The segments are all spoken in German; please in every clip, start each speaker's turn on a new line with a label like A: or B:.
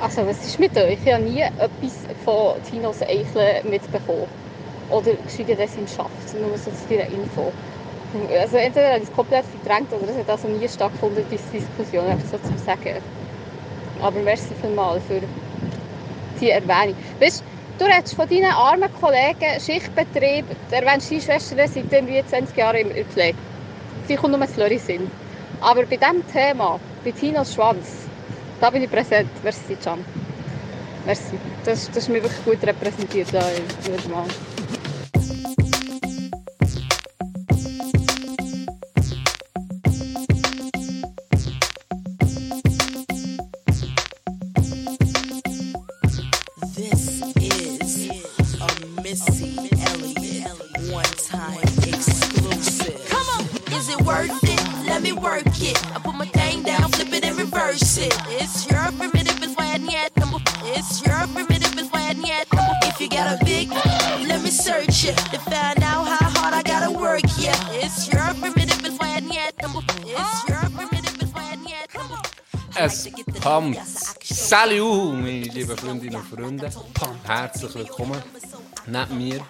A: Also was ist mit euch? Ich habe nie etwas von Tinos Eicheln mitbekommen. Oder geschweige denn seinen Schaft, nur so zu deiner Info. Also entweder habe ich es komplett verdrängt oder es hat also nie stattgefunden, diese Diskussion, einfach so zu sagen. Aber merci vielmals für die Erwähnung. Weißt, du redest von deinen armen Kollegen, Schichtbetrieb, du erwähnst deine Schwester seit irgendwie 20 Jahren in der Pflege. Sie kommt nur ein Flurry Sinn. Aber bei diesem Thema, bei Tinos Schwanz, da bin ich präsent. Merci, Can. Merci. Das, das ist mir wirklich gut repräsentiert da in diesem Mal.
B: This is a Missy Elliott one time exclusive. Come on, is it worth it? Let me work it. I put my thing down, flip it and reverse it. It's your primitive, it's why I need that number. It's your primitive, it's why I need that number. If you got a big, let me search it to find out how hard I gotta work. Yeah, it's your primitive, it's why I need that number. It's your primitive, it's why I need that number.
C: Es pumpt. Salut, meine lieben Freundinnen und Freunde. Pam, herzlich willkommen. Neben mir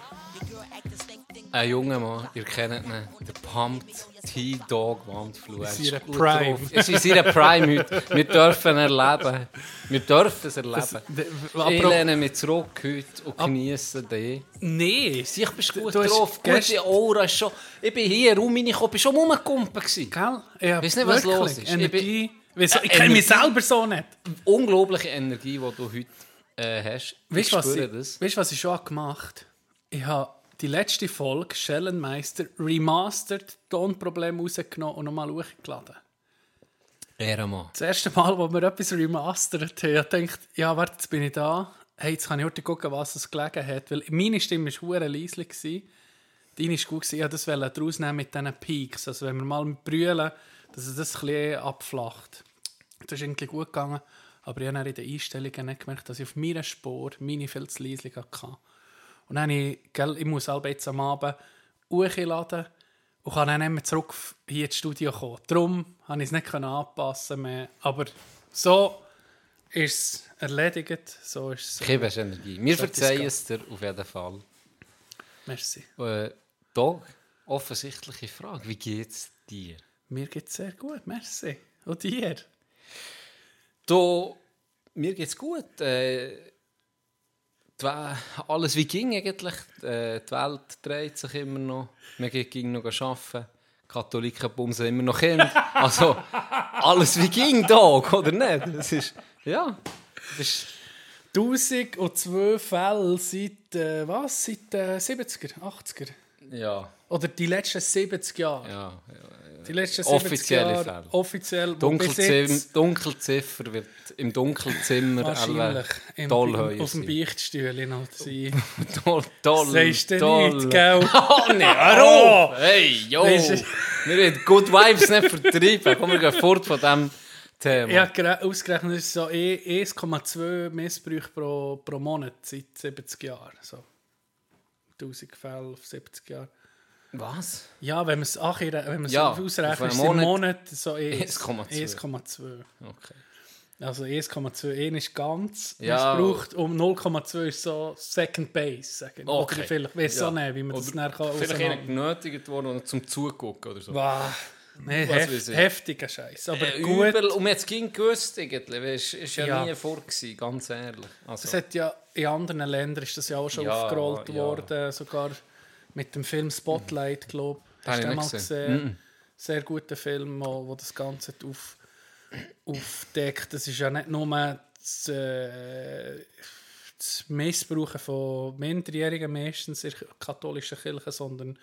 C: ein junger Mann, ihr kennt ihn, der Pumped T-Dog Wandflur. Er
D: In seiner
C: ist gut
D: Prime.
C: drauf. Es ist ihre Prime heute. Wir dürfen erleben. Wir dürfen es erleben. Ich
D: Apro-
C: lehne mich zurück heute und genieße dich.
D: Nee,
C: Ich bist gut
D: Du hast
C: drauf,
D: gest-
C: gute Aura ist schon. Ich bin hier rum, ich war schon rumgekumpelt. gewesen.
D: Gell? Ich hab
C: Weiss nicht, was
D: wirklich
C: los ist. Ich
D: Energie. Weiss-
C: Äh,
D: ich kenne mich
C: Energie-
D: selber so nicht.
C: Unglaubliche Energie, die du heute äh, hast.
D: Weißt
C: Ich
D: du, was,
C: spüre
D: ich-
C: das.
D: weisst du, was ich schon hab gemacht Ich habe die letzte Folge Schellenmeister remastered, Tonproblem rausgenommen und nochmal hochgeladen.
C: Ehrenmann.
D: Das erste Mal, wo wir etwas remastert haben, ich denkt, ja, warte, jetzt bin ich da. Hey, jetzt kann ich heute gucken, was es gelegen hat. Weil meine Stimme war hure leise. gewesen. Deine war gut. gewesen. Ich wollte das wollte daraus nehmen mit diesen Peaks. Also, wenn wir mal brüllen, dass es das ein bisschen abflacht. Das ist irgendwie gut gegangen. Aber ich habe dann in den Einstellungen nicht gemerkt, dass ich auf meiner Spur meine viel zu leise hatte. Und dann habe ich, gell, ich muss halt jetzt am Abend hochladen und kann dann nicht mehr zurück f- hier ins Studio kommen. Darum konnte ich es nicht können anpassen mehr. Aber so ist es erledigt. So ist es.
C: Keine Energie. Wir
D: So hat
C: verzeihen
D: es
C: es dir auf jeden Fall.
D: Merci.
C: Äh, Dog, offensichtliche Frage. Wie geht's dir?
D: Mir geht es sehr gut. Merci. Und dir?
C: Du, mir geht's gut. Äh, die We- alles wie ging eigentlich. Äh, die Welt dreht sich immer noch. Wir gehen- gingen noch arbeiten. Die Katholiken bumsen immer noch Kinder. Also, alles wie ging, Dog, oder nicht? Das ist, ja, das ist
D: 1002 Fälle seit, äh, was? Seit äh, 70er, 80er?
C: ja,
D: Oder die letzten 70 Jahre.
C: ja.
D: Die letzten 70
C: Offizielle
D: Jahre.
C: Fälle.
D: Offiziell. wo bis
C: Dunkelzim
D: jetzt-
C: Dunkelziffer wird im Dunkelzimmer
D: Wahrscheinlich. Im-
C: toll
D: Auf dem Beichtstuhl noch sein.
C: Toll, toll,
D: Sagst du
C: toll.
D: nicht, gell?
C: Oh nein, hör
D: Oh.
C: auf! Hey, yo!
D: Das ist-
C: Wir werden Good Vibes nicht vertreiben. Komm, wir gehen fort von diesem Thema.
D: Ich habe gere- ausgerechnet, es ist so eh 1,2 Missbrüche pro, pro Monat seit 70 Jahren. So. 1000 Fälle auf 70 Jahre.
C: Was?
D: Ja, wenn man es anrechnet, wenn man es
C: Ja, auf
D: ausrechnet,
C: einen
D: ist es im
C: Monat
D: Monat so eh-
C: 1,2.
D: 1,2.
C: Okay.
D: Also 1,2 eh ist ganz
C: Ja.
D: missbraucht und 0,2 ist so Second Base. Sagen. wir.
C: Okay.
D: Oder vielleicht, weiß
C: Ja.
D: auch nicht, wie man das
C: Oder
D: näher kann.
C: Vielleicht einer
D: auseinander-
C: genötigt worden oder zum Zugucken oder so.
D: Wow. Nee,
C: Was
D: hef
C: weiß ich.
D: heftiger Scheiß. Aber
C: Äh,
D: gut.
C: Übel. Und jetzt ging gewusst, irgendwie. Weißt, Ist ja,
D: Ja.
C: nie vor, gewesen, ganz ehrlich. Also,
D: Das hat ja, in anderen Ländern ist das ja auch schon
C: Ja,
D: aufgerollt
C: ja.
D: worden, sogar mit dem Film Spotlight, glaube ich.
C: Den
D: Hast
C: habe
D: du
C: ich
D: den mal
C: nicht gesehen.
D: gesehen? Sehr guter Film, wo, wo das Ganze hat auf, aufdeckt. Das ist ja nicht nur das, äh, das Missbrauchen von Minderjährigen meistens in der katholischen Kirche, sondern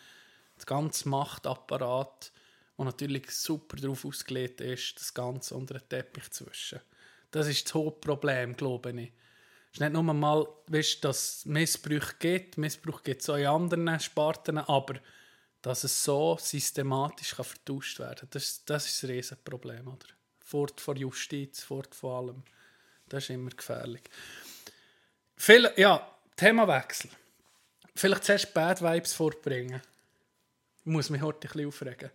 D: das ganze Machtapparat, wo natürlich super darauf ausgelegt ist, das Ganze unter den Teppich zu wischen. Das ist das Hauptproblem, glaube ich. Es ist nicht nur mal, weißt, dass es Missbrüche gibt, Missbrauch gibt es auch in anderen Sparten, aber dass es so systematisch kann vertauscht werden kann, das, das ist ein Riesenproblem. Oder? Fort von Justiz, fort von allem. Das ist immer gefährlich. Viel, ja, Themawechsel. Vielleicht zuerst Bad Vibes vorbringen. Ich muss mich heute ein bisschen aufregen.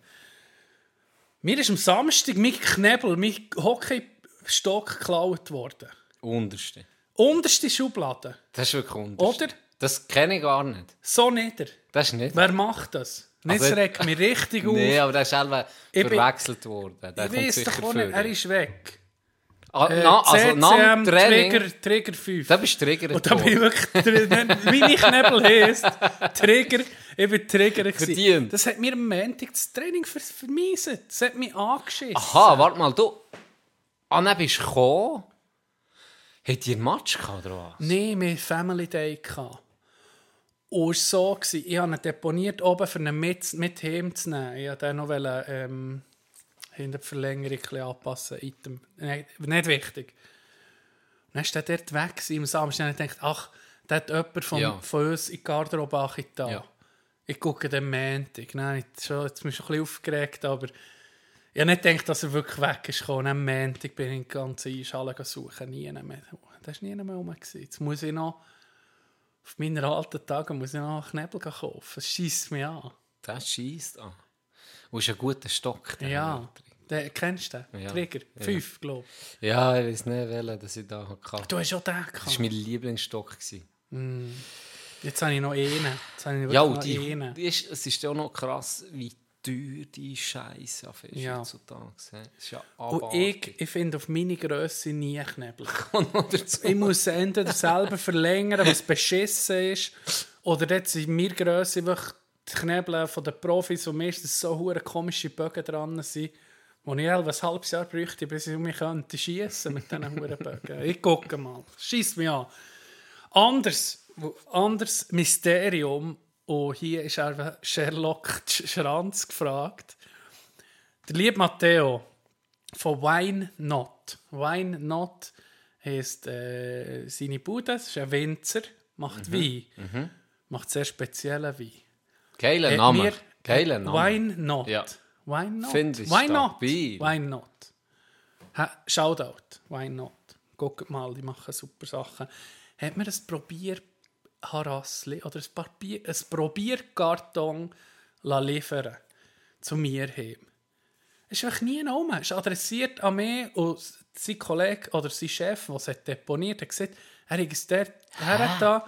D: Mir ist am Samstag mein Knebel, mein Hockeystock geklaut worden.
C: Unterste.
D: Unterste Schublade.
C: Das ist wirklich unterste.
D: Oder?
C: Das kenne ich gar nicht.
D: So nieder.
C: Das ist nicht.
D: Wer macht das? Nicht,
C: Also-
D: das regt mich richtig auf.
C: Nee, aber der ist selber
D: Ich bin-
C: verwechselt worden. Der
D: ich
C: kommt
D: weiß
C: sicher
D: doch auch nicht,
C: vor.
D: er ist weg.
C: ah,
D: Äh,
C: na, also nach dem
D: CCM
C: Training,
D: Trigger, Trigger 5.
C: da bist du triggert
D: Und da bin ich
C: worden.
D: wirklich, drin. meine Knebel heisst, Trigger, ich bin Trigger. gewesen.
C: Verdient.
D: Das hat mir am Montag das Training vers- vermiesen. Das hat mich angeschissen.
C: Aha, warte mal, du. Ah, dann bist du gekommen. Hat ihr einen Match gehabt, oder was?
D: Nein, wir hatten Family Day. gehabt. Und es war so, gewesen, ich habe ihn deponiert, oben für ihn mit, mit heimzunehmen. Ich wollte den noch wollen, ähm, hinter die Verlängerung ein bisschen anpassen. Item. Nicht, nicht wichtig. Und dann war der dort weg gewesen, im Samstag. Und ich dachte, ach, da hat jemand vom,
C: Ja.
D: von uns in die Garderobe angetan.
C: Ja.
D: Ich gucke den Montag. Nein, ich, schon, jetzt bin ich schon ein bisschen aufgeregt, aber ich habe nicht gedacht, dass er wirklich weg ist. gekommen. Am Montag bin ich in die ganze Einschale suchen. Nie mehr. Da war nie mehr rum. gewesen. Jetzt muss ich noch, auf meinen alten Tagen, muss ich noch Knebel gehen kaufen. Das scheisst mich an.
C: Das schießt an. Und ist ein guter Stock. der
D: Ja.
C: Hunter.
D: Den, kennst du den?
C: Ja.
D: Trigger?
C: Ja.
D: Fünf, glaube ich.
C: Ja, ich weiß nicht, welchen, dass ich da hatte.
D: Du hast auch den
C: Das
D: gehabt.
C: war mein Lieblingsstock. gewesen.
D: Jetzt habe ich noch einen. Jetzt habe ich wirklich
C: Ja,
D: noch
C: und die,
D: einen.
C: die ist, es ist ja auch noch krass, wie teuer die Scheiße auf ist
D: Ja.
C: heutzutage. he. Das ist ja
D: Und ich, ich finde auf meine Größe nie Knebel.
C: oder
D: Ich
C: zu.
D: muss sie entweder selber verlängern, was beschissen ist, oder jetzt in meiner Größe wirklich die Knebel von den Profis, wo meistens so hure komische Bögen dran sind, wo ich etwa ein halbes Jahr bräuchte, bis ich mich könnte schiessen mit diesen huren Bögen. Ich gucke mal. Schiess mich an. Anders, wo- anders Mysterium, und hier ist einfach Sherlock Schranz gefragt. Der liebe Matteo, von Wine Not. Wine Not heisst äh, seine Bude, es ist ein Winzer, macht Wein. Macht sehr speziellen Wein.
C: Geiler
D: Hat
C: Name.
D: Äh, mir-
C: Geiler Name.
D: Wine äh, Not.
C: Ja.
D: Wine Not.
C: Finde ich
D: Why Not?
C: stabil.
D: Wine Not. Ha, Shoutout. Wine Not. Guckt mal, die machen super Sachen. Hat mir ein Probierharassli oder ein, Papier, ein Probierkarton la liefern zu mir heim. Es ist einfach nie noch rum. Es ist adressiert an mich und sein Kollege oder sein Chef, der es hat deponiert hat, gesagt, er hat es dort
C: Ah.
D: hergetan.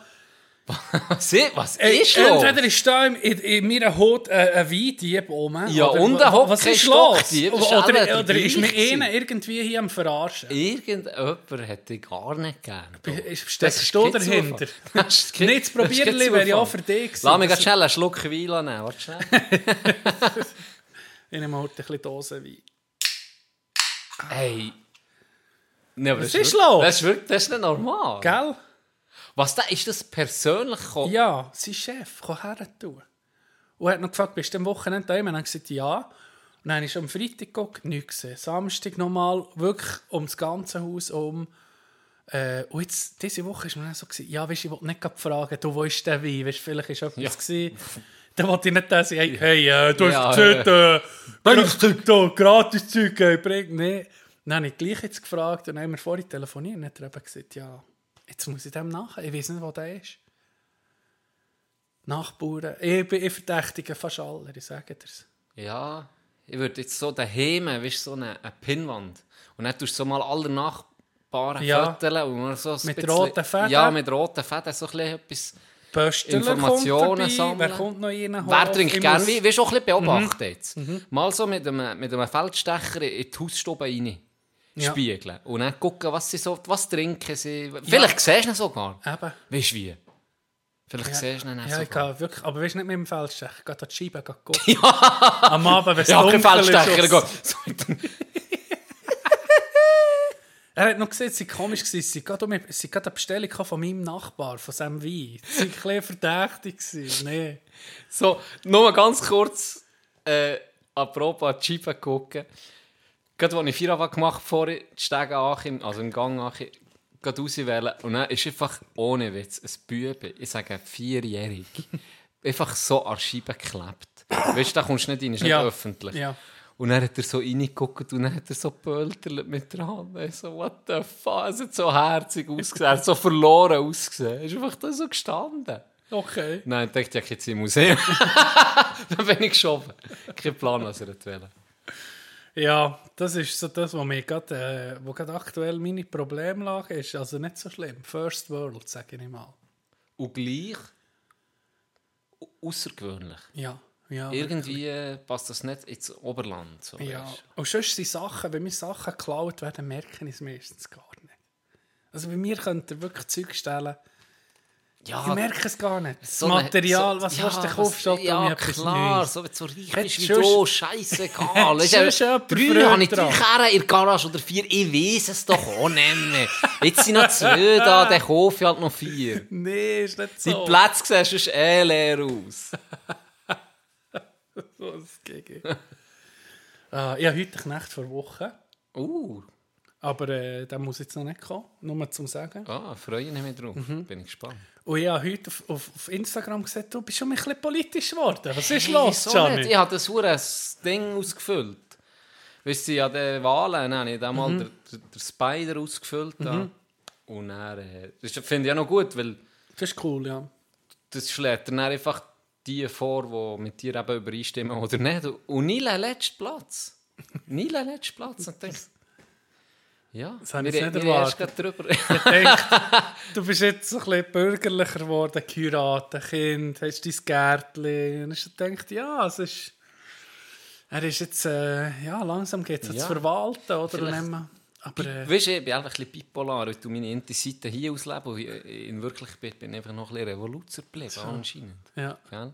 C: Was ist, was
D: Ey,
C: ist los?
D: Äh, Entweder ist da in, in, in meiner Haut ein, ein Weindieb oben.
C: Ja,
D: oder
C: und
D: wa-
C: ein Hock-
D: Was
C: kein
D: ist los?
C: Stockdieb, ist
D: Oder,
C: dus alle
D: oder, ist mir
C: gleich
D: einer irgendwie hier am Verarschen?
C: Irgendjemand hat dich gar nicht gern. du.
D: Ist-
C: Das
D: Steckst
C: ist
D: du
C: kein
D: dahinter?
C: Zufall. Das ist kein-
D: Nicht zu
C: das ist kein
D: probieren, wäre ja
C: Zufall.
D: auch für dich gewesen.
C: Lass mich
D: Das-
C: grad schnell einen Schluck Wein nehmen. Warte schnell.
D: Ich nehme heute ein bisschen Dosenwein.
C: Oh. Hey. Nee, aber
D: Was
C: das
D: ist
C: wirklich-
D: los?
C: Das ist, wirklich, das ist nicht normal.
D: Gell?
C: Was da, ist das persönlich gekommen?
D: Ja, sein Chef kann her tun. Und er hat noch gefragt, bist du am Wochenende da? Und dann habe ich gesagt, ja. Und dann habe ich am Freitag geguckt, nichts gesehen. Samstag nochmal, wirklich um das ganze Haus um. Äh, und jetzt, diese Woche war mir dann so, gewesen, ja, weißt, du, ich wollte nicht gerade fragen, du, wo ist der Wein? Weißt, du, vielleicht ist etwas
C: Ja.
D: gewesen. Dann wollte ich nicht das sagen, hey, hey äh, du
C: Ja,
D: hast gesagt, äh, Gratis-Zeug, da, Gratis-Zeug, äh, bring. Nee. Dann habe ich gleich jetzt gefragt und dann haben wir vorhin telefoniert und hat er eben gesagt, ja, jetzt muss ich dem nachher, ich weiß nicht, wo der ist. Nachbarn. Ich, bin- ich verdächtige fast alle, ich sage dir's.
C: Ja, ich würde jetzt so daheim, weißt du, so eine, eine Pinnwand. Und dann tust du so mal alle Nachbarn
D: Ja.
C: föteln und nur so ein
D: Mit roten Fäden.
C: Ja, mit roten Fäden, so ein bisschen etwas.
D: Pöstler
C: Informationen
D: kommt dabei,
C: sammeln.
D: Wer kommt noch rein?
C: Wer
D: Hof,
C: trinkt
D: ich
C: gerne
D: muss-
C: Wein? Wirst du auch ein bisschen
D: Mhm.
C: beobachten jetzt. Mal so mit einem, mit einem Feldstecher in die Hausstube rein.
D: Ja.
C: Spiegeln. Und dann gucken, was sie so, was trinken sie. Vielleicht siehst du ihn sogar.
D: Eben.
C: Weißt du wie? Vielleicht siehst du ihn dann
D: Ja, ich
C: sogar.
D: kann wirklich, aber weißt du nicht mit dem Feldstecher? Ich gehe da die Scheibe geh gucken. Am Abend, wenn es
C: Ja,
D: dunkel
C: kein Feldstecher.
D: ist.
C: go.
D: aus-
C: So,
D: Er hat noch gesagt, es sei komisch gewesen. Es sei gerade um- es sei gerade eine Bestellung gekommen von meinem Nachbar, von seinem Wein. Es sei ein bisschen verdächtig gewesen. Nee.
C: So, nur ganz kurz, äh, apropos an die Scheibe gucken. Gerade als ich Feierabend gemacht habe, vorhin, die Stege Achim, also im Gang Achim, gerade auswählen. Und dann ist einfach, ohne Witz, ein Bübe, ich sage vierjährig, einfach so an die Scheibe geklebt. Weißt du, da kommst du nicht rein, ist nicht
D: Ja.
C: öffentlich.
D: Ja.
C: Und dann hat er so reingeguckt und dann hat er so pölterlet mit der Hand. Ich so, what the fuck? Es hat so herzig ausgesehen, er hat so verloren ausgesehen. Er ist einfach da so gestanden.
D: Okay.
C: Nein, ich dachte, ich jetzt im Museum. Dann bin ich geschoben. Kein Plan, was er wollte.
D: Ja, das ist so das, was mir gerade, äh, wo gerade aktuell meine Problemlage ist. Also nicht so schlimm. First World, sage ich mal.
C: Und gleich außergewöhnlich.
D: Ja, ja.
C: Irgendwie passt das nicht ins dus Oberland. So
D: Ah, Ja.
C: weisst
D: Und sonst sind Sachen, wenn mir Sachen geklaut werden, merken ich es meistens gar nicht. Also bei mir könnt ihr wirklich Zeug stellen.
C: du. ja,
D: Ich merke es gar nicht. Das
C: Ah, so eine-
D: Material,
C: so-
D: was
C: ja,
D: willst du
C: was-
D: kaufst, Alter, mir
C: Ja,
D: etwas
C: klar,
D: Neues.
C: so wenn du so reich
D: Hättest
C: bist wie
D: du
C: du,
D: sonst-
C: scheissegal. Weisst
D: Hättest du
C: du,
D: sonst jemand
C: Früher habe ich drei
D: früher
C: Karren in der Garage oder vier, E ich weiß es doch auch nicht mehr. Jetzt sind noch zwei da, dann kaufe ich halt noch
D: Oh.
C: vier.
D: Nee, ist nicht
C: Die
D: so.
C: Plätze sehen sonst eh leer aus.
D: so das Gege. ah, ich habe heute Knecht vor Wochen,
C: Uh,
D: aber äh, der muss jetzt noch nicht kommen, nur zum Sagen.
C: ah, freue mich mehr drauf.
D: Mhm.
C: Bin ich gespannt.
D: Und ich habe heute auf, auf, auf Instagram gesehen, du bist schon ein bisschen politisch geworden. Was ist
C: Hey,
D: los,
C: wieso nicht?
D: Gianni?
C: Ich habe das verdammte Ding ausgefüllt. Weißt du, an den Wahlen habe ich damals
D: Mhm.
C: den, den- den Spider ausgefüllt. da. Und dann, äh, das finde ich auch noch gut, weil
D: Das ist cool, ja.
C: das schlägt dann einfach die vor, die mit dir eben übereinstimmen oder nicht. Und Nila letzter Platz. Nila letzter Platz. Und ich denke, ja,
D: Das habe ich
C: wir-
D: jetzt nicht
C: wir haben erst
D: erwartet.
C: gerade drüber.
D: denkt, du bist jetzt so ein bisschen bürgerlicher geworden, geheiratet, Kind, hast dein Gärtchen. Und ich denke, ja, es ist... Er ist jetzt... Äh, ja, langsam geht es
C: Ja.
D: zu verwalten, oder? Und
C: Vielleicht-
D: nicht mehr- Aber... Äh,
C: Weißt du, ich bin einfach ein bisschen bipolar, weil du meine innere Seite hier auslebst und hier in Wirklichkeit bin ich einfach noch ein bisschen Revoluzer geblieben, anscheinend.
D: äh, ja.
C: Gell?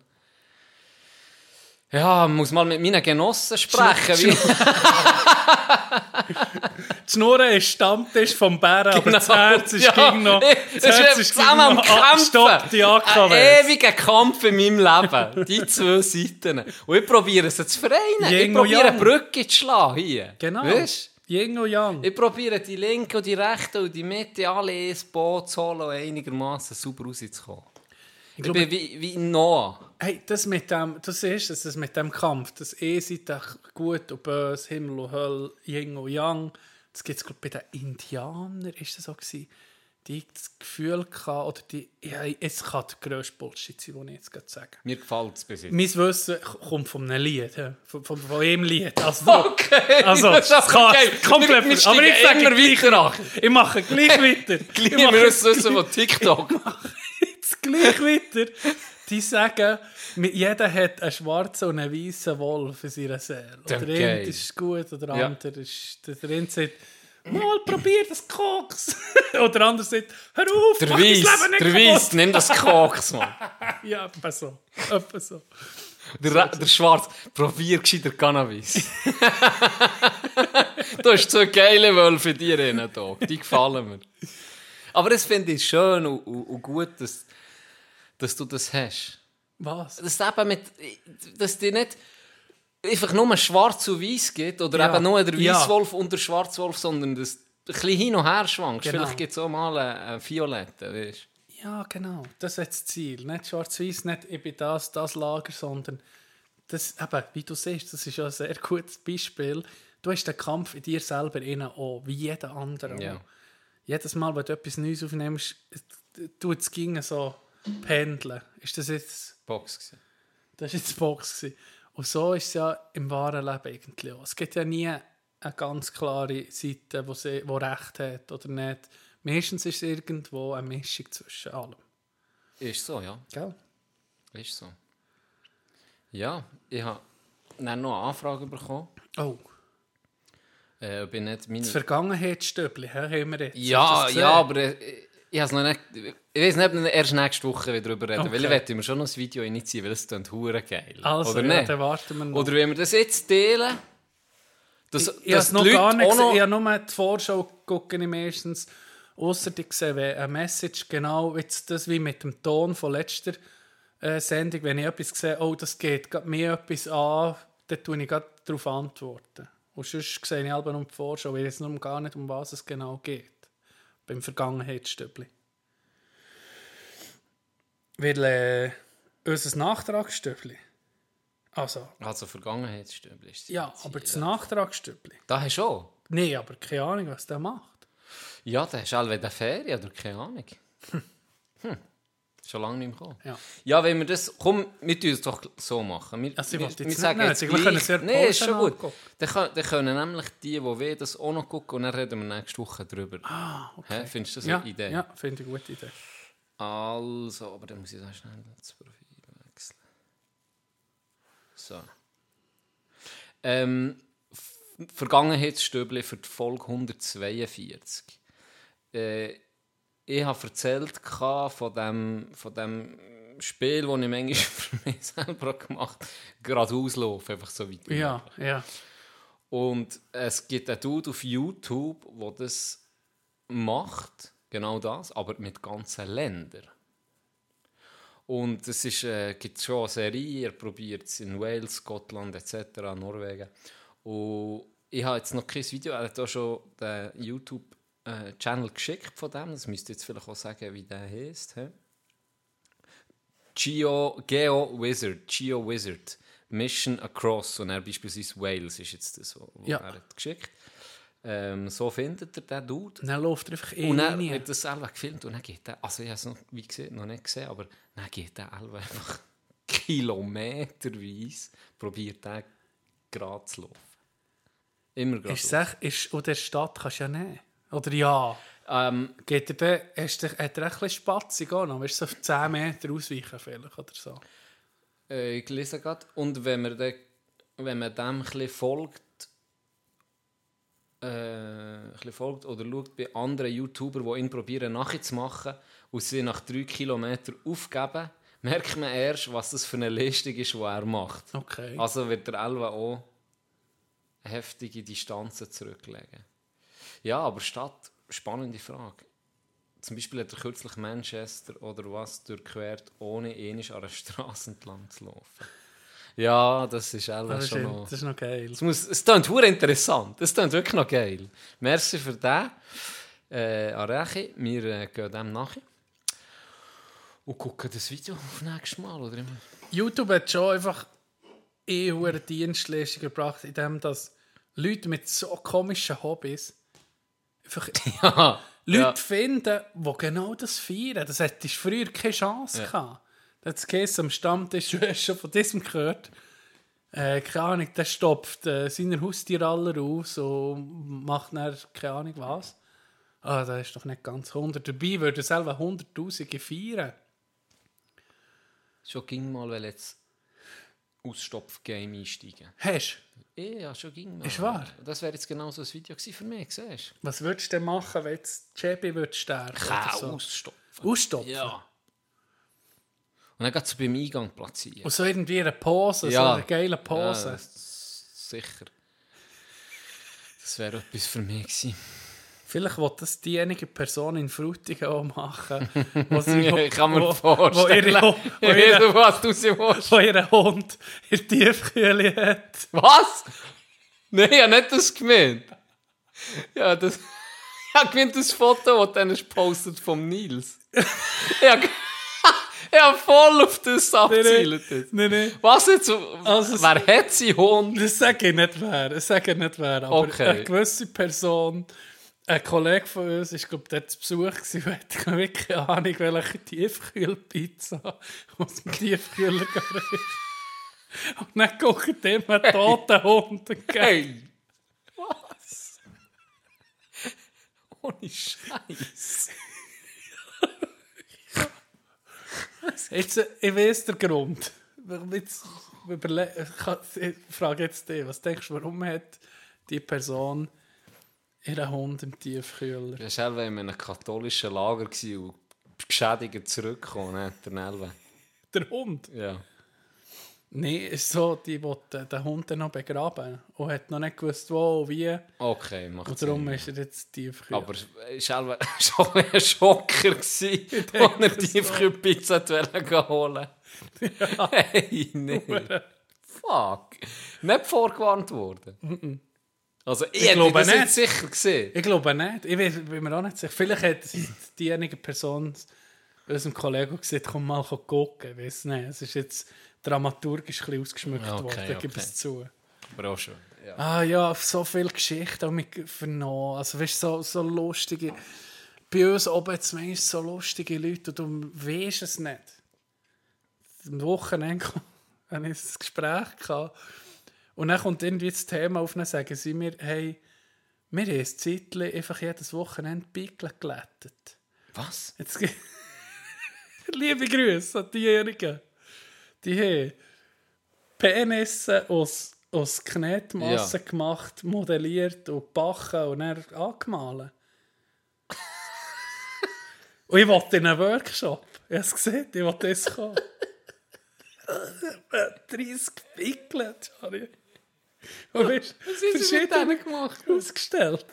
C: Ja, muss mal mit meinen Genossen sprechen.
D: Schnur-
C: wie-
D: Die Schnur ist Stammtisch vom Bären, aber das Herz ist
C: Ja,
D: gegen noch...
C: Es ist zusammen am Ah, Kämpfen.
D: Stopp die AKW.
C: Ein ewiger Kampf in meinem Leben. Die zwei Seiten. Und ich probiere es zu vereinen.
D: Yin
C: ich
D: und
C: probiere
D: Yang.
C: eine Brücke zu schlagen hier.
D: Genau.
C: Weißt?
D: Yin und Yang.
C: Ich probiere die Linke und die Rechte und die Mitte alle ins Boot zu holen und einigermaßen sauber rauszukommen. Ich,
D: glaube-
C: bin wie, wie Noah.
D: Hey, das mit dem, du siehst es, das mit dem Kampf, das E-Seite, Gut und Böse, Himmel und Hölle, Yin und Yang, das gibt es, glaube ich, bei den Indianern, ist das so gewesen, die das Gefühl hatten, oder die, ja, es kann der grösste Bullshit sein, den ich jetzt gerade sage.
C: Mir gefällt es bis jetzt.
D: Mein Wissen k- kommt von einem Lied, hä? von, von, von einem Lied. Also,
C: Okay,
D: also
C: das
D: das
C: ist
D: kann
C: okay.
D: komplett,
C: Wir- wir
D: aber ich
C: steigen
D: sage
C: immer
D: gleich
C: weiter
D: nach. Ich mache gleich weiter. Ich
C: Wir
D: mache
C: müssen wissen von TikTok.
D: jetzt gleich weiter. Die sagen, mi- jeder hat einen schwarzen und einen weißen Wolf in seiner Seele. Und Der
C: Okay.
D: eine ist gut oder der
C: Ja.
D: andere ist. Der der eine sagt, mal probier das Koks. oder der andere sagt, hör auf,
C: Der
D: mach
C: Weiss,
D: dein Leben nicht
C: der
D: kaputt.
C: Weiss, nimm das Koks, Mann.
D: Ja, etwa so. Etwa so.
C: Der, Ra- der Schwarz, probier gescheiter Cannabis. du hast so geile Wölfe in dir drin, Doc. Die gefallen mir. Aber das finde ich schön und, und, und gut, dass, dass du das hast.
D: Was?
C: Dass du eben mit, dass dir nicht einfach nur schwarz und weiß gibt oder
D: Ja.
C: eben nur der
D: Ja.
C: Weißwolf und der Schwarzwolf, sondern dass du ein bisschen hin und her schwankst.
D: Genau.
C: Vielleicht gibt es auch mal einen, einen Violetten, weißt du.
D: Ja, genau. Das ist das Ziel. Nicht schwarz-weiß, nicht ich bin das, das Lager, sondern das, eben, wie du siehst, das ist ja ein sehr gutes Beispiel. Du hast den Kampf in dir selber innen auch, wie jeder andere. auch.
C: Ja.
D: Jedes Mal, wenn du etwas Neues aufnimmst, tut es ging so pendeln. Ist das jetzt,
C: Box gewesen.
D: das ist jetzt die Box gewesen. Und so ist es ja im wahren Leben eigentlich auch. Es gibt ja nie eine ganz klare Seite, wo sie, wo Recht hat oder nicht. Meistens ist es irgendwo eine Mischung zwischen allem.
C: Ist so, ja.
D: Gell?
C: Ist so. Ja, ich habe dann noch eine Anfrage bekommen.
D: Oh,
C: Äh, ob ich nicht
D: das
C: meine...
D: Vergangenheitsstöbli hä, haben wir jetzt. Hast du
C: Ja,
D: das
C: ja,
D: gesehen?
C: aber äh, ich habe noch nicht... Ich weiß nicht, ob wir erst nächste Woche wieder darüber reden, weil
D: Okay.
C: ich möchte mir schon noch ein Video initiieren, weil es klingt hure geil.
D: Also,
C: Oder
D: ja,
C: nicht?
D: dann warten wir noch.
C: Oder wenn wir das jetzt teilen, dass,
D: ich
C: dass
D: habe es
C: die
D: Also, noch
C: Leute
D: gar nicht
C: auch
D: gesehen.
C: noch...
D: Ich habe nur die Vorschau gucken meistens. Ausser ich sehe wenn eine Message, genau jetzt das wie mit dem Ton von letzter äh, Sendung, wenn ich etwas sehe, oh, das geht grad mir etwas an, dann tue ich grad darauf antworten. Und sonst sehe ich aber nur die Vorschau, weil es nur gar nicht um was es genau geht. Beim Vergangenheitsstöbli. Weil äh, unser Nachtragsstöbli. Also,
C: Also Vergangenheitsstübel ist
D: ja, aber das Nachtragsstöbli.
C: Da hast du auch?
D: Nee, aber keine Ahnung, was der macht.
C: Ja, da hast du auch wegen der Ferien oder keine Ahnung. Hm. Schon lange nicht mehr gekommen.
D: Ja.
C: Ja, wenn wir das. Komm, wir tun es doch so machen. Wir,
D: Also, ich
C: wir,
D: wollte jetzt
C: wir
D: nicht nötig, wir können es ja
C: Nein, ist schon
D: pausen
C: gut.
D: angucken.
C: Dann können, dann können nämlich die, die weh das auch noch gucken und dann reden wir nächste Woche drüber. Ah, okay. Findest du das
D: Ja,
C: eine Idee?
D: ja finde ich eine gute Idee.
C: Also, aber dann muss ich da schnell das Profil wechseln. So. Ähm, F- Vergangenheitsstübli für die Folge 142. Äh, ich habe erzählt gehabt von dem, von dem Spiel, das ich manchmal für mich selber gemacht habe, geradeaus laufen, einfach so weiter.
D: Ja, ja.
C: Und es gibt einen Dude auf YouTube, der das macht, genau das, aber mit ganzen Ländern. Und es ist, äh, gibt schon eine Serie, er probiert es in Wales, Schottland etc., Norwegen. Und ich habe jetzt noch kein Video, er hat auch schon den YouTube-Channel geschickt von dem, das müsst ihr jetzt vielleicht auch sagen, wie der heißt. He? Geo, Geo Wizard, Geo Wizard, Mission Across und er beispielsweise Wales ist jetzt das, was
D: Ja.
C: er hat geschickt. Ähm, so findet er den Dude.
D: Und dann läuft er einfach eh
C: Und dann
D: nie.
C: wird das selber gefilmt und dann geht der, also ich habe es noch, wie gesehen, noch nicht gesehen, aber dann geht der selber einfach kilometerweise, probiert der gerade zu laufen. Immer gerade.
D: Ist sech, ist, und der Stadt kannst du ja nehmen. Oder ja.
C: Ähm,
D: Geht er dann, hast du, hat er ein bisschen Spatz auch noch? Weißt du, so auf 10 Meter ausweichen vielleicht oder so.
C: äh, ich lese gerade, und wenn man, de, wenn man dem ein bisschen folgt, äh, ein bisschen folgt oder schaut bei anderen YouTubern, die ihn probieren nachzumachen und sie nach drei Kilometern aufgeben, merkt man erst, was das für eine Leistung ist, die er macht.
D: Okay.
C: Also wird der Elva auch heftige Distanzen zurücklegen. Ja, aber Stadt, spannende Frage. Zum Beispiel hat er kürzlich Manchester oder was durchquert, ohne ähnlich an einer Straße entlang zu laufen. Ja, das ist Elva
D: das, ist,
C: schon
D: in-
C: noch.
D: das ist noch geil.
C: Es, muss, es klingt sehr interessant. Es klingt wirklich noch geil. Merci für den. Äh, Arechi, wir äh, gehen dem nachher. Und gucken das Video auf nächstes Mal. Oder immer.
D: YouTube hat schon einfach eh hohe Dienstleistung gebracht, indem dass Leute mit so komischen Hobbys einfach
C: Haha.
D: Leute
C: Ja.
D: finden, die genau das feiern. Das hättest du früher keine Chance gehabt. Das hat es am Stammtisch du hast schon von diesem gehört. Äh, keine Ahnung, der stopft äh, seine Haustiere alle aus und macht dann keine Ahnung was. Ah, da ist doch nicht ganz 100 dabei, würde selber 100.000 feiern.
C: Schon ging mal weil jetzt Ausstopf-Game einsteigen. Eh,
D: Hast du?
C: Ja, schon ging mal.
D: Ist wahr?
C: Das wäre jetzt genau so ein Video gewesen für mich, siehst
D: Was würdest du denn machen, wenn jetzt Chebby würde sterben?
C: du?
D: oder
C: Kann
D: so?
C: ausstopfen.
D: Ausstopfen.
C: Ja. Und dann geht es beim Eingang platzieren.
D: Und so irgendwie eine Pause, so
C: Ja.
D: eine geile Pause.
C: Ja, s- sicher. Das wäre etwas für mich gewesen.
D: Vielleicht will das diejenige Person in Frutigen auch machen, wo sie
C: Ich kann mir
D: wo,
C: vorstellen.
D: Wo ihre, Ho- wo
C: Ich
D: ihre,
C: weiß, was du sie willst.
D: wo ihre Hund in die Tiefkühle hat.
C: Was? Nein, ich habe nicht das gemeint. Ja, das. Ich habe gemeint das Foto, das dann ist postet vom Nils. Ich habe, ich habe voll auf das abgezielt. jetzt.
D: Nein, nein.
C: Was jetzt?
D: Also es-
C: wer hat sie Hund?
D: Das sage ich nicht wer. Das sage ich nicht wer. Aber
C: Okay.
D: eine gewisse Person, ein Kollege von uns, ist glaube dort zu Besuch gewesen, und hat keine wirklich Ahnung, welche Tiefkühlpizza aus dem Tiefkühler ist. Und dann guckt immer einen toten Hund entgegen.
C: Hey! Was? Ohne Scheiß.
D: Jetzt, äh, ich weiß den Grund. Warum Jetzt überle ich kann- ich frage jetzt dich, was denkst du, warum hat die Person ihren Hund im Tiefkühler?
C: Du warst selber in einem katholischen Lager gewesen und bist geschädigt zurückgekommen, ne? Der Nelwe.
D: Der Hund?
C: Ja.
D: Nein, es ist so, die wollte den Hund dann noch begraben und hat noch nicht gewusst, wo und wie.
C: Okay, macht
D: Und darum
C: Sinn.
D: ist er jetzt Tiefkühler.
C: Aber es war schon ein Schocker, als er Tiefkühlpizza wollte holen Hey, nein. Fuck. Nicht vorgewarnt worden. Also, ich, hätte
D: glaube
C: das
D: nicht.
C: jetzt sicher gesehen.
D: Ich glaube nicht. Ich weiß, bin mir auch nicht sicher. Vielleicht hat es diejenige Person unserem Kollegen gesagt, komm mal gucken. Ich weiß nicht. Es ist jetzt dramaturgisch ein bisschen ausgeschmückt
C: Okay,
D: worden, ich gebe
C: okay.
D: es zu.
C: Aber auch schon. Ja.
D: Ah ja, auf so viele Geschichten habe ich vernommen. Also weißt du, so, so lustige bei uns oben jetzt manchmal so lustige Leute und du weißt es nicht. Am Wochenende hatte ich ein Gespräch. Gehabt. Und dann kommt irgendwie das Thema auf und dann sagen sie mir, hey, wir haben ein Zeitchen einfach jedes Wochenende Bickel gelettet.
C: Was?
D: Jetzt ge- Liebe Grüße an diejenigen, die haben Penisse aus, aus Knetmasse
C: Ja.
D: gemacht, modelliert und gebacken und dann angemalt. und ich wollte in einen Workshop. Ich habe es gesehen, ich wollte das kommen. 30 Pickel, Charlie. Und bist
C: ist mit
D: verschieden
C: denen gemacht?
D: ausgestellt.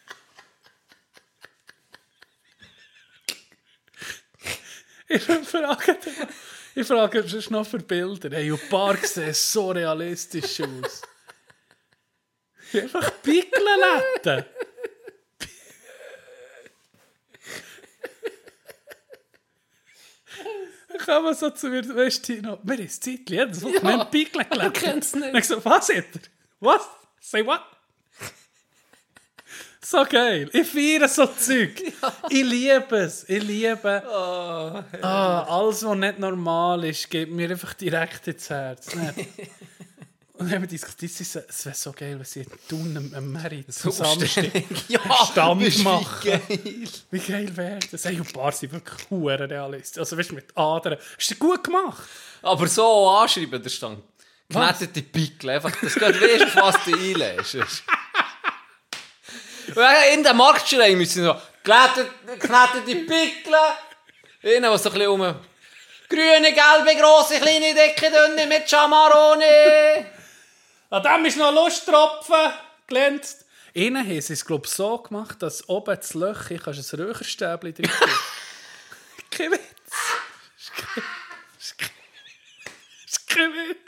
D: Ich frage, ich frage sonst noch für Bilder. Hey, und Park sieht so realistisch aus. Einfach Pickelette. Dann kam er so zu mir, weißt du, Tino, wir haben das Zeitchen, jedes Wochenende Pickeln gelegt.
C: Ich kenn's nicht.
D: Dann ich so, was hat er? Was? Say what? So geil. Ich feiere so Zeug. Ich liebe es. Ich liebe
C: Oh,
D: Ah, alles, was nicht normal ist, geht mir einfach direkt ins Herz. Nicht? Und dann haben wir diskutiert, es ist- es wäre so geil, wenn sie tun am, am Merit am Samstag.
C: ja,
D: Stand
C: bist wie
D: machen.
C: geil.
D: Wie geil wäre das? Hey, und Bar sind wirklich hure realistisch. Also, weißt du, mit Adern. Ist das gut gemacht?
C: Aber so anschreiben, der Stand. Knetete Pickel, einfach, dass du gerade weißt, auf was du einlässt. Und dann in den Marktschrein müssen so, knetete Pickel, innen, was so ein bisschen um... Grüne, gelbe, grosse, kleine, dicke, dünne, mit Chamarone.
D: An dem ist noch Lusttropfen glänzt. Innen haben sie es, glaube ich, so gemacht, dass oben das Löchchen kannst du ein Räucherstäbchen drin tun. Kein Witz. Ist kein- ist kein- Ist kein Witz.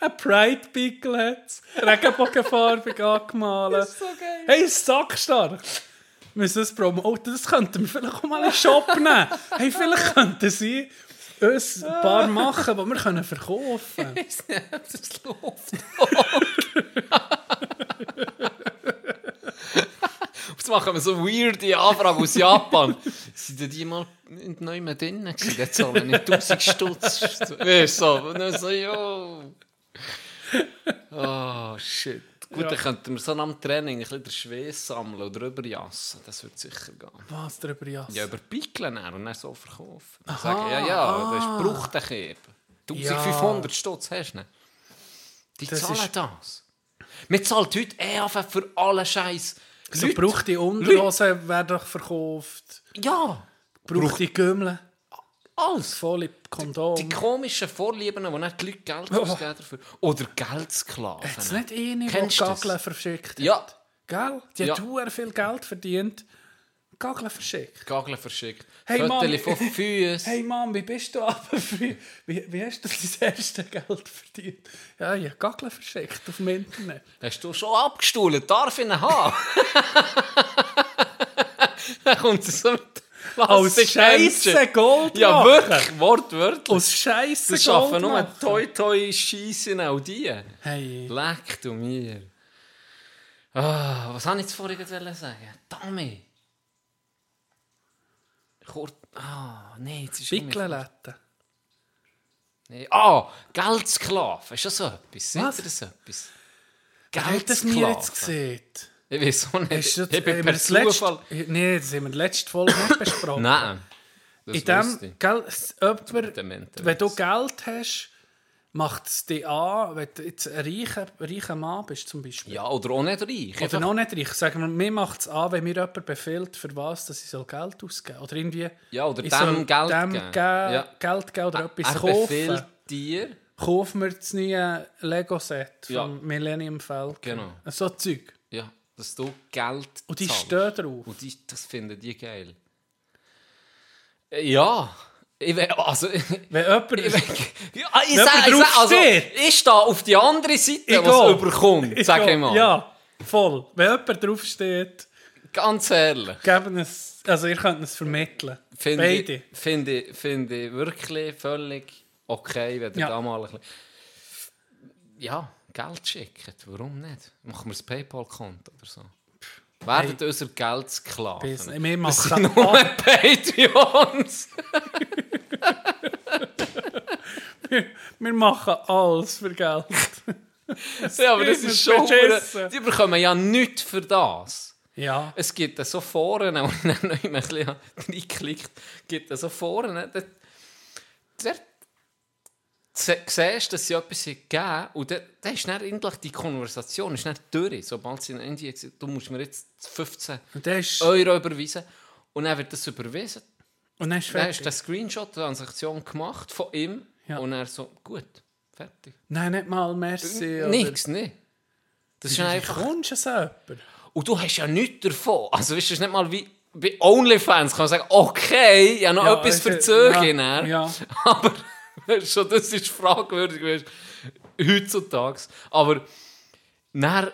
D: Ein Pride-Pickel hat es. Regenbogenfarbig angemalt. Das ist so geil. Hey, sackstark. Wir müssen das promoten. Das könnten wir vielleicht auch mal in den Shop nehmen. Hey, vielleicht könnten sie uns ein paar machen, die wir können verkaufen können.
C: Weiss nicht, ob das läuft. Jetzt machen wir so weirde Anfragen aus Japan. Sind denn die mal in den Neumann drin? gewesen? Jetzt zahlen wir nicht 1000 Stutz. Weißt du, so. Und dann so, jo. Oh, shit. Gut,
D: Ja.
C: dann könnten wir so nach dem Training ein bisschen den Schweiß sammeln oder überjassen. Das würde sicher gehen.
D: Was darüber jassen?
C: Ja, über Pickeln dann und dann so verkaufen. Dann Sagen, ja, ja, das braucht dich eben. 1500 Stutz hast du nicht. Die
D: Das
C: zahlen
D: ist-
C: das. Wir zahlen heute eh einfach für alle Scheiß.
D: so brauchte Unterhosen werden doch verkauft.
C: Ja,
D: Brauchte Gümmeln.
C: alles.
D: Volle Kondom.
C: Die komischen Vorlieben, wo nicht die Leute Geld
D: Oh.
C: ausgeben dafür. Oder Geldsklaven.
D: Hat es nicht eine, die
C: Kennst du das?
D: Gageln verschickt hat?
C: Ja.
D: Gell? Die
C: Ja.
D: hat ja. viel Geld verdient. Gageln verschickt.
C: Gageln verschickt.
D: Hey,
C: Hey,
D: Mami.
C: Fotos von Füßen.
D: Hey Mann, wie bist du aber früh? Wie, wie hast du dein erste Geld verdient? Ja, ich habe Gageln verschickt auf dem Internet.
C: Hast du schon abgestohlen? Darf ich ihn haben? Dann kommt es so mit
D: Aus
C: Plastikhändchen.
D: Scheisse Gold
C: Ja,
D: machen.
C: wirklich, wortwörtlich.
D: Aus Scheisse
C: Das
D: Gold
C: schaffen nur
D: machen.
C: toi toi scheissen auch die.
D: Hey.
C: Leck du mir. Ah, was wollte ich jetzt vorhin gerade sagen? Dummy. Kurt. Ah, nee, jetzt ist es
D: Pickelette.
C: Nee. Ah, Geldsklaven. Ist das so etwas? Sind
D: Was?
C: das etwas?
D: Hat das mir jetzt
C: Geldsklaven.
D: gesehen?
C: Ich weiß auch
D: Ist
C: nicht. ich
D: das,
C: bin
D: haben wir
C: per
D: das letzte-
C: Zufall.
D: eh, Nee, das haben wir letzte Folge nicht besprochen.
C: Nein. Das
D: In
C: wüsste
D: dem,
C: ich.
D: gell, s- jemand,
C: Demente
D: wenn du
C: weiss.
D: Geld hast, macht ah, es dich an, wenn du jetzt ein reicher, reicher Mann bist zum Beispiel.
C: Ja, oder auch nicht reich.
D: Oder
C: Einfach-
D: noch nicht reich. Sagen wir, mir macht ah, es an, wenn mir jemand befiehlt, für was dass ich soll Geld ausgeben soll. Oder irgendwie...
C: Ja, oder
D: ich
C: dem
D: soll
C: Geld
D: dem
C: geben.
D: ge-
C: Ja. Ah,
D: Geld geben oder etwas
C: er
D: kaufen.
C: befiehlt dir.
D: Kauf mir das neue Lego-Set
C: Ja.
D: vom Millennium Falcon.
C: Genau.
D: So Zeug.
C: Ja, dass du Geld
D: Und Oh, die
C: zahlst.
D: stehen drauf.
C: Und die, das finden die geil. Äh, Ja, ich will, also, ich,
D: Wenn jemand...
C: ich, ja, ich,
D: Wenn
C: sag, ich,
D: jemand
C: sag, also,
D: draufsteht.
C: ich stehe auf die andere Seite,
D: gehe.
C: was es überkommt,
D: Ich
C: sag
D: gehe-
C: ich mal.
D: Ja, voll. Wenn jemand draufsteht...
C: Ganz ehrlich,
D: geben es, also ihr könnt es vermitteln.
C: finde
D: Beide.
C: ich, find ich, find ich wirklich völlig okay, wenn ihr
D: Ja.
C: da mal ein bisschen... Ja, Geld schickt, warum nicht? Machen wir ein Paypal-Konto oder so. Werdet unser dus Geld Sklaven.
D: Bis- Wir
C: Das
D: machen
C: sind nur Patreons.
D: Wir machen alles für Geld.
C: ja, aber das
D: ist
C: ist schon...
D: beschissen.
C: Die bekommen ja nichts für das.
D: ja.
C: Es gibt so Foren, wo ich dann noch ein bisschen reingeklickt habe, gibt es so Foren, dort, dort se- siehst du, dass sie etwas gegeben haben und dann, dann ist dann endlich die Konversation ist dann durch, sobald sie in Indien sind, du musst mir jetzt 15
D: Und dann ist,
C: Euro überweisen und dann wird das überwiesen.
D: und dann ist
C: Dann hast du den
D: fertig.
C: Screenshot-Transaktion gemacht von ihm
D: Ja.
C: und er so, gut, fertig.
D: Nein, nicht mal merci. oder-
C: Nichts, nicht. Das ist
D: Wie
C: einfach...
D: kommst du so jemanden?
C: Und du hast ja nichts davon. Also weißt du, es ist nicht mal wie bei Onlyfans kann man sagen, okay, ich habe noch
D: Ja,
C: etwas
D: es-
C: für die Züge.
D: ja,
C: Ja,
D: ja.
C: Aber weisst, schon das ist fragwürdig, weißt, du, heutzutage. Aber dann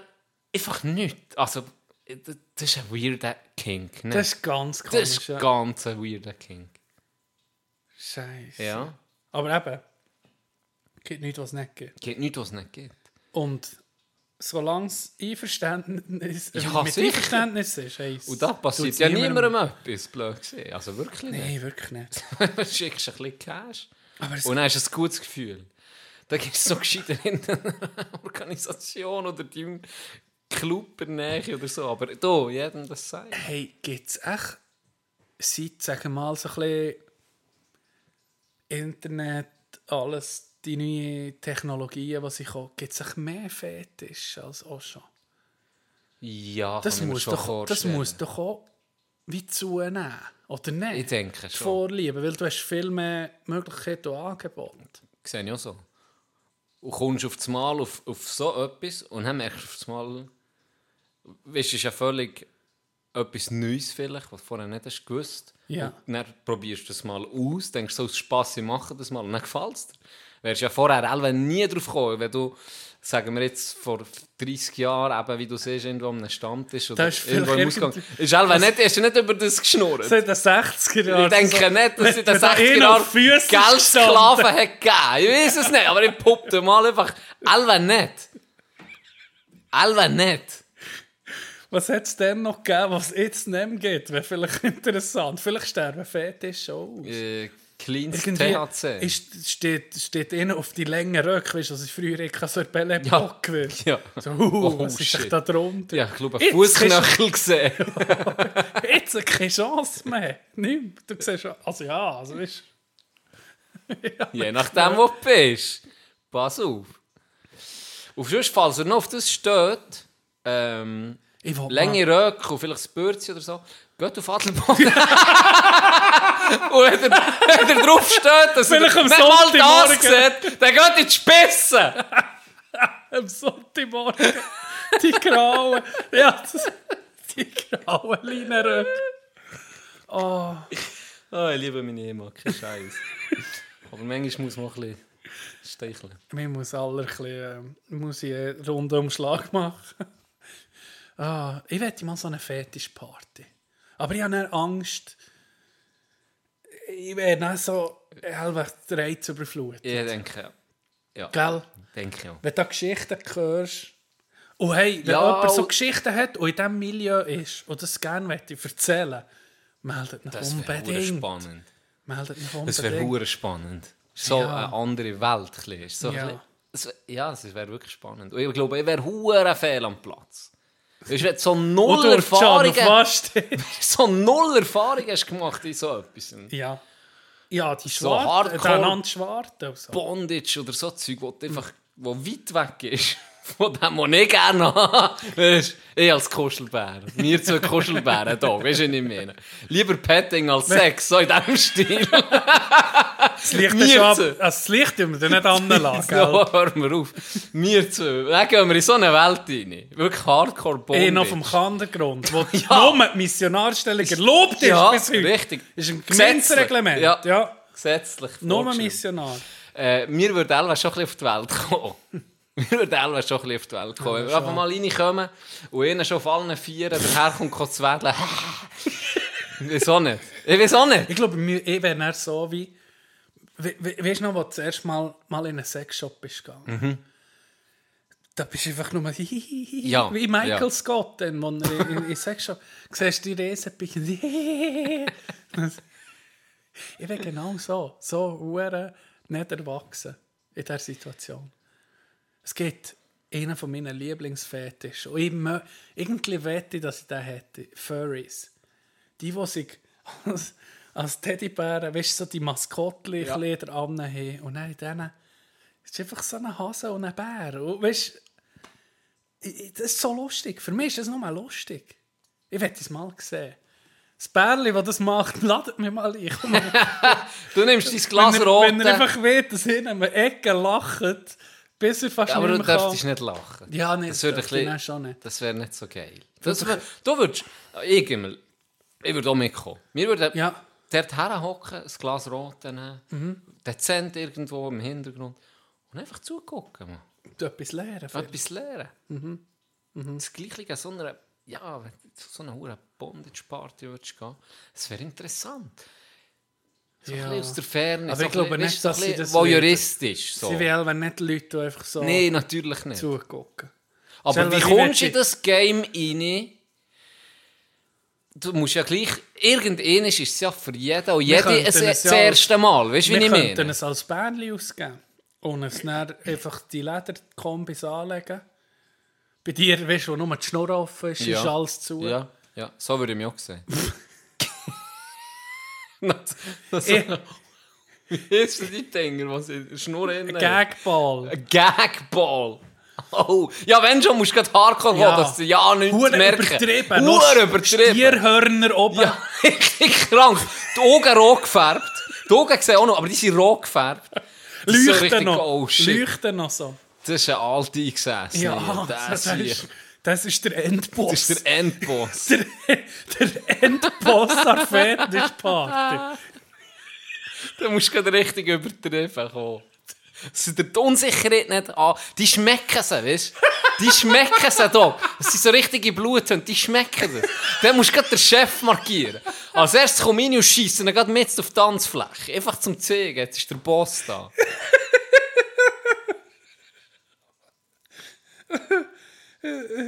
C: einfach nichts. Also, das das ist ein weirder Kink. Ne?
D: Das ist ganz
C: Das ist
D: komisch. ja.
C: ganz ein weirder Kink.
D: Scheiße.
C: Ja.
D: Aber eben, es gibt nichts, was es nicht gibt.
C: Geht nichts, was es nicht gibt.
D: Und solange es Einverständnis,
C: Ja,
D: mit
C: sicher.
D: Einverständnis ist, heisst,
C: Und da passiert
D: tut's
C: ja niemandem etwas, blöd gesehen. Also wirklich nicht.
D: Nein, wirklich nicht.
C: Du schickst ein bisschen Cash.
D: Aber es,
C: Und dann hast du ein gutes Gefühl. Da gibt es so gescheiter in einer Organisation oder deinem Club in der Nähe oder so. Aber da, jedem das sagt.
D: hey, gibt es echt seit, sagen wir mal, so ein bisschen Internet, alles, die neuen Technologien, die ich habe, gibt es echt mehr Fetisch als auch schon?
C: Ja,
D: Das
C: kann ich mir
D: muss,
C: schon
D: doch, das
C: vorstellen.
D: muss doch auch wie zunehmen, oder nicht?
C: Ich denke
D: Die
C: schon.
D: Vorliebe, weil du hast viel mehr Möglichkeiten und Angebote.
C: Sehe ich auch so. Und kommst auf das Mal auf, auf so etwas und dann merkst du auf das Mal, weißt, es ist ja völlig etwas Neues vielleicht, was du vorher nicht hast gewusst.
D: Ja.
C: Und dann probierst du das mal aus, denkst so, es ist Spass, ich mache das mal und dann gefällt es dir. Wärst ja vorher alle nie drauf gekommen, wenn du, sagen wir jetzt, vor 30 Jahren, eben, wie du siehst, irgendwo am Stammtisch oder
D: Da ist
C: irgendwo im
D: vielleicht
C: Ausgang,
D: irgend-
C: ist alle nicht, hast du nicht über das geschnurrt.
D: Seit den 60er
C: Ich
D: Jahren.
C: denke nicht, dass in den
D: eh
C: 60er Jahren Geldsklaven hat gegeben Ich weiß es nicht, aber ich puppte mal einfach. Alva nicht. Alva nicht.
D: Was hat es denn noch gegeben, was es jetzt nicht mehr gibt? Wäre vielleicht interessant. Vielleicht sterben Fetische auch aus.
C: Äh, Cleans
D: Irgendwie
C: THC.
D: Ist, steht, steht innen auf die Länge Röcke, weißt du, was ich früher eh hatte, so ein Belle
C: Ja.
D: Epoque gewesen.
C: Ja.
D: So, uh,
C: Oh,
D: was ist
C: shit.
D: denn da drunter?
C: ja, ich glaube, einen
D: Jetzt hast
C: Fußknöchel gesehen.
D: du- Jetzt hast du keine Chance mehr. Nimm, du siehst, schon- also ja, also weißt
C: Je nachdem, wo du bist. Pass auf. Auf sonst, falls er noch auf das steht, ähm,
D: du, ich will
C: Länge Röcke und vielleicht ein Bürzchen oder so, geht auf Adelboden. und wenn er, wenn er drauf steht, dass er
D: Vielleicht am
C: nicht mal das
D: Sonntagmorgen.
C: sieht, dann geht in die Spitze.
D: am Sonntagmorgen die grauen, ja, das, die grauen Leinenröcke. Oh,
C: Ah, ich liebe meine Ema, kein Scheiß. Aber manchmal muss man auch ein bisschen steicheln.
D: man muss alle ein bisschen, ähm, muss ich einen Rundumschlag machen. ah, ich wette mal so eine Fetischparty. Aber ich habe dann Angst, ich werde dann so einfach den Reiz überflutet.
C: Ich denke, ja.
D: Gell?
C: Denke ja.
D: Wenn du Geschichten hörst, und hey, wenn
C: Ja,
D: jemand so
C: und-
D: Geschichten hat und in diesem Milieu ist und das gerne möchte erzählen, meldet mich
C: Das wäre hure
D: unbedingt.
C: spannend.
D: Meldet mich
C: Das wäre
D: unbedingt.
C: hure spannend. So
D: Ja.
C: eine andere Welt. ein bisschen. So ein
D: Ja.
C: bisschen- es wär- Ja, es wäre wirklich spannend. Und ich glaube, ich wäre hure fehl am Platz. Weißt, du, wenn du so null
D: Oder Erfahrung.
C: Erfahrungen,
D: fast.
C: so null Erfahrung hast gemacht in so etwas.
D: ja. Ja, die
C: So
D: Schwarten,
C: hardcore-
D: so Schwarten und so.
C: Bondage oder so Zeug, wo du einfach wo weit weg ist. Von dem, was ich gerne habe. Weisst, Ich als Kuschelbär. Wir zwei Kuschelbären hier. Weißt du, was ich meine? Lieber Petting als Sex, so in diesem Stil.
D: Das Licht
C: Mir
D: ist ab,
C: zu.
D: also das Licht müssen wir dir nicht anlassen,
C: so,
D: gell?
C: hör mir auf. Wir zwei. Dann gehen wir in so eine Welt rein. Wirklich hardcore Bondage.
D: Eh, noch vom Kandergrund, wo
C: Ja.
D: nur mit Missionarstellung gelobt ist
C: Ja,
D: bis heute.
C: richtig.
D: Ist ein
C: Gesetzlich.
D: Gemeindereglement.
C: Ja.
D: Ja.
C: Gesetzlich.
D: Nur
C: vorgeschrieben.
D: Missionar.
C: Äh, wir würden Elva schon ein bisschen auf die Welt kommen. wir würden Elva schon ein bisschen auf die Welt kommen. Wenn wir einfach mal reinkommen und ihnen schon auf allen Vieren daherkommt, kommt zu wedeln. ich weiß auch nicht. Ich weiß auch nicht.
D: Ich glaube, mir- ich wäre dann so wie.
C: Mhm.
D: We, we, weißt du noch, wo du zuerst mal, mal in einen Sexshop bist gegangen? Da bist du einfach nur hihihi,
C: Ja,
D: wie Michael
C: ja.
D: Scott, dann, wo er in, in, ich sag schon, siehst du die Resenpicken, ich bin genau so, so hure nicht erwachsen in dieser Situation. Es gibt einen von meinen Lieblingsfetisch und ich mö, irgendwie wette, ich, dass ich den hätte, Furries. Die, die sich als, als Teddybären, weißt du, so die Maskottchen
C: Ja.
D: ja. haben und dann in denen es ist einfach so ein Hase und ein Bär. Und weißt, ich- ich- das ist so lustig. Für mich ist das nur lustig. Ich werde es mal sehen. Das Bärli, das das macht, ladet mich mal ein. Komm, wenn, er-
C: Du nimmst dein Glas
D: wenn er
C: Rote,
D: einfach weht, dass ich in Ecke lacht, bis er fast
C: aber
D: nicht
C: du
D: mehr
C: dürftest
D: kann.
C: nicht lachen.
D: Ja, nee,
C: Das, würde
D: das darf
C: ein
D: ich dann schon
C: bisschen,
D: nicht.
C: das wäre nicht so geil. Das, wär- du würdest, ich, geh mal, ich würde auch mitkommen. Wir würden
D: Ja. Mhm.
C: dort herhocken, ein Glas Rot nehmen, dezent irgendwo im Hintergrund und einfach zugucken. Man.
D: Du etwas lernen. vielleicht.
C: Etwas lernen.
D: Mhm.
C: Das Gleiche an so einer, ja, wenn du zu so einer hohen Bondage-Party würdest gehen es wäre interessant. So
D: Ja.
C: ein bisschen aus der Ferne.
D: Aber
C: so
D: ich
C: ein
D: glaube
C: bisschen- weißt
D: nicht,
C: du,
D: dass
C: so ein
D: sie
C: bisschen
D: das
C: Voyeuristisch. So.
D: Sie will wenn nicht die Leute die einfach so
C: Nein, natürlich nicht.
D: zugucken.
C: Aber
D: Selber
C: wie
D: sie
C: kommst du in
D: möchte-
C: das Game rein? Du musst ja gleich... Irgendwann ist es ja für jeden und jede
D: könnten
C: es,
D: es
C: das
D: ja-
C: erste Mal. Weißt du, wie
D: Wir
C: ich
D: könnten
C: meine?
D: es als Bärli ausgeben und es dann einfach die Lederkombis anlegen. Bei dir, weißt du, wo nur die Schnur offen ist,
C: Ja.
D: ist alles zu.
C: Ja, ja, so würde ich mich auch sehen. das, das,
D: Ich-
C: Wie ist denn die Dinger, was in eh, der Schnur innen haben?
D: Gagball.
C: Ein Gagball. Oh, ja, wenn schon, musst du gerade hardcore
D: Ja.
C: ja. dass du ja nichts
D: Hure
C: merken.
D: übertrieben.
C: Hure
D: Noch
C: übertrieben.
D: Stierhörner oben.
C: Ja, richtig krank. Die Augen rot gefärbt. Die Augen sehen auch noch, aber oh, nou, die sind rot gefärbt. Das ist so
D: Leuchten
C: richtig-
D: noch.
C: Oh shit,
D: Leuchten noch so.
C: das ist ein alte Eingesessen.
D: Ja,
C: das,
D: das, ist, das ist der Endboss.
C: das ist der Endboss.
D: der, der Endboss der Fetischparty.
C: da musst du gerade richtig übertreffen kommen. Sie tun die Unsicherheit nicht an. Die schmecken sie, weißt du? Die schmecken sie doch. Das sind so richtige Bluthunde, die schmecken das. Dann musst du gerade den Chef markieren. Als erstes kommt rein und schießt ihn dann gerade mit auf die Tanzfläche. Einfach zum zeigen, jetzt ist der Boss da.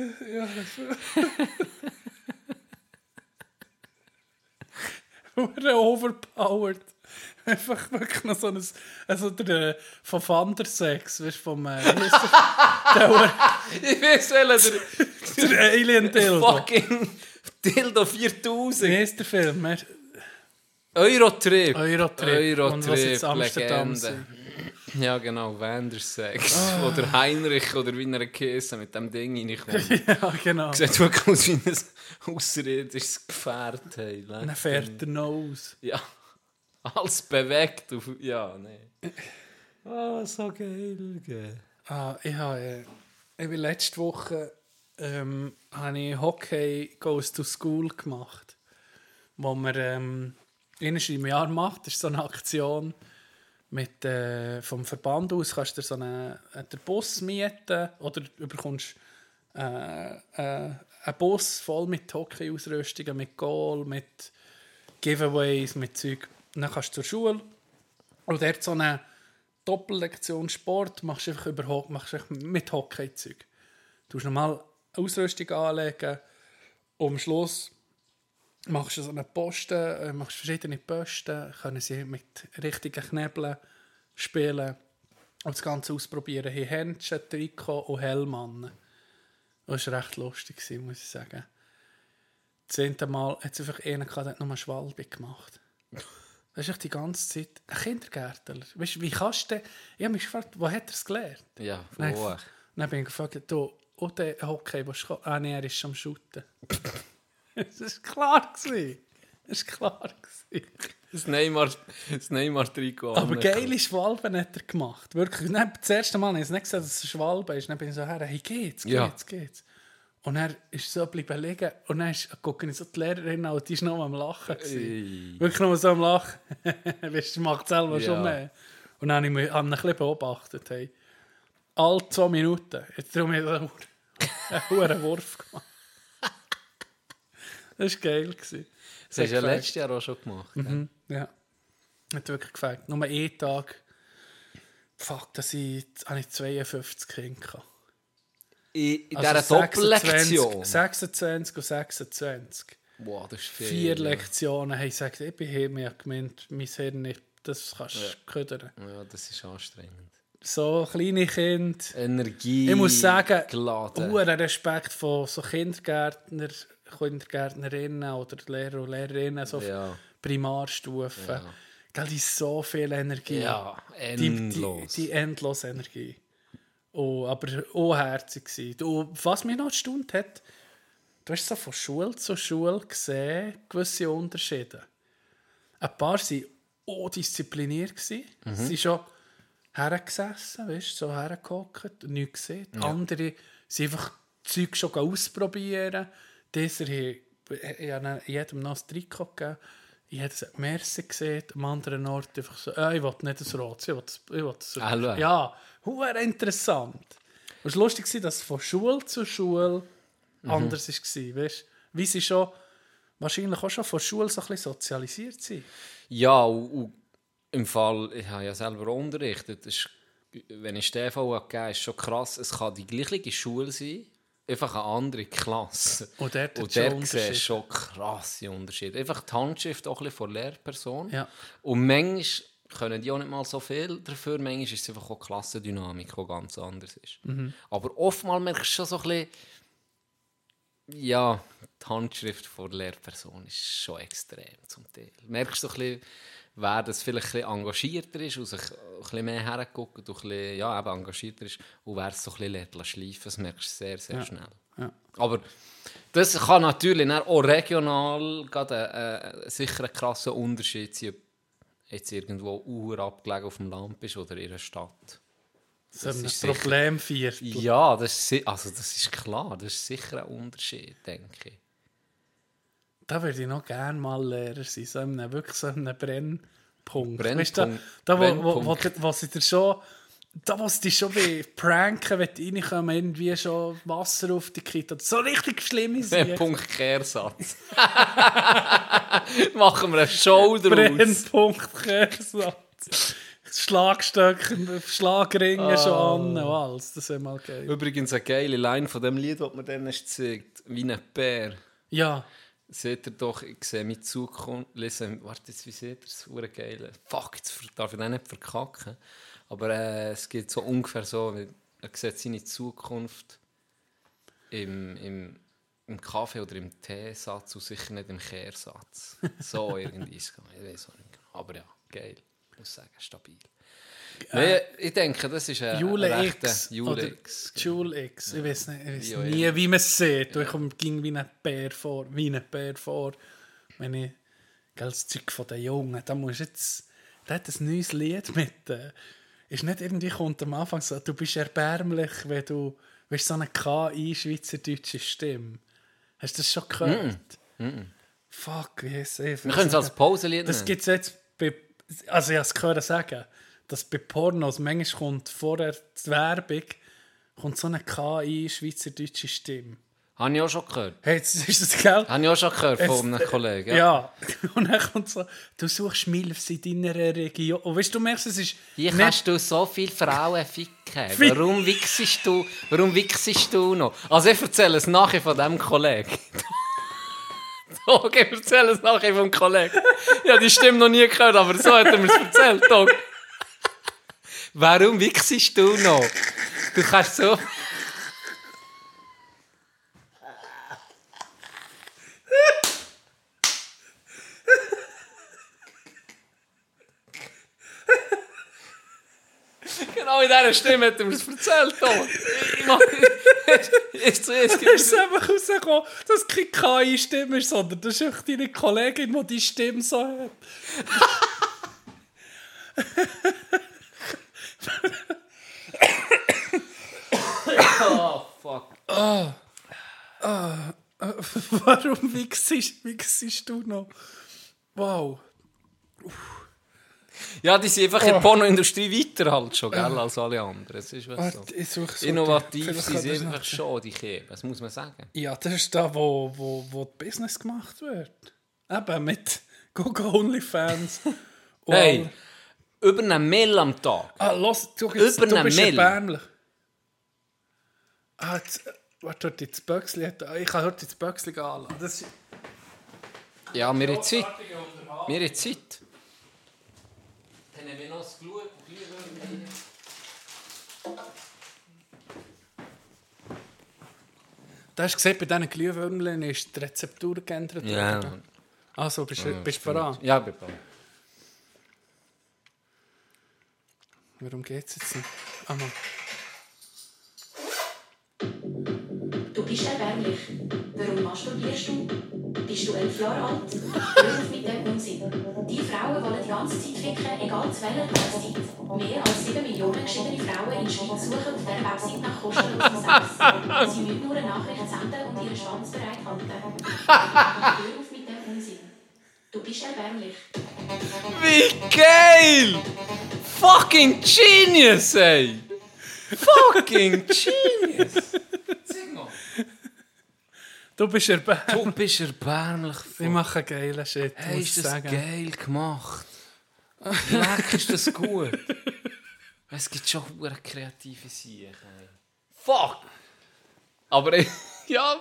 D: Hure overpowered. Einfach wirklich noch so ein... Also der äh, von Van der Sex, weißt du, vom... Äh, wie heisst
C: Ich weiß, welcher der...
D: der, der Alien Dildo.
C: fucking Dildo 4000.
D: Wie ist der Film? Er-
C: Eurotrip.
D: Eurotrip. Und was jetzt
C: Eurotrip,
D: Amsterdam
C: Legende. Ja, genau, Wandersex.
D: Ah.
C: Oder Heinrich oder wie er Käse mit dem Ding reinkommt.
D: Ja, genau.
C: Sieht wirklich aus wie ein außerirdisches Gefährt. Hey.
D: Dann fährt er noch aus.
C: Ja. Alles bewegt. Auf, ja, nee. Ah, so geil. gell.
D: Ah, ich habe, äh, ich bin letzte Woche ähm, habe ich Hockey Goes to School gemacht, wo man ähm, einmal im Jahr macht. Das ist so eine Aktion mit äh, vom Verband aus kannst du dir so einen, äh, den Bus mieten oder du bekommst äh, äh, einen Bus voll mit Hockey-Ausrüstungen, mit Goal, mit Giveaways, mit Zeug. Dann kannst du zur Schule und dort so eine Doppellektion Sport machst du einfach über, Ho- machst du einfach mit Hockey-Zeug. Du musst nochmal Ausrüstung anlegen und am Schluss machst du so einen Posten, äh, machst verschiedene Posten, können sie mit richtigen Knebeln spielen und das Ganze ausprobieren. Hier Händchen, Trikot und Helm an. Das war recht lustig, gewesen, muss ich sagen. Das zehnte Mal hat es einfach einer gehabt, der hat nur Schwalbe gemacht. Das ist echt die ganze Zeit ein Kindergärtler. Weißt, du, wie kannst du denn- Ich habe mich gefragt, wo hat er es gelernt?
C: Ja,
D: Nein.
C: wow.
D: Dann bin ich gefragt, du, und der Hockey, wo du Ah, nein, er ist am Shooten. das war klar. gewesen. Das war klar. gewesen.
C: Das Neymar- das Neymar-Trikot.
D: Aber geile Schwalben hat er gemacht. Wirklich. Nein, das erste Mal habe ich es nicht gesehen, dass es eine Schwalbe ist. Dann bin ich so her, hey, geht's, geht's,
C: Ja.
D: geht's. Und er ist so geblieben liegen. Und dann ist, gucke ich so die Lehrerin an und die war noch am Lachen. gewesen.
C: Ey.
D: Wirklich noch so am Lachen. weißt du, macht selber
C: Ja.
D: schon mehr. Und dann habe ich mich hab ihn ein bisschen beobachtet. Hey. Alle zwei Minuten. Jetzt darum habe ich einen Hu- einen hohen Wurf gemacht. Das war geil. gewesen.
C: Das hast du ja
D: Hat gefällt.
C: letztes Jahr auch schon gemacht.
D: Mhm.
C: gell?
D: Ja. Hat wirklich gefällt. Nur einen Tag. Fuck, dass ich, habe ich 52 Kinder gehabt.
C: in, in dieser Doppellektion.
D: 26 und 26.
C: Wow, das ist viel.
D: Vier
C: ja.
D: Lektionen haben gesagt, ich bin hier, mir gemeint, mein Hirn nicht, das kannst du ködern.
C: Ja, das ist anstrengend.
D: So kleine Kinder.
C: Energie.
D: Ich muss sagen,
C: geladen.
D: hoher Respekt von so Kindergärtner, Kindergärtnerinnen oder Lehrer und Lehrerinnen so auf
C: Ja.
D: Primarstufe.
C: Ja.
D: Gell, die ist so viel Energie.
C: Ja,
D: Die-
C: endlos.
D: Die, die, endlose Energie. Oh, aber auch herzig gewesen. Du, was mich noch erstaunt hat, du hast so von Schule zu Schule gesehen, gewisse Unterschiede. Ein paar waren auch diszipliniert. gewesen.
C: Mhm.
D: Sie sind schon hergesessen, weißt, so hergehockt, nichts gesehen. Andere sind einfach das Zeug schon ausprobieren. Dieser hier, ich habe jedem noch ein Trikot gegeben. Jeder hat Merci gesehen, am anderen Ort einfach so, «Ah, ich will nicht das Rot, ich will das, ich will das
C: Ah, schau.
D: Ja, huere interessant. Und es war lustig, gewesen, dass es von Schule zu Schule
C: Mhm.
D: anders war, weißt Wie sie schon, wahrscheinlich auch schon von Schule so ein bisschen sozialisiert sind.
C: Ja, und, und im Fall, ich habe ja selber auch unterrichtet, ist, wenn ich TV gegeben ist schon krass, es kann die gleiche Schule sein, einfach eine andere Klasse.
D: Und dort
C: und
D: hat's schon
C: dort siehst du
D: Unterschiede.
C: schon krasse Unterschiede. Einfach die Handschrift auch ein bisschen von der Lehrperson.
D: Ja.
C: Und manchmal können die auch nicht mal so viel dafür, manchmal ist es einfach auch die Klassendynamik, die ganz anders ist.
D: Mhm.
C: Aber oftmals merkst du schon so ein bisschen, ja, die Handschrift von der Lehrperson ist schon extrem zum Teil. Merkst du ein bisschen, wer das vielleicht ein bisschen engagierter ist und sich ein bisschen mehr herguckt und ein bisschen, ja, eben engagierter ist und wer es so ein bisschen lässt schleifen, das merkst du sehr, sehr schnell.
D: Ja.
C: Aber das kann natürlich dann auch regional gerade äh, sicher ein krasser Unterschied sein, ob jetzt irgendwo uhr abgelegen auf dem Land bist oder in einer Stadt.
D: So ein
C: ist sicher-
D: Problemviertel.
C: Ja, das ist, si- also das ist klar, das ist sicher ein Unterschied, denke ich.
D: Da würde ich noch gerne mal Lehrer sein, so einem, wirklich so einem Brennpunkt.
C: Brennpunkt.
D: Weißt du, da, da wo, wo, wo,
C: Brennpunkt.
D: wo sie dir schon, da wo sie dich schon bei pranken, wenn die reinkommen, irgendwie schon Wasser auf die Kita. So richtig schlimme
C: Der
D: Sachen.
C: Punkt Kehrsatz. Machen wir eine Show draus.
D: Brennpunkt, Kehrsatz. Schlagstöcke, Schlagringe schon an und nou alles. Das wäre mal geil.
C: Übrigens eine geile Line von dem Lied, das man dann erst zeigt. Wie ein Bär.
D: Ja,
C: Seht ihr doch, ich sehe meine Zukunft. Lesen, warte, jetzt, wie seht ihr das? Hure geil. Fuck, jetzt ver- darf ich den nicht verkacken. Aber äh, es geht so ungefähr so, wie- er sieht seine Zukunft im, im, im Kaffee oder im Teesatz und sicher nicht im Kehrsatz. So irgendwie ist es. Ich weiß auch nicht genau. Aber ja, geil. Ich muss sagen, stabil. Nee, ich denke, das ist ein
D: Äh, Jule
C: ein
D: X.
C: rechter äh, Jule
D: oder
C: X. genau.
D: Jule X. Ich weiß nicht, ich
C: Ja,
D: weiss
C: ja.
D: nie, wie man es sieht. Ich komme, ging wie ein Bär vor. Wie ein Bär vor. Wenn ich. Gell, das Zeug von den Jungen. Da musst du jetzt. Der hat ein neues Lied mit. Äh, ist nicht irgendwie kommt am Anfang so, du bist erbärmlich, wenn du. Weißt so eine KI-Schweizerdeutsche Stimme. Hast du das schon gehört? Fuck, wie heißt es?
C: Mm. Wir können es als Pauselied
D: Das
C: nehmen.
D: gibt es jetzt bei, also ich habe es gehört sagen, dass bei Pornos manchmal kommt vorher die Werbung, kommt so eine KI-schweizerdeutsche Stimme.
C: Habe ich auch schon gehört.
D: Hey, jetzt ist das Geld.
C: Habe ich auch schon gehört von einem
D: Jetzt-
C: Kollegen.
D: Ja. Und dann kommt so, du suchst Milfs in deiner Region. Und weißt du, du merkst, es ist
C: Wie
D: nicht-
C: kannst du so viele Frauen ficken?
D: Fick-
C: Warum wichsest du, warum wichsest du noch? Also ich erzähle es nachher von diesem Kollegen. Tog, ich erzähle es nachher vom Kollegen. Ja, die Stimme noch nie gehört, aber so hat er mir es erzählt, Tog. Warum wichsest du noch? Du kannst so... Genau in dieser Stimme hat er mir es erzählt, Tog. Ich mach- Jetzt- jetzt gibt
D: ist es einfach rausgekommen, dass es keine KI-Stimme ist, sondern das ist einfach deine Kollegin, die die Stimme so hat.
C: Oh, fuck.
D: Warum wichsest, wichsest du noch? Wow.
C: Ja, die sind
D: Oh.
C: einfach in der Pornoindustrie weiter halt schon, gell, als alle anderen. Es ist wirklich so.
D: Äh. Warte, ich suche so
C: Innovativ
D: Vielleicht
C: sind
D: kann
C: sie
D: das
C: einfach
D: noch-
C: schon, die Kinder. Das muss man sagen.
D: Ja, das ist da, wo, wo, wo Business gemacht wird. Eben mit Google OnlyFans. Und
C: Hey, über eine Mail am Tag.
D: all- Ah, los, du, jetzt,
C: über
D: du
C: eine
D: bist
C: Mail.
D: erbärmlich. Ah, jetzt, äh, warte, dort ins Böxli. hat- ah, Ich kann dort ins Böxli gehen. lassen. Das ist
C: Ja, wir haben Zeit. Wir haben Zeit. Dann haben wir noch das Glut und Glühwein.
D: Du hast gesehen, bei diesen Glühwürmchen ist die Rezeptur geändert
C: Ja,
D: worden. Also, bist, du bist du voran?
C: ja, bin bereit.
D: Warum geht es jetzt nicht? Ah, Mann.
E: Du bist erbärmlich. Warum masturbierst du? Bist du elf Jahre alt? Hör auf mit dem Unsinn. Die Frauen wollen die ganze Zeit ficken, egal zu welcher Jahreszeit. Mehr als 7 Millionen geschiedene Frauen in der Schweiz suchen auf der Website nach kostenlosem Sex. Sie müssen nur eine Nachricht senden und ihren Schwanz bereit halten. Hör auf mit dem Unsinn. Du bist erbärmlich.
C: Wie geil! Fucking genius, ey! Fucking genius! Sag mal.
D: Du bist erbärmlich.
C: Du bist erbärmlich.
D: Ich mache geilen Shit,
C: Hey,
D: muss ich
C: ist das
D: sagen.
C: geil gemacht. Leck, ist das gut. Es gibt schon hure kreative Sachen. ey. Fuck! Aber ich- ja,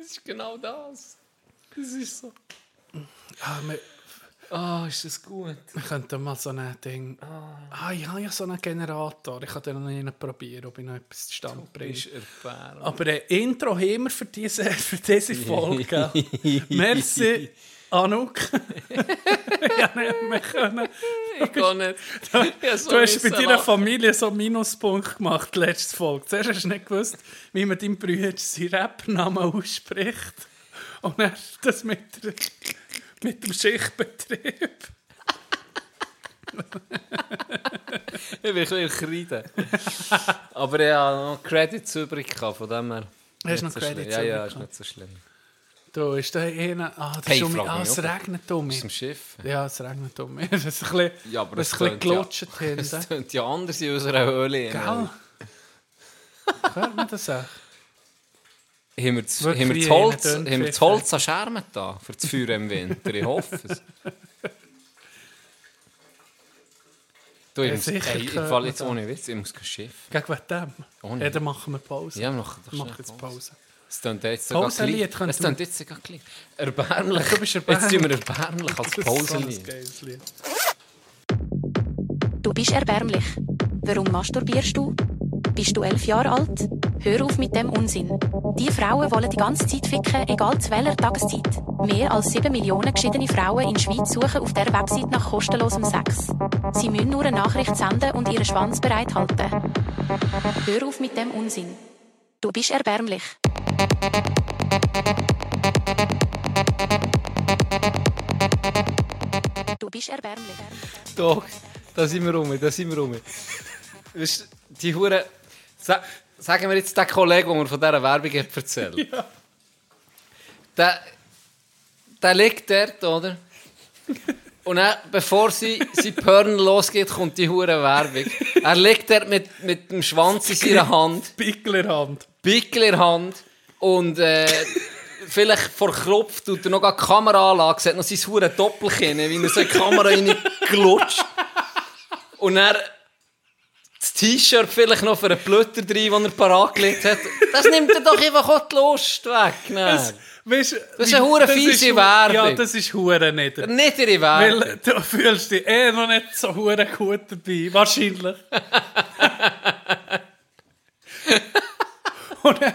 C: es ist genau das. Das ist so.
D: Ah, wir,
C: Ah, ist das gut.
D: wir könnten mal so ein Ding... Ah, ich habe ja so einen Generator. Ich kann den noch nicht probieren, ob ich noch etwas zustande bringe.
C: Ist erbärmlich.
D: Aber ein Intro haben wir für diese, für diese Folge. gell? Merci, Anouk. ja, nicht mehr können.
C: Ich kann nicht. Ja, so
D: Du hast
C: müssen
D: bei deiner
C: lachen.
D: Familie so einen Minuspunkt gemacht, die letzte Folge. Zuerst hast du nicht gewusst, wie man deinem Bruder seinen Rapnamen ausspricht. Und dann das mit, der, mit dem Schichtbetrieb.
C: Ich bin ein bisschen kreiden. Aber ich habe noch Credits übrig gehabt, von dem her. Nicht
D: Hast du noch
C: so
D: Credits
C: schlimm. Ja, ja,
D: übrig
C: ist nicht so schlimm.
D: Da ist da einer. Ah, das
C: Hey,
D: ist um mich.
C: frag mich
D: Ah, es
C: auch.
D: regnet um
C: Aus dem
D: mich.
C: Schiff.
D: Ja, es regnet um mich. Es ist ein bisschen,
C: Ja, aber
D: es
C: es
D: ist ein bisschen
C: tönt ja.
D: gelutscht
C: Es
D: hinten.
C: tönt ja anders in unserer Höhle.
D: Gell? Hört man das auch?
C: Haben wir das, haben
D: Wirklich
C: wir das Holz,
D: rein,
C: haben
D: tönt
C: wir das
D: vielleicht.
C: Holz an Schermen da für das Feuer im Winter? Ich hoffe es. Du, ich
D: Ja,
C: muss,
D: sicher
C: ey, ich
D: gehört
C: fall
D: man
C: jetzt
D: das.
C: ohne Witz, ich muss kein Schiff.
D: Gegen wegen dem?
C: Oh nein.
D: ja, dann machen wir Pause.
C: Ja, wir machen doch
D: wir machen
C: schnell
D: jetzt
C: Pause.
D: Pause.
C: Es tönt jetzt sogar
D: Pausenlied
C: gleich.
D: könnten
C: Es tönt
D: wir-
C: jetzt sogar gleich. Erbärmlich.
D: Du bist
C: Jetzt tun wir
D: erbärmlich.
C: erbärmlich als
D: Das ist so ein
C: Pausenlied.
D: geiles Lied.
E: Du bist erbärmlich. Warum masturbierst du? Bist du elf Jahre alt? Hör auf mit dem Unsinn. Die Frauen wollen die ganze Zeit ficken, egal zu welcher Tageszeit. Mehr als sieben Millionen geschiedene Frauen in der Schweiz suchen auf der Website nach kostenlosem Sex. Sie müssen nur eine Nachricht senden und ihren Schwanz bereit halten. Hör auf mit dem Unsinn. Du bist erbärmlich. Du bist erbärmlich.
C: Doch, da sind wir rum, da sind wir rum. Weißt du, die Hure. Sa sagen wir jetzt den Kollegen, der mir von dieser Werbung hat erzählt ja. der, der liegt dort, oder? Und dann, bevor sie, sie Pörn losgeht, kommt die hure Werbung. Er liegt dort mit, mit dem Schwanz in seiner Hand.
D: Picklerhand.
C: Pickel in der Hand und äh, vielleicht vor Klopf tut er noch eine Kamera anlegen, sieht noch sein hure Doppelkinn, wie er so in die Kamera reinglutscht. Und er das T-Shirt vielleicht noch für einen Blötter drin, den er parat gelegt hat. Das nimmt er doch einfach auch die Lust weg. Nein.
D: Weißt,
C: Das ist eine hure fiese Werbung.
D: Ja, das ist hure nieder.
C: Nicht ihre Welt.
D: Weil du fühlst dich eh noch nicht so hure gut dabei. Wahrscheinlich. und dann,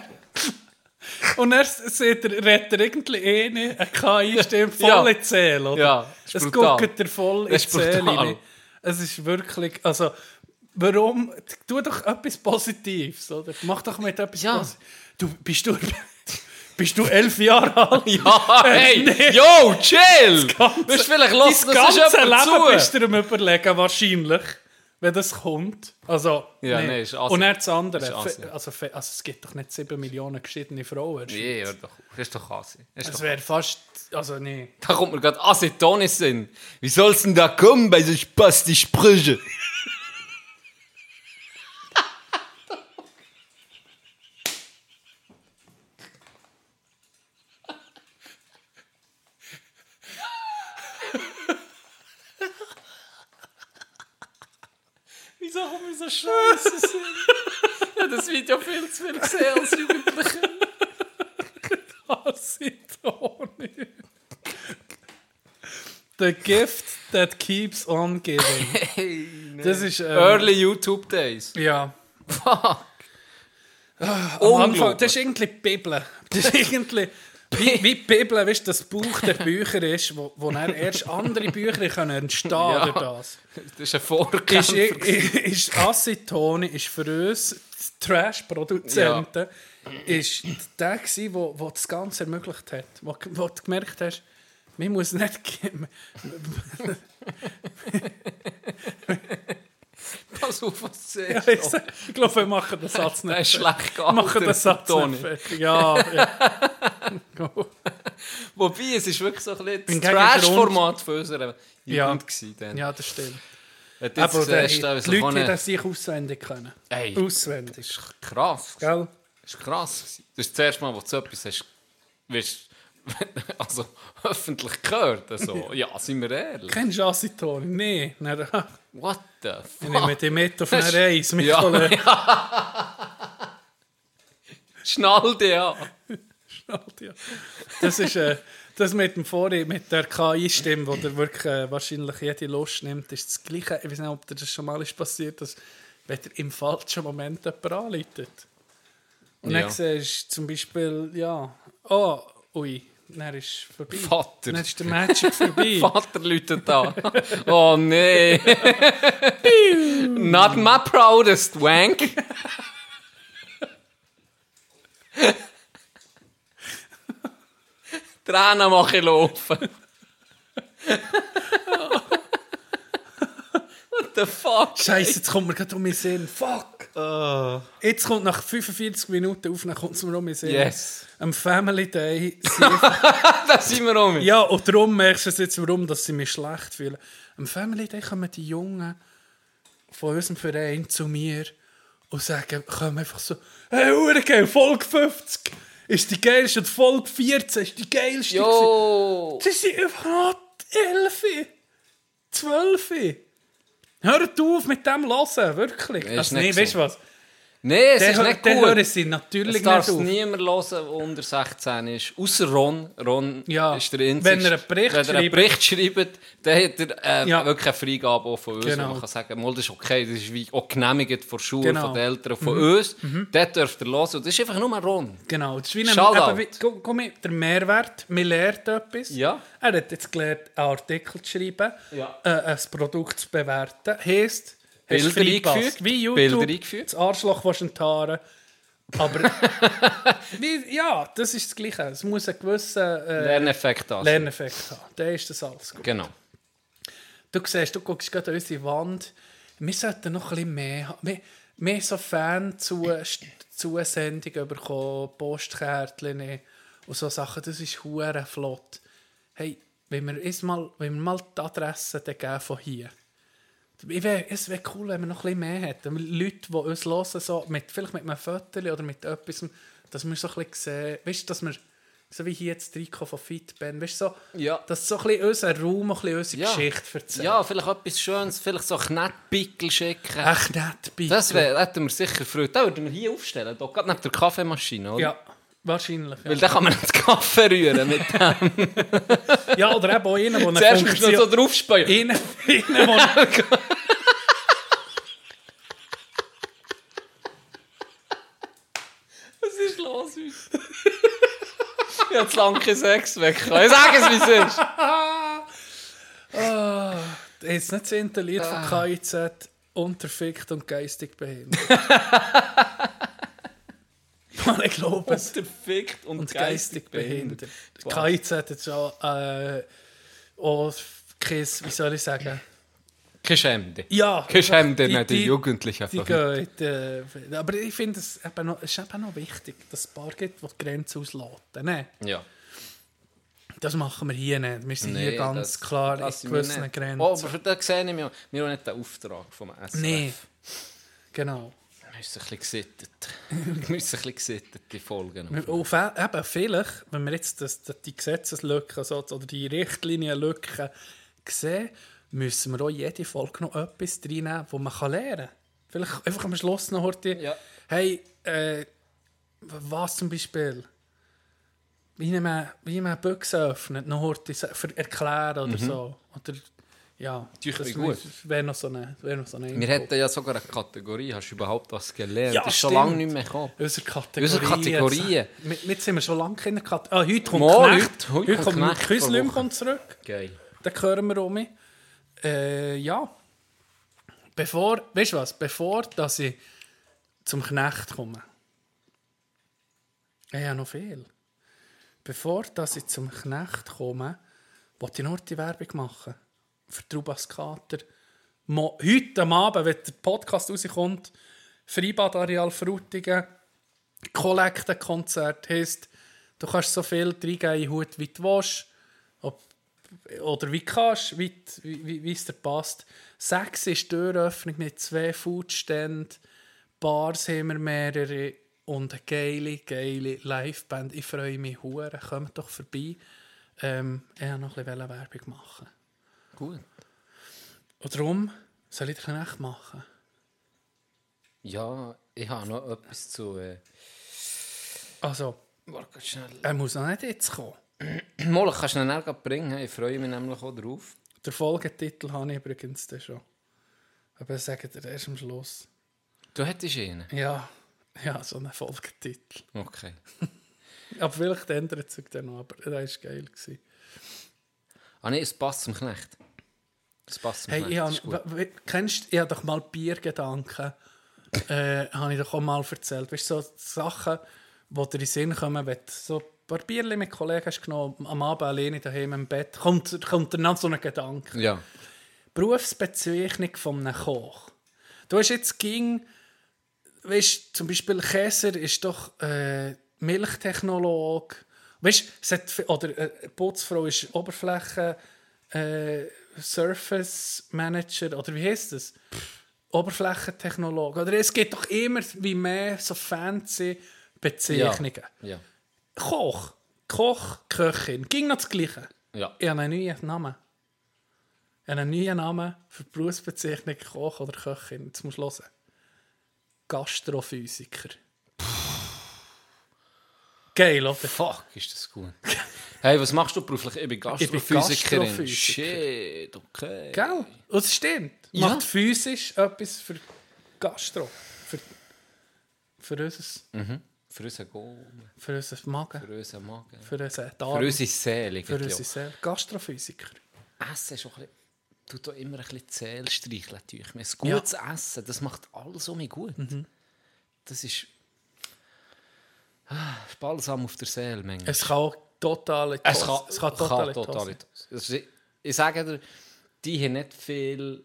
D: und dann sieht er, redet er irgendwie eh nicht. Eine KI stimmt voll
C: Ja.
D: in die Seele, oder?
C: Ja, ist
D: es
C: brutal.
D: guckt er voll in die
C: Das ist
D: Seele.
C: brutal.
D: rein. Es ist wirklich, also, warum, tu doch etwas Positives, oder? Mach doch mit etwas
C: Ja.
D: Positives. Du, bist du, bist du elf Jahre alt? Äh,
C: Ja, hey,
D: Nee.
C: yo, chill!
D: Ganze-
C: Weißt, vielleicht lässt
D: Dein
C: das
D: ganze
C: jemand
D: Leben
C: zu.
D: bist du am überlegen, wahrscheinlich, wenn das kommt. Also,
C: Ja,
D: nee.
C: nee, ist Assi.
D: Und dann das andere.
C: Ist Assi.
D: Fe- Also, fe- also es gibt doch nicht 7 Millionen geschiedene Frauen.
C: Nee, hör doch auf. Das ist doch Assi. Das ist
D: Es
C: doch
D: wäre fast... Also nee.
C: Da kommt mir gerade Acetonis hin. Wie soll's denn da kommen bei so spasti Sprüche? Wieso kommen wir so scheiße habe das Video viel zu viel gesehen als Jugendlicher.
D: Acetone. The gift that keeps on giving.
C: Hey, nee.
D: Das ist. ähm,
C: Early YouTube Days.
D: Ja.
C: Fuck.
D: Am
C: Unglaublich.
D: Anfang, das ist irgendwie die Bibel. Das ist irgendwie. Wie, wie die Bibel, weißt du, das Buch der Bücher ist, wo, wo dann erst andere Bücher können entstehen
C: Ja.
D: durch das.
C: Das ist ein Vorkämpfer.
D: Ist, eh- ist, ist Acetone ist für uns die Trash-Produzenten ist der gsi, wo, wo das Ganze ermöglicht hat, wo, wo du gemerkt hast, man muss nicht geben.
C: Pass auf, was du
D: Ja,
C: siehst.
D: ich sag- ich glaube, wir machen den Satz
C: Der ist
D: nicht.
C: schlecht
D: Wir
C: gealtert,
D: machen den Satz
C: Toni.
D: nicht fertig. Ja, ja.
C: Wobei, es ist wirklich so ein bisschen
D: Im
C: das
D: Gegengrund-
C: Trash-Format für unsere
D: Ja.
C: Jugend. gewesen dann.
D: ja, das stimmt.
C: Wenn du jetzt
D: Aber der,
C: siehst,
D: die
C: da, wie
D: Leute
C: so kann-
D: hätten sich auswendig können.
C: Ey.
D: Auswendig.
C: Krass. gewesen.
D: Gell?
C: Das war krass. gewesen. Das ist das erste Mal, wo du so etwas hast, wirst, also öffentlich gehört. Also, ja, sind wir ehrlich.
D: Kennst du Acetone? Nein. Dann- Ich
C: What the fuck?
D: nehme dich mit auf eine
C: Das-
D: Reise, mein
C: Ja.
D: Kollege.
C: Schnall dich an.
D: Ja. Das ist äh, das mit dem Vorhin, mit der KI-Stimme, wo dir wirklich äh, wahrscheinlich jede Lust nimmt, ist das Gleiche. Ich weiß nicht, ob dir das schon mal ist passiert, dass wenn dir im falschen Moment jemand anleitet. Und
C: Ja.
D: dann siehst du zum Beispiel, ja, oh, ui, dann ist vorbei.
C: Vater.
D: Dann ist der Magic vorbei.
C: Vater läutet an. Oh nee. Not my proudest wank. Tränen mache ich laufen. What the fuck?
D: Scheiße, jetzt kommt mir gerade um den Sinn. Fuck! Jetzt kommt nach 45 Minuten auf, dann kommt es mir um den Sinn.
C: Yes.
D: Am Family Day.
C: Da sind wir um.
D: ja, und darum merkst du es jetzt, warum dass sie mich schlecht fühlen. Am Family Day kommen die Jungen von unserem Verein zu mir und sagen, kommen einfach so: Hey, Uhr, geil, Folge 50 ist die geilste und Folge 14 ist die geilste. gewesen.»
C: Jo.
D: Sie sind einfach noch elf, zwölf. Hört auf mit dem Hören, wirklich.
C: Ist
D: Also,
C: nicht
D: nee,
C: so.
D: weißt du was?
C: Nee, es
D: Dann
C: ist
D: hör-
C: nicht
D: dann hören
C: gut.
D: sie natürlich
C: Es
D: nicht
C: darf
D: auf.
C: es niemand hören, der unter 16 ist. Außer Ron. Ron
D: Ja,
C: ist der Einzige.
D: wenn er einen Bericht
C: wenn er einen
D: schreibt-
C: Bericht schreibt, dann hat er äh,
D: Ja.
C: wirklich eine Freigabe auch von uns. Genau.
D: Genau.
C: Man kann sagen, mal, das ist okay, das ist wie auch genehmigt von Schulen,
D: Genau. Mhm.
C: von den Eltern, von uns. Dort dürft ihr hören. Und Das ist einfach nur Ron.
D: Genau, das ist wie ein,
C: Shoutout.
D: eben, wie, gu- guck mal, der Mehrwert, man lernt etwas.
C: Ja.
D: Er hat jetzt gelernt, einen Artikel zu schreiben,
C: Ja.
D: äh, ein Produkt zu bewerten. Heisst, hast
C: Bilder
D: du Freipass.
C: eingefügt,
D: Wie YouTube,
C: Bilder eingefügt.
D: das Arschloch was enttarnen. Aber wie, ja, das ist das Gleiche. Es muss einen gewissen äh,
C: Lerneffekt das.
D: Lerneffekt haben. Dann ist das alles gut.
C: Genau.
D: Du siehst, du guckst gerade an unsere Wand. Wir sollten noch ein bisschen mehr, ha- mehr, mehr so Fan-Zusendungen bekommen, Postkärtchen nehmen und so Sachen. Das ist hure flott. Hey, wenn wir, uns mal, wenn wir mal die Adresse dann geben von hier ich wär, es wäre cool, wenn wir noch ein bisschen mehr hätten. Leute, die uns hören, so mit, vielleicht mit einem Foto oder mit etwas, dass wir so ein bisschen sehen, weißt du, dass wir, so wie hier jetzt Trikot von Fit Ben, weißt du, so,
C: Ja.
D: dass so ein bisschen unser Raum, ein bisschen unsere Geschichte erzählt.
C: ja, vielleicht etwas Schönes, vielleicht so Knetpickel schicken.
D: Echt nett, bitte.
C: Das wär, hätten wir sicher Freude. Den würden wir hier aufstellen, hier, gerade neben der Kaffeemaschine, oder?
D: Ja, wahrscheinlich.
C: Weil
D: Ja,
C: dann kann man nicht den Kaffee rühren. Mit dem.
D: ja oder eben auch einer, der eine
C: Zuerst musst du noch so
D: Funktion...
C: draufspülen.
D: Einer, einer, der...
C: Was ist los mit uns? ich habe zu lange keinen Sex weg. Ich sage es, wie es ist.
D: Jetzt nicht das Interlied von KIZ, unterfickt und geistig behindert. Man, ich glaube es.
C: Unterfickt und,
D: und geistig behindert. KIZ hat schon äh, auch kein, oh, wie soll ich sagen?
C: Geschämte.
D: Ja,
C: Geschämte, die, die,
D: die-
C: Jugendlichen.
D: die
C: einfach.
D: gehen, äh, aber ich finde es eben noch, es ist eben noch wichtig, dass es ein paar gibt, die die Grenze ausloten. Ne?
C: Ja.
D: Das machen wir hier nicht. Wir sind
C: Nee,
D: hier ganz
C: das-
D: klar
C: das
D: in
C: sind wir
D: gewissen
C: nicht.
D: Grenzen.
C: Oh, aber für das sehe ich mich. Wir haben nicht den Auftrag vom SRF.
D: Nein, genau.
C: Wir müssen ein bisschen gesittet. Wir müssen ein bisschen gesittet die Folgen.
D: Wir- Auf, eben, vielleicht, wenn wir jetzt das, das, die Gesetzeslücken so, oder die Richtlinienlücken sehen, müssen wir auch jede Folge noch etwas reinnehmen, wo man kann lernen kann. Vielleicht einfach am Schluss noch heute,
C: Ja.
D: Hey, äh, was zum Beispiel? Wie man, wie man Büchse öffnet, noch heute se- für erklären oder so. Oder, ja,
C: Tücher
D: das
C: bin gut.
D: wäre noch so eine, wäre noch so eine
C: Wir
D: Info.
C: hätten ja sogar eine Kategorie. Hast du überhaupt was gelernt?
D: Ja,
C: das ist schon
D: stimmt.
C: lange nicht mehr gekommen.
D: Unsere Kategorien.
C: Unsere Kategorien.
D: Jetzt, jetzt sind wir schon lange keine Kategorie. Ah, heute kommt
C: Mal,
D: Knecht.
C: heute- heute kommt
D: kommt
C: Knecht
D: Küslim
C: vor Woche.
D: kommt zurück.
C: Geil.
D: Dann hören wir um mich. Äh, ja. Bevor, weißt du was, bevor dass ich zum Knecht komme. Ich habe noch viel. Bevor dass ich zum Knecht komme, wollte ich nur die Werbung machen. Für Trubas Kater. Mo Heute am Abend, wenn der Podcast rauskommt, Freibad Areal Frutigen, Kollektenkonzert heisst, du kannst so viel reingeben in den Hut, wie du willst. Ob oder wie kannst, wie, wie, wie, wie es dir passt. Sechs ist die Türöffnung mit zwei Foodständen, Bars haben wir mehrere und eine geile, geile Liveband. Ich freue mich hure. Kommt doch vorbei. Ähm, ich wollte noch ein bisschen Werbung machen.
C: Gut.
D: Und darum soll ich dir echt machen.
C: Ja, ich habe noch etwas zu. Äh,
D: Also,
C: warte ganz schnell.
D: er muss noch nicht jetzt kommen.
C: Mal, kannst du ihn dann gleich bringen. Ich freue mich nämlich auch drauf.
D: Der Folgetitel habe ich übrigens dann schon. Aber ich sage dir erst am Schluss.
C: Du hättest ihn.
D: Ja, ja, so ein Folgetitel.
C: Okay.
D: Aber vielleicht ändert sich der noch, aber der war geil. Gewesen.
C: Ah nein, es passt zum Knecht. Es passt zum
D: Hey,
C: Knecht.
D: ich
C: das ist gut.
D: hab, we- kennst ich hab doch mal Biergedanken, äh, habe ich doch auch mal erzählt. Weißt du, so Sachen, die dir in den Sinn kommen, wenn du so ein paar Bierchen mit Kollegen hast genommen, am Abend alleine daheim im Bett, kommt, kommt dir noch so ein Gedanke.
C: Ja.
D: Berufsbezeichnung von einem Koch. Du hast jetzt ging, weißt zum Beispiel Käser ist doch äh, Milchtechnolog. Weißt es hat, vi- oder äh, Putzfrau ist Oberflächen äh, Surface Manager oder wie heißt das? Oberflächentechnologe. Oder es gibt doch immer wie mehr so fancy Bezeichnungen.
C: Ja.
D: Koch, Koch, Köchin, ging noch das Gleiche.
C: Ja.
D: Ich habe einen neuen Namen. Ich habe einen neuen Namen für die Berufsbezeichnung Koch oder Köchin. Jetzt musst du hören. Gastrophysiker. Geil, oder?
C: Fuck, ist das gut. Hey, was machst du beruflich? Ich bin
D: bin
C: Gastrophysikerin.
D: Gastrophysiker.
C: Shit, okay.
D: Gell? Und es stimmt.
C: Ja.
D: Macht physisch etwas für Gastro. Für, für, unser,
C: Für unseren Gaumen,
D: für unseren Magen.
C: für unseren Magen. Für,
D: Für unseren Darm.
C: unsere Seele.
D: für unsere
C: irgendwie auch.
D: Seele. Gastrophysiker.
C: Essen ist auch ein bisschen... Tut auch immer ein bisschen die Seele streicheln. natürlich. Ein gutes Essen, das macht alles um mich gut.
D: Mhm.
C: Das ist... Ah, ist balsam auf der Seele manchmal.
D: Es kann auch totale
C: Es
D: Tos-
C: kann,
D: es kann totale Tos sein.
C: Also, ich- ich sage dir, die haben nicht viel.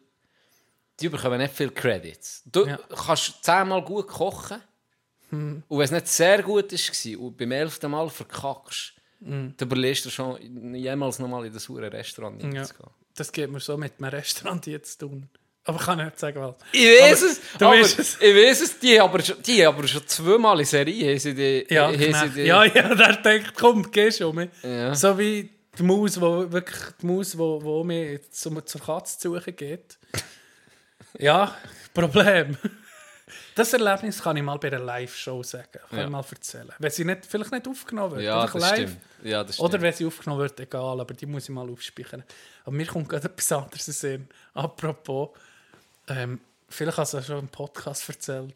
C: Die bekommen nicht viel Credits. Du
D: Ja. Hm.
C: kannst zehnmal gut kochen. Und wenn es nicht sehr gut war und beim elften Mal verkackst, dann überlegst du dir schon, jemals nochmal in das hure Restaurant
D: Hm. Ja,
C: hineinzugehen.
D: das geht mir so mit einem Restaurant jetzt tun. Aber ich kann nicht sagen, was.
C: Ich weiß
D: Aber
C: es,
D: Du
C: aber,
D: weißt es.
C: ich weiß es, die aber schon, die aber schon zweimal in Serie haben sie die,
D: Ja,
C: haben
D: genau.
C: sie die-
D: ja, ja, der denkt, komm, geh schon. Mit.
C: Ja.
D: So wie die Maus, wo wirklich die Maus, wo, wo mir zum, zur Katze zu suchen geht. ja, Problem. Das Erlebnis kann ich mal bei einer Live-Show sagen. Kann
C: Ja.
D: ich mal erzählen. Wenn sie nicht, vielleicht nicht aufgenommen wird.
C: ja,
D: einfach
C: das stimmt. ja, das stimmt.
D: Oder wenn sie aufgenommen wird, egal, aber die muss ich mal aufspeichern. Aber mir kommt gerade etwas anderes in den Sinn. Apropos, ähm, vielleicht hast du ja schon im Podcast erzählt,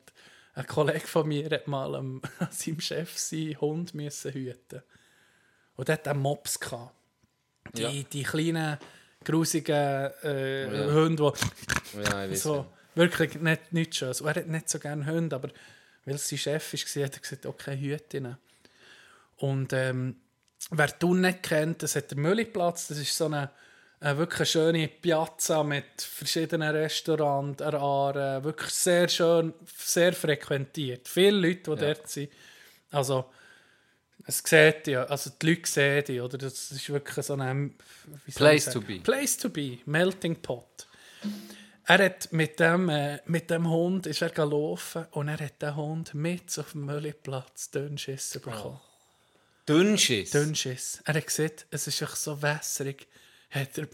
D: ein Kollege von mir hat mal ähm, an seinem Chef seinen Hund müssen hüten Und der hat einen Mops gehabt. Die,
C: Ja. Oh
D: die kleinen, grusigen äh,
C: Ja.
D: Hunde, die
C: ja, ich weiss
D: so, wirklich nicht, nicht schön. Und er hat nicht so gerne Hunde, aber weil es sein Chef war, hat er gesagt, okay, Hüte rein. Und ähm, wer die Dunne kennt, das hat der Mülliplatz, das ist so eine, eine wirklich schöne Piazza mit verschiedenen Restaurants, einer Aare, wirklich sehr schön, sehr frequentiert. Viele Leute, die dort sind. Also, es sieht ja, also die Leute sehen die, oder? Das ist wirklich so ein... wie soll ich
C: Place
D: sagen?
C: to be.
D: Place to be, Melting Pot. Er hat mit dem, äh, mit dem Hund ist er gelaufen und er hat den Hund mit auf dem Müllplatz Dünnschiss bekommen.
C: Dünnschiss.
D: Dünnschiss. Er hat gesagt, es ist einfach so wässrig. hat er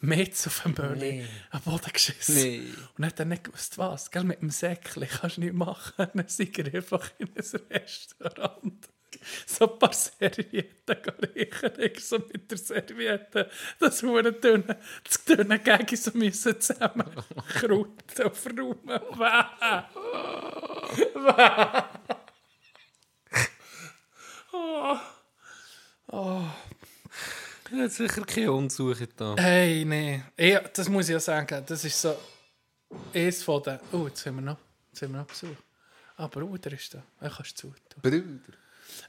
D: Metz auf dem Böllchen
C: Nee.
D: am Boden geschissen.
C: Nee.
D: Und hat dann nicht gewusst, was. Gell, mit dem Säckchen kannst du nicht machen. Dann sind wir einfach in ein Restaurant. So ein paar Servietten reichen, ich so mit der Serviette das hure dünne, das dünne Gegen so müssen zusammen krauten und verräumen. Wäh. Wäh. Oh.
C: Er hat sicher keine Unsuche da.
D: Hey, nee. Ja, das muss ich ja sagen. Das ist so. Eins von den. Oh, jetzt sind wir noch, jetzt sind wir noch Besuch. Aber oh, der ist da. Er kannst du zutun.
C: Brüder.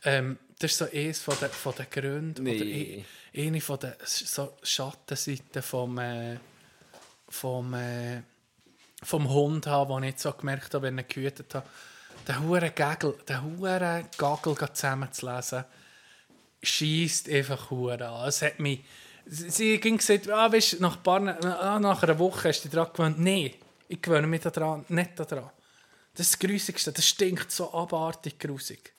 D: Ähm, das ist so eins von den, von den Gründen.
C: Nee.
D: Oder e- eine von den Sch- so Schattenseiten vom, äh, vom, äh, vom Hund habe, den ich jetzt so gemerkt habe, wenn ich ihn gehütet habe. Der hure Gagel, der hure Gagel gerade zusammenzulesen, schießt einfach hure an. Es hat mich, sie sie ging gesagt, ah, weißt, nach, ein paar, ah, nach einer Woche hast du dich daran gewöhnt. Nein, ich gewöhne mich daran, nicht daran. Das ist das Grusigste, das stinkt so abartig grusig.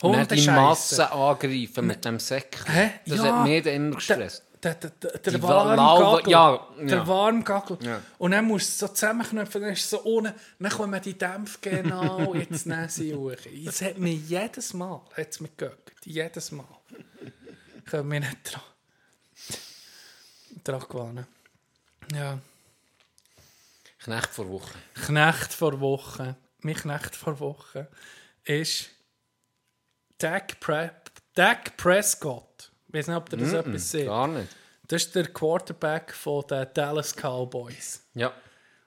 C: Und er hat die
D: Hundescheisse.
C: Masse angreifen mit dem Säck.
D: Hä?
C: Das
D: Ja.
C: hat mich dann immer gestresst.
D: Der, der, der, der
C: Die
D: warme
C: Lava-
D: Gagel.
C: ja,
D: Der
C: ja.
D: warme Gagel.
C: Ja.
D: Und dann musst du es so zusammenknüpfen, dann ist es so ohne. Dann kommen die nou, Dämpfe genau jetzt nehmen sie hoch. Es hat mir jedes Mal hat's mir gegöckt. Jedes Mal. Ich habe mich nicht dran, dran gewarnt. Ja.
C: Knecht vor Woche.
D: Knecht vor Wochen, mein Knecht vor Wochen, ist Dak, Pre Dak Prescott. nou Ich weiß nicht, ob ihr das etwas seht.
C: Gar nicht.
D: Das ist der Quarterback von den Dallas Cowboys.
C: Ja.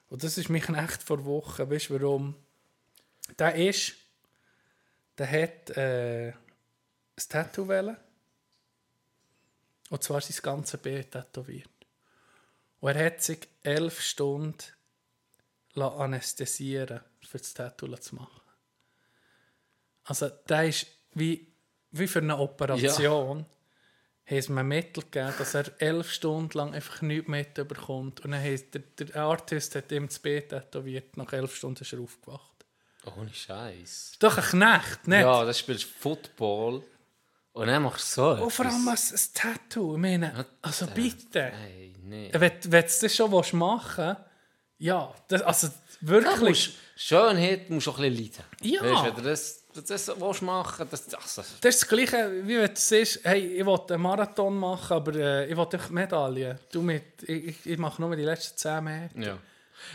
D: Und das ist mich echt vor Wochen. Weißt du warum? Der ist. Der hat äh, ein Tattoo wählen. Und zwar sein ganzes Bild tätowiert. Und er hat sich elf Stunden la- anästhesieren für das Tattoo zu machen. Also, der ist wie, wie für eine Operation haben sie mir Mittel gegeben, dass er elf Stunden lang einfach nichts mitbekommt. Und dann hat der, der Artist hat ihm das Bett tätowiert. Nach elf Stunden ist er aufgewacht.
C: Ohne Scheiß.
D: Doch ein Knecht, nicht?
C: Ja, dann spielst du Football und dann machst du so.
D: Und vor allem ein, ein Tattoo. Ich meine, also bitte.
C: Nein, nein.
D: Wenn, wenn du das schon willst machen willst, ja, das, also wirklich.
C: Schönheit musst du auch ein bisschen leiden.
D: Ja.
C: Weißt, wenn du das, wenn du das willst machen das, das, das
D: Das ist das Gleiche, wie wenn du siehst, hey, ich will einen Marathon machen, aber äh, ich will einfach Medaillen. Du mit, ich, ich- ich mache nur die letzten 10 Meter.
C: Ja.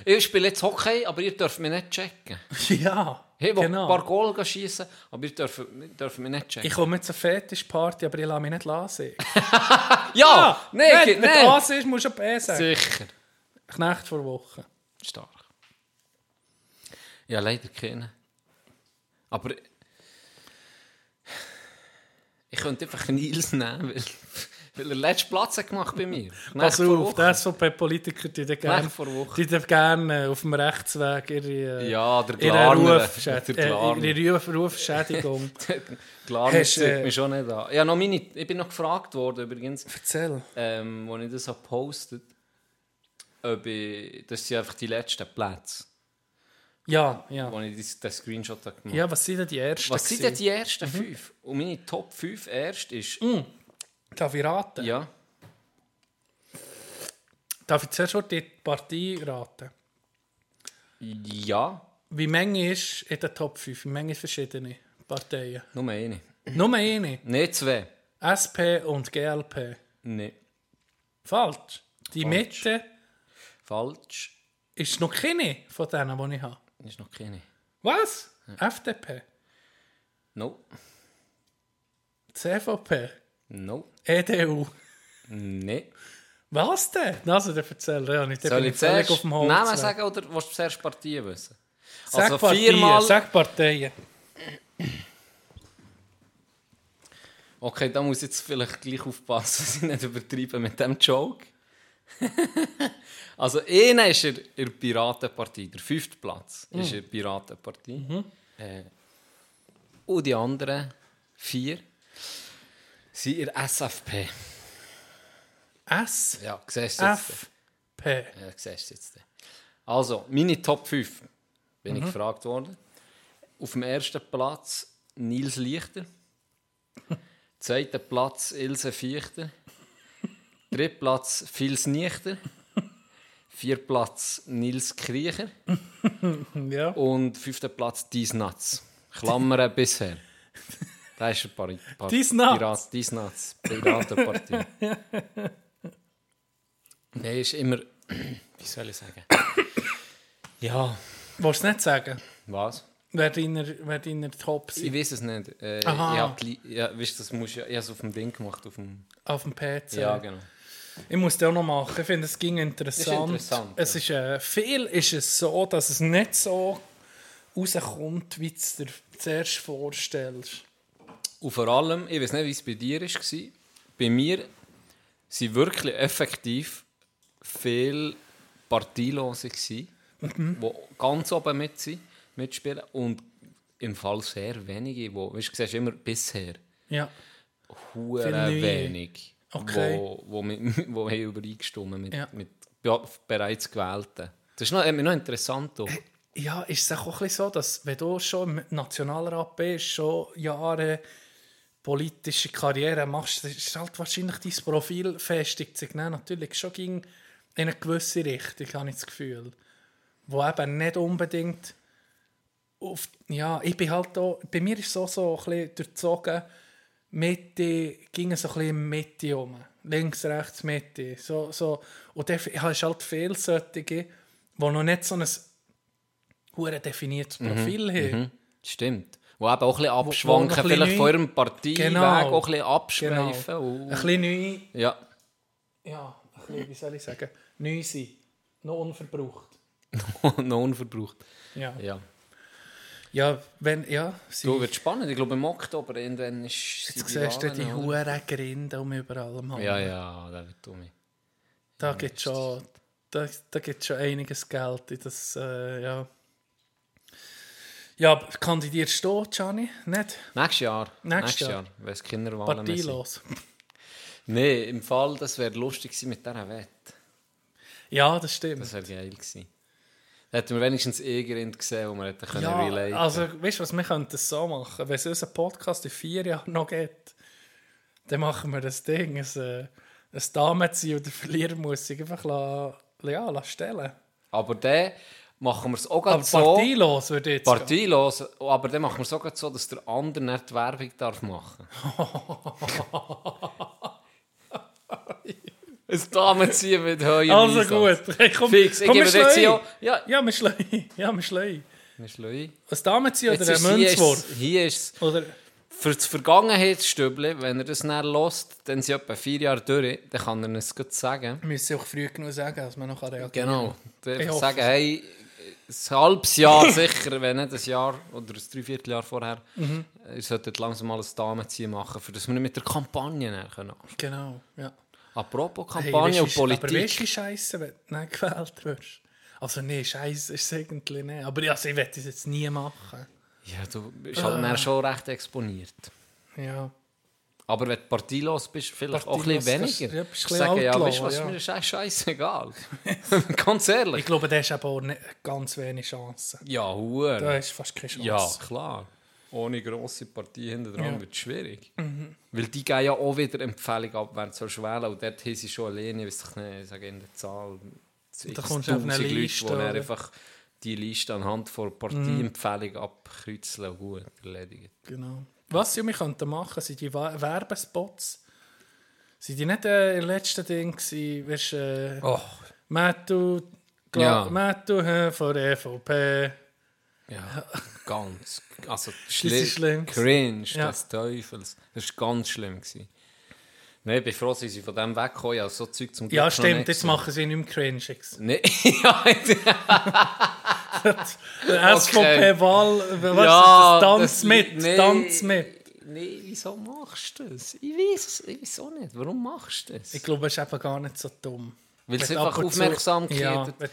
C: Ich spiele jetzt Hockey, aber ihr dürft mich nicht checken.
D: Ja,
C: Ich will
D: Genau.
C: ein paar Goal schießen, aber ihr dürft, ihr dürft mich nicht checken.
D: Ich komme jetzt eine Fetischparty, aber ich lasse mich nicht lassen.
C: ja! Nein,
D: Wenn-
C: geht
D: Wenn du
C: nicht!
D: das ist, musst du B sagen.
C: Sicher.
D: Knecht vor Wochen.
C: Stark. Ja, leider keinen. Aber ich könnte einfach Nils nehmen, weil, weil er letzten Platz hat gemacht bei mir.
D: Pass
C: Nächste
D: auf,
C: Woche.
D: die SVP-Politiker, die dann gerne
C: vor Wochen.
D: die dann gerne äh, auf dem Rechtsweg ihre, äh,
C: Ja, der
D: ihre,
C: Glarner.
D: Rufschäd
C: Der
D: äh,
C: Glarner.
D: ihre Ruf Rufschädigung.
C: Klar,
D: Hast,
C: das zeigt
D: äh,
C: mich schon nicht an. Ja, noch meine, ich bin noch gefragt worden, übrigens.
D: Erzähl.
C: ähm, als ich das habe gepostet ob ich, das sind einfach die letzten Plätze,
D: Ja, ja.
C: wo ich dies- den Screenshot habe gemacht habe.
D: Ja, was sind Mhm. denn die Ersten?
C: Was sind denn die ersten fünf? Und meine Top 5 erst ist.
D: Mm. Darf ich raten?
C: Ja,
D: Darf ich zuerst schon die Partei raten?
C: ja,
D: Wie Menge ist in den Top 5? Wie Menge verschiedene Parteien?
C: nur eine.
D: Nur eine.
C: Nicht zwei. Ne,
D: SP und GLP.
C: Nein.
D: Falsch. Die
C: Falsch.
D: Mitte
C: Falsch.
D: ist noch keine von denen, die ich habe.
C: Ist noch keine.
D: Was? FDP,
C: No.
D: CVP,
C: No.
D: E EDU.
C: Nein.
D: Was denn? Also, der erzählt ja nicht.
C: Soll ich zuerst
D: auf dem
C: Namen
D: Holzweg.
C: sagen oder willst du zuerst Partien wissen?
D: Sag
C: also
D: Parteien,
C: viermal.
D: Sag Parteien.
C: Okay, da muss ich jetzt vielleicht gleich aufpassen, dass ich nicht übertreibe mit dem Joke. also, einer ist er in der Piratenpartie, der fünfte Platz
D: Mhm.
C: ist in der Piratenpartie. Äh, und die anderen vier sind in der SFP.
D: S,
C: Ja, siehst du jetzt.
D: F, P.
C: Ja, siehst du jetzt. Also, meine Top 5 bin ich gefragt worden. Auf dem ersten Platz Nils Lichter. Zweiter Platz Ilse Fichter. Drittplatz Vils Niechter. Viertplatz Nils Kriecher.
D: Ja.
C: Und fünfter Platz Dies Nuts. Klammern bisher. Da ist ein paar, paar
D: Dies Nuts.
C: Pirat, Dies Nuts. Piratenpartie. Der ist immer. Wie soll ich sagen? Ja,
D: Willst du es nicht sagen?
C: was?
D: Wer deiner, wer deiner Top
C: Ich
D: sind
C: weiß es nicht. Äh,
D: Aha.
C: Ich hab gli- ja, weißt, du, das muss ja, ich habe es auf dem Ding gemacht. Auf dem,
D: auf dem PC?
C: ja, genau.
D: Ich muss das auch noch machen. Ich finde, es ging interessant.
C: Ist interessant,
D: es
C: ja.
D: ist, äh, viel ist es so, dass es nicht so rauskommt, wie du es dir zuerst vorstellst.
C: Und vor allem, ich weiß nicht, wie es bei dir war, bei mir waren wirklich effektiv viele Partielose, gewesen,
D: Mhm.
C: die ganz oben mit sind, mitspielen und im Fall sehr wenige, die, weißt, du siehst immer bisher,
D: Ja. Viel
C: hure
D: neue.
C: wenig,
D: Okay.
C: wo, wo, mi- wo haben übereingestimmt mit,
D: Ja.
C: mit be- bereits Gewählten. Das ist noch, hat mich noch interessant. gemacht.
D: Ja, ist es auch ein bisschen so, dass wenn du schon im Nationalrat bist, schon Jahre politische Karriere machst, dann ist halt wahrscheinlich dein Profil festigt sich dann natürlich schon ging in eine gewisse Richtung, habe ich das Gefühl. Wo eben nicht unbedingt auf, ja, ich bin halt auch, bei mir ist es auch so ein bisschen durchzogen, Mitte, ging so ein bisschen Mitte um. Links, rechts, Mitte. So, so. Und dann hast du halt viele solche, die noch nicht so ein hure definiertes Profil haben.
C: Hm, Stimmt. Wo eben auch ein bisschen
D: wo noch
C: abschwanken,
D: ein bisschen
C: vielleicht
D: neu-
C: von ihrem Partieweg
D: Genau.
C: auch ein bisschen
D: Genau.
C: abschweifen.
D: Ein
C: und-
D: bisschen neu,
C: Ja,
D: ja, ein bisschen, wie soll ich sagen, neu sein. Noch unverbraucht.
C: noch unverbraucht.
D: Ja, ja.
C: Ja.
D: wenn, ja, sie,
C: Du, wird spannend. Ich glaube, im Oktober irgendwann ist
D: jetzt
C: sind
D: siehst du
C: Wahlen,
D: die
C: oder?
D: hure Grinde um überall am Hang.
C: Ja, ja, der wird dumm.
D: Da gibt schon, da, da gibt schon einiges Geld in das, äh, ja. Ja, aber kandidierst du, Gianni? Nicht?
C: Nächstes Jahr.
D: Nächstes
C: Nächstes
D: Jahr.
C: Jahr. Wenn es Kinderwahlen mehr sind.
D: Parteilos.
C: Nein, im Fall, das wäre lustig gewesen mit dieser Wette.
D: Ja, das stimmt.
C: Das wäre geil gewesen. Da hätten wir wenigstens irgend gesehen, wo wir hätten können
D: ja,
C: relaten.
D: also weißt du was, wir könnten das so machen. Wenn es unseren Podcast in vier Jahren noch gibt, dann machen wir das Ding, ein, äh, ein Damenziel, der Verlierer muss sich einfach la, ja, la stellen.
C: Aber dann machen wir es auch
D: Aber
C: gerade so.
D: parteilos würde ich jetzt gehen.
C: Parteilos, aber dann machen wir es sogar so, dass der andere nicht die Werbung darf machen darf. Ein Damenziehen mit höherem
D: Also
C: Einsatz.
D: gut, hey, komm,
C: Fix, ich
D: komm,
C: gebe
D: wir
C: dir jetzt
D: schlagen
C: hier...
D: ein.
C: Ja,
D: Ja, wir schlagen. Ja, wir schlagen.
C: wir schlagen ein.
D: Ein Damenziel
C: Jetzt
D: oder
C: ist
D: ein
C: hier ist,
D: Münzwurf?
C: hier ist
D: Oder...
C: Für das Vergangenheitsstübli, wenn er das dann hört, dann sind etwa vier Jahre durch, dann kann er es gut sagen.
D: Wir müssen auch früh genug sagen, dass man noch reagieren kann.
C: Genau. Dann
D: Ich hoffe
C: sagen,
D: es.
C: hey, ein halbes Jahr sicher, wenn nicht ein Jahr oder ein Dreivierteljahr vorher, mhm. ihr solltet langsam mal ein Damenziehen machen, für das wir nicht mit der Kampagne näher können.
D: Genau, ja.
C: Apropos
D: Hey,
C: Kampagne
D: weisst
C: und
D: du, Aber
C: Politik.
D: weißt du, Scheiße, wenn du nicht gewählt wirst? Also, nee, Scheiße ist es eigentlich nicht. Aber ja, also, ich werde das jetzt nie machen.
C: ja, du bist halt
D: Ah.
C: dann schon recht exponiert.
D: Ja.
C: Aber wenn du parteilos bist, vielleicht
D: Parteilos,
C: auch ein
D: das-
C: bisschen weniger.
D: ja, bist
C: Ich
D: ein bisschen
C: sage, ja,
D: outlaw,
C: weißt du was,
D: ja.
C: mir ist echt scheißegal. Ganz
D: Ich
C: ehrlich.
D: glaube, da hast du aber auch nicht, ganz wenig Chancen.
C: Ja,
D: Da
C: Huren.
D: hast du fast keine Chance.
C: Ja, klar. Ohne grosse Partie hinter dran
D: Ja. Mhm.
C: wird es schwierig. Weil die gehen ja auch wieder Empfehlung ab, wenn du wählen willst. Und dort haben sie schon alleine, ich weiß nicht, ich sage in der Zahl,
D: da kommst du auf eine
C: x-tausend Leute, die
D: Liste, oder?
C: dann einfach die Liste anhand von Partieempfehlung
D: Mhm.
C: abkreuzeln und gut erledigen.
D: Genau. Was ja, wir könnten machen, sind die Wa- Werbespots. Sind die nicht äh, im letzten Ding gewesen? Weißt, äh,
C: Oh,
D: Mattu,
C: Ja.
D: Gla- Mattu hä, von der EVP.
C: ja, ganz. Also,
D: ist schlimm.
C: Cringe
D: Ja.
C: des Teufels. Das war ganz schlimm. Gewesen. Nein, ich bin froh, dass sie von dem weggekommen Ich habe so Zeug zum Glück
D: Ja,
C: noch nicht
D: stimmt, jetzt
C: gesehen.
D: machen sie nicht mehr cringe.
C: Nee, ja,
D: Der SVP-Wahl, was
C: ja,
D: ist das? Tanz
C: das-
D: mit,
C: nee.
D: Tanz mit.
C: Nee, wieso machst du das? Ich weiß ich weiß auch nicht. Warum machst du das?
D: Ich glaube, es ist eben gar nicht so dumm.
C: Weil es
D: Wenn
C: einfach
D: ab und zu-
C: Aufmerksamkeit
D: ja,
C: hat.
D: wenn-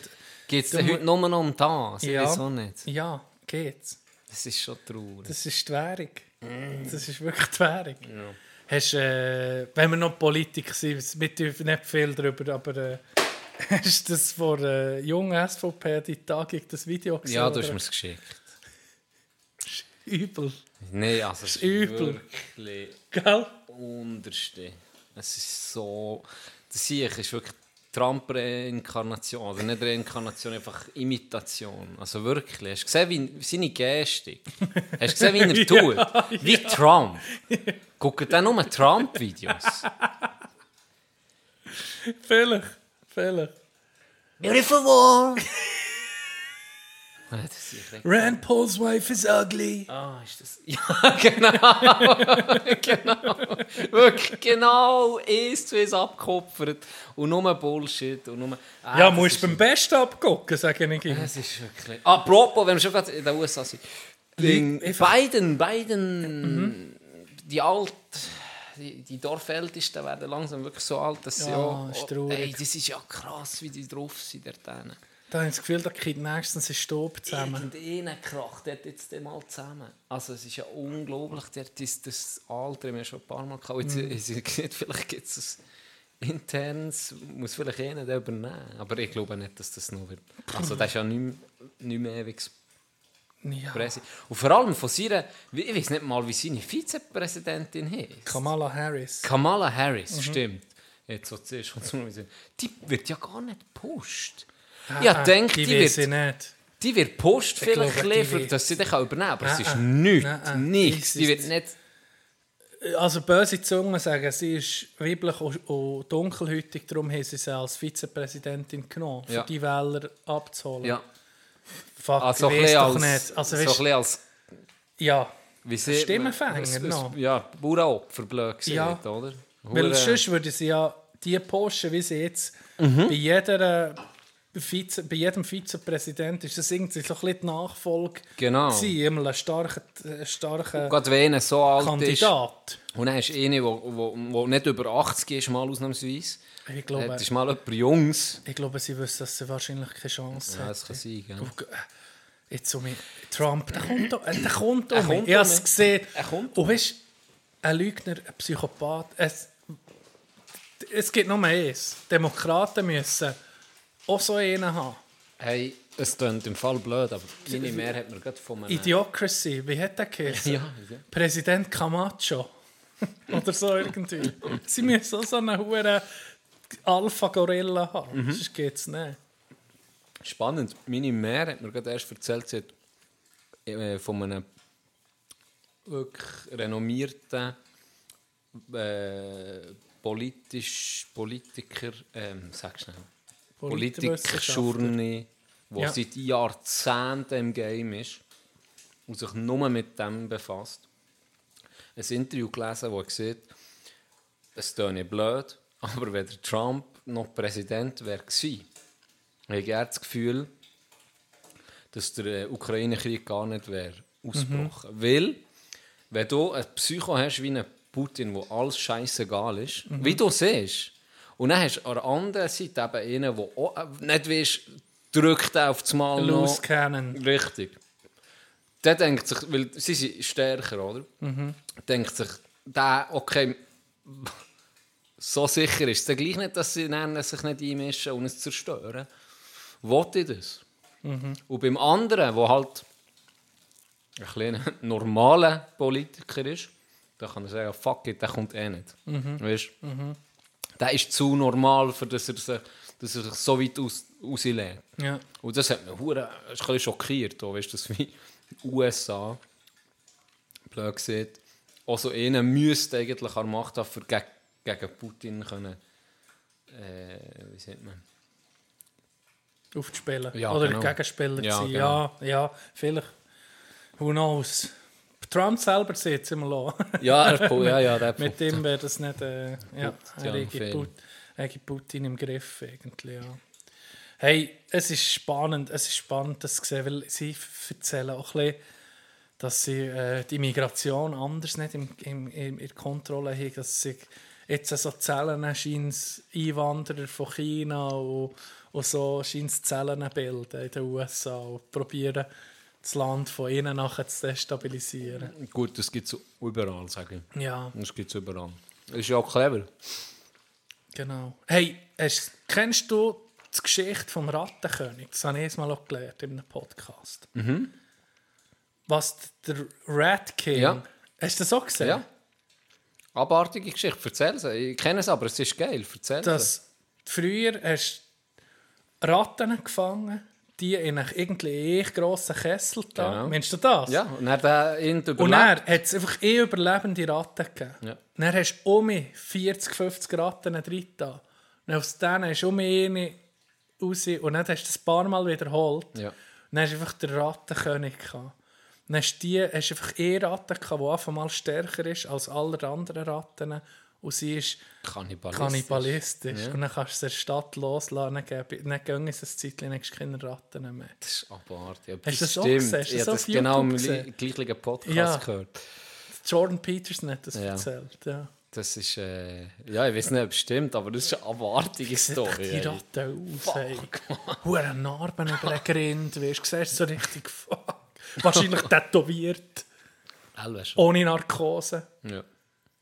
C: Geht es
D: du
C: denn
D: mu-
C: heute nur noch um das? Ich
D: Ja.
C: weiß auch nicht.
D: ja, geht's.
C: Das ist schon traurig.
D: Das ist die Währung.
C: Mm.
D: Das ist wirklich die Währung. Hast, äh, wenn wir noch Politik sind, wir dürfen nicht viel darüber, aber äh, hast du das vor äh, jungen SVP die Tage das Video gesehen?
C: ja, du hast
D: oder?
C: mir es geschickt.
D: Übel,
C: Nein, also es ist
D: übel.
C: wirklich
D: gell?
C: unterste. Es ist so... der Sieg ist wirklich Trump-Reinkarnation. Oder nicht Reinkarnation, einfach Imitation. Also wirklich. Hast du gesehen, wie, seine Gestik? Hast du gesehen, wie er tut? wie Trump. Guckt dann nur Trump-Videos.
D: Vielleicht, vielleicht.
C: Beautiful War! Ah, das ist sicher
D: Rand Paul's wife is ugly.
C: Ah, ist das. Ja, genau. genau. Wirklich genau ist zu uns abgekupfert. Und nur Bullshit. Und nur... Ah,
D: ja,
C: das
D: musst
C: ist-
D: beim Besten abgucken, sage ich ihm.
C: Das ist wirklich. Apropos, wenn wir schon gerade in den USA sind. Den Biden, Biden.
D: Mhm.
C: Die alt. Die, die Dorfältesten werden langsam wirklich so alt, dass sie
D: Ja,
C: auch-
D: ist
C: oh,
D: traurig.
C: Ey, das ist ja krass, wie die drauf sind dort. hinten.
D: Da habe ich das Gefühl, da kriegt nächstens ein Stopp zusammen.
C: Irgendeiner kracht dort jetzt mal zusammen. Also es ist ja unglaublich, dort ist das Alter, wir haben schon ein paar Mal gehabt,
D: Mhm.
C: jetzt, jetzt, jetzt, vielleicht gibt es ein internes, muss vielleicht einer den übernehmen, aber ich glaube nicht, dass das noch wird. Also das ist ja nicht, mehr- nicht mehr ewig
D: Ja.
C: Präsident. Und vor allem von seiner, ich weiß nicht mal, wie seine Vizepräsidentin heißt.
D: Kamala Harris.
C: Kamala
D: Mhm.
C: Harris, stimmt. Jetzt, was sie ist, kommt es mir noch in den Sinn. die wird ja gar nicht gepusht. ja, denkt, die,
D: Ah, Äh, die
C: wird...
D: weiss ich nicht.
C: Die wird Post
D: glaube,
C: vielleicht
D: die
C: geliefert,
D: wird-
C: dass sie dich auch übernehmen kann, aber es
D: Nein,
C: ist
D: nein,
C: nichts,
D: nein, nein.
C: nichts.
D: Sie
C: Die wird
D: ist-
C: nicht...
D: Also böse Zungen sagen, sie ist weiblich und- und dunkelhäutig, darum haben sie sie als Vizepräsidentin genommen,
C: Ja.
D: um die Wähler abzuholen.
C: Ja,
D: Fuck,
C: also
D: ich
C: ein
D: weiss
C: bisschen
D: doch
C: als...
D: nicht. Also,
C: so ein
D: weißt,
C: bisschen als...
D: ja,
C: Wie sie,
D: Stimmenfänger,
C: es- es-
D: noch.
C: Ja, Bauernopfer, blöd gesagt,
D: Ja.
C: oder?
D: weil
C: Hure-
D: sonst würde sie ja die posten, wie sie jetzt
C: Mhm.
D: bei jeder... äh, Vize, bei jedem Vizepräsident ist das irgendwie so ein bisschen die Nachfolge
C: Genau.
D: gewesen, immer ein starker, ein starker
C: Gerade wenn er so alt
D: Kandidat.
C: ist. Und dann ist einer, der wo, wo nicht über 80 ist, mal ausnahmsweise.
D: Ich
C: Äh,
D: glaube,
C: Das ist mal jemand Jungs.
D: Ich glaube, sie wissen, dass sie wahrscheinlich keine Chance
C: Ja,
D: hat.
C: das kann sein, gell?
D: Und, äh, Jetzt so mit Trump, der kommt doch, äh, der kommt doch
C: kommt
D: nicht.
C: doch
D: Ich habe es
C: nicht.
D: gesehen.
C: Er kommt
D: Und weißt du, ein Lügner, ein Psychopath, es, es gibt nur eins. Demokraten müssen auch so einen haben.
C: Hey, es klingt im Fall blöd, aber meine Mehr hat mir gerade von einem...
D: Idiocracy, wie hat der geheißen?
C: Ja, ja.
D: Präsident Camacho. Oder so irgendwie. sie müssen auch so einen hohen Alpha-Gorilla
C: Mhm.
D: haben. Sonst geht es nicht.
C: Spannend. Meine Mär hat mir gerade erst erzählt, sie hat äh, von einem wirklich renommierten äh, politisch Politiker, ähm, sag schnell, Politikerjourney, der
D: Ja.
C: seit Jahrzehnten im Game ist und sich nur mit dem befasst, ein Interview gelesen, wo er sieht, es klingt nicht blöd, aber wenn der Trump noch Präsident wäre gewesen, habe ich eher das Gefühl, dass der äh, Ukraine-Krieg gar nicht wäre ausgebrochen. Weil, wenn du einen Psycho hast wie einen Putin, wo alles scheißegal ist, wie du siehst, und dann hast du an der anderen Seite eben einen, der auch, äh, nicht weißt, drückt er auf das Mal
D: Loose
C: noch.
D: Cannon.
C: Richtig. Der denkt sich, weil sie sind stärker, oder? Denkt sich, der, okay, so sicher ist es dann gleich nicht, dass sie dann sich nicht einmischen und es zerstören. Wollte ich das? Und beim anderen, der halt ein kleiner normaler Politiker ist, da kann er sagen, fuck it, der kommt eh nicht. Weißt? Der ist zu normal, für dass er sich, dass er sich so weit aus, auslehnt.
D: Ja.
C: Und das hat mich hure ist ein bisschen schockiert, auch, weißt du, dass wie USA, blöd gesagt, also ihnen müsste eigentlich an der Macht haben, für gegen, gegen Putin können, äh, wie sagt man,
D: aufzuspielen.
C: Ja,
D: Oder
C: genau.
D: Gegenspieler
C: Ja,
D: zu sein.
C: genau.
D: Ja, ja, vielleicht. Who knows? Trump selber sieht es immer noch.
C: ja, er, pu- ja, ja, der
D: Mit
C: Punkt.
D: dem wäre das nicht. Äh, ja,
C: ja,
D: er
C: fair.
D: hätte Put, er hätte Putin im Griff eigentlich. Ja. Hey, es ist spannend, es ist spannend, das zu sehen, weil sie f- erzählen auch ein bisschen, dass sie äh, die Migration anders nicht im, im, im, in der Kontrolle haben, dass sie jetzt so Zellen scheint Einwanderer von China und, und so scheint Zellen bilden in den USA und probieren das Land von innen nachher zu destabilisieren.
C: Gut, das gibt es überall, sage ich.
D: Ja.
C: Das gibt es überall. Ist ja auch clever.
D: Genau. Hey, hast, kennst du die Geschichte vom Rattenkönig? Das habe ich erst mal auch gelernt in einem Podcast.
C: Mhm.
D: Was der Rat King.
C: Ja.
D: Hast du das auch gesehen?
C: Ja. Abartige Geschichte, erzähl sie. Ich kenne es aber, es ist geil, erzähl sie.
D: dass früher hast du Ratten gefangen, die in einen irgendwie echt grossen Kessel da.
C: Genau.
D: Meinst du das?
C: Ja, und dann der ihn überlebt.
D: Und dann hat es einfach eh überlebende Ratten gegeben.
C: Ja.
D: Dann hast du um die 40, 50 Ratten drin da. Dann aus denen hast du um die eine raus und dann hast du das ein paar Mal wiederholt.
C: Ja.
D: Dann hast du einfach den Rattenkönig gehabt. Dann hast du, die, hast du einfach eh Ratte gehabt, die einfach mal stärker ist als alle anderen Ratten. Und sie ist
C: Kannibalistisch.
D: kannibalistisch. Und dann kannst du es in der Stadt loslassen, dann gehen dann gehen es ein Zeitchen, dann hast du keine Ratten mehr.
C: Das ist abartig. Aber
D: Hast du das auch
C: stimmt.
D: gesehen? Hast du
C: Ich
D: das
C: habe
D: auf
C: das genau im
D: YouTube
C: li- gleichen Podcast
D: Ja.
C: gehört.
D: Jordan Peterson hat das
C: Ja.
D: erzählt. Ja.
C: Das ist, äh, ja, ich weiß nicht, ob es stimmt, aber das ist eine abartige
D: Sieht doch
C: Story.
D: die
C: ey.
D: Ratten aus, ey. Huere Narben über den Grind, weißt du, siehst so richtig, fuck. Wahrscheinlich tätowiert,
C: Elbe schon.
D: ohne Narkose.
C: Ja.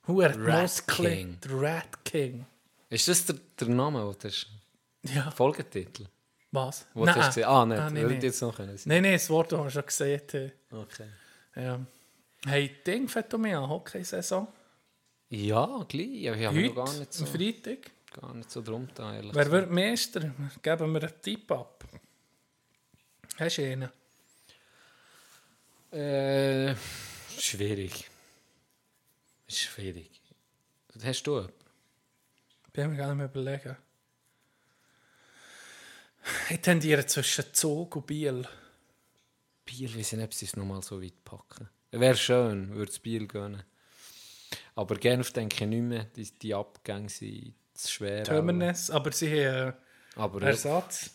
D: Huere
C: Rat
D: Muskeln,
C: King.
D: der Rat King.
C: Ist das der, der Name, wo das ist?
D: Ja,
C: Folgetitel?
D: was?
C: Wo du hast gesehen? Ah, nicht.
D: nein,
C: Würde
D: nein.
C: jetzt noch können sein.
D: Nein, nein, das Wort haben wir schon gesehen. hey.
C: Okay.
D: Ja. Hey, Ding, fällt mir an, Hockey-Saison.
C: Ja, gleich. Ja, Ich habe mich
D: Heute,
C: noch gar nicht so,
D: am Freitag.
C: gar nicht so drum da, ehrlich
D: Wer wird Meister? Geben wir einen Tipp ab. Hast du einen?
C: Äh, schwierig. Schwierig. Hast du jemanden?
D: Bin mir gar nicht mehr überlegen. Ich tendiere zwischen Zug und Biel.
C: Biel, wir sind nicht, ob sie es nochmal so weit packen. Wäre schön, würde es Biel gönnen. Aber Genf denke ich nicht mehr, die, die Abgänge sind zu schwer.
D: Tömernes, aber sie haben
C: Aber
D: äh, Ersatz.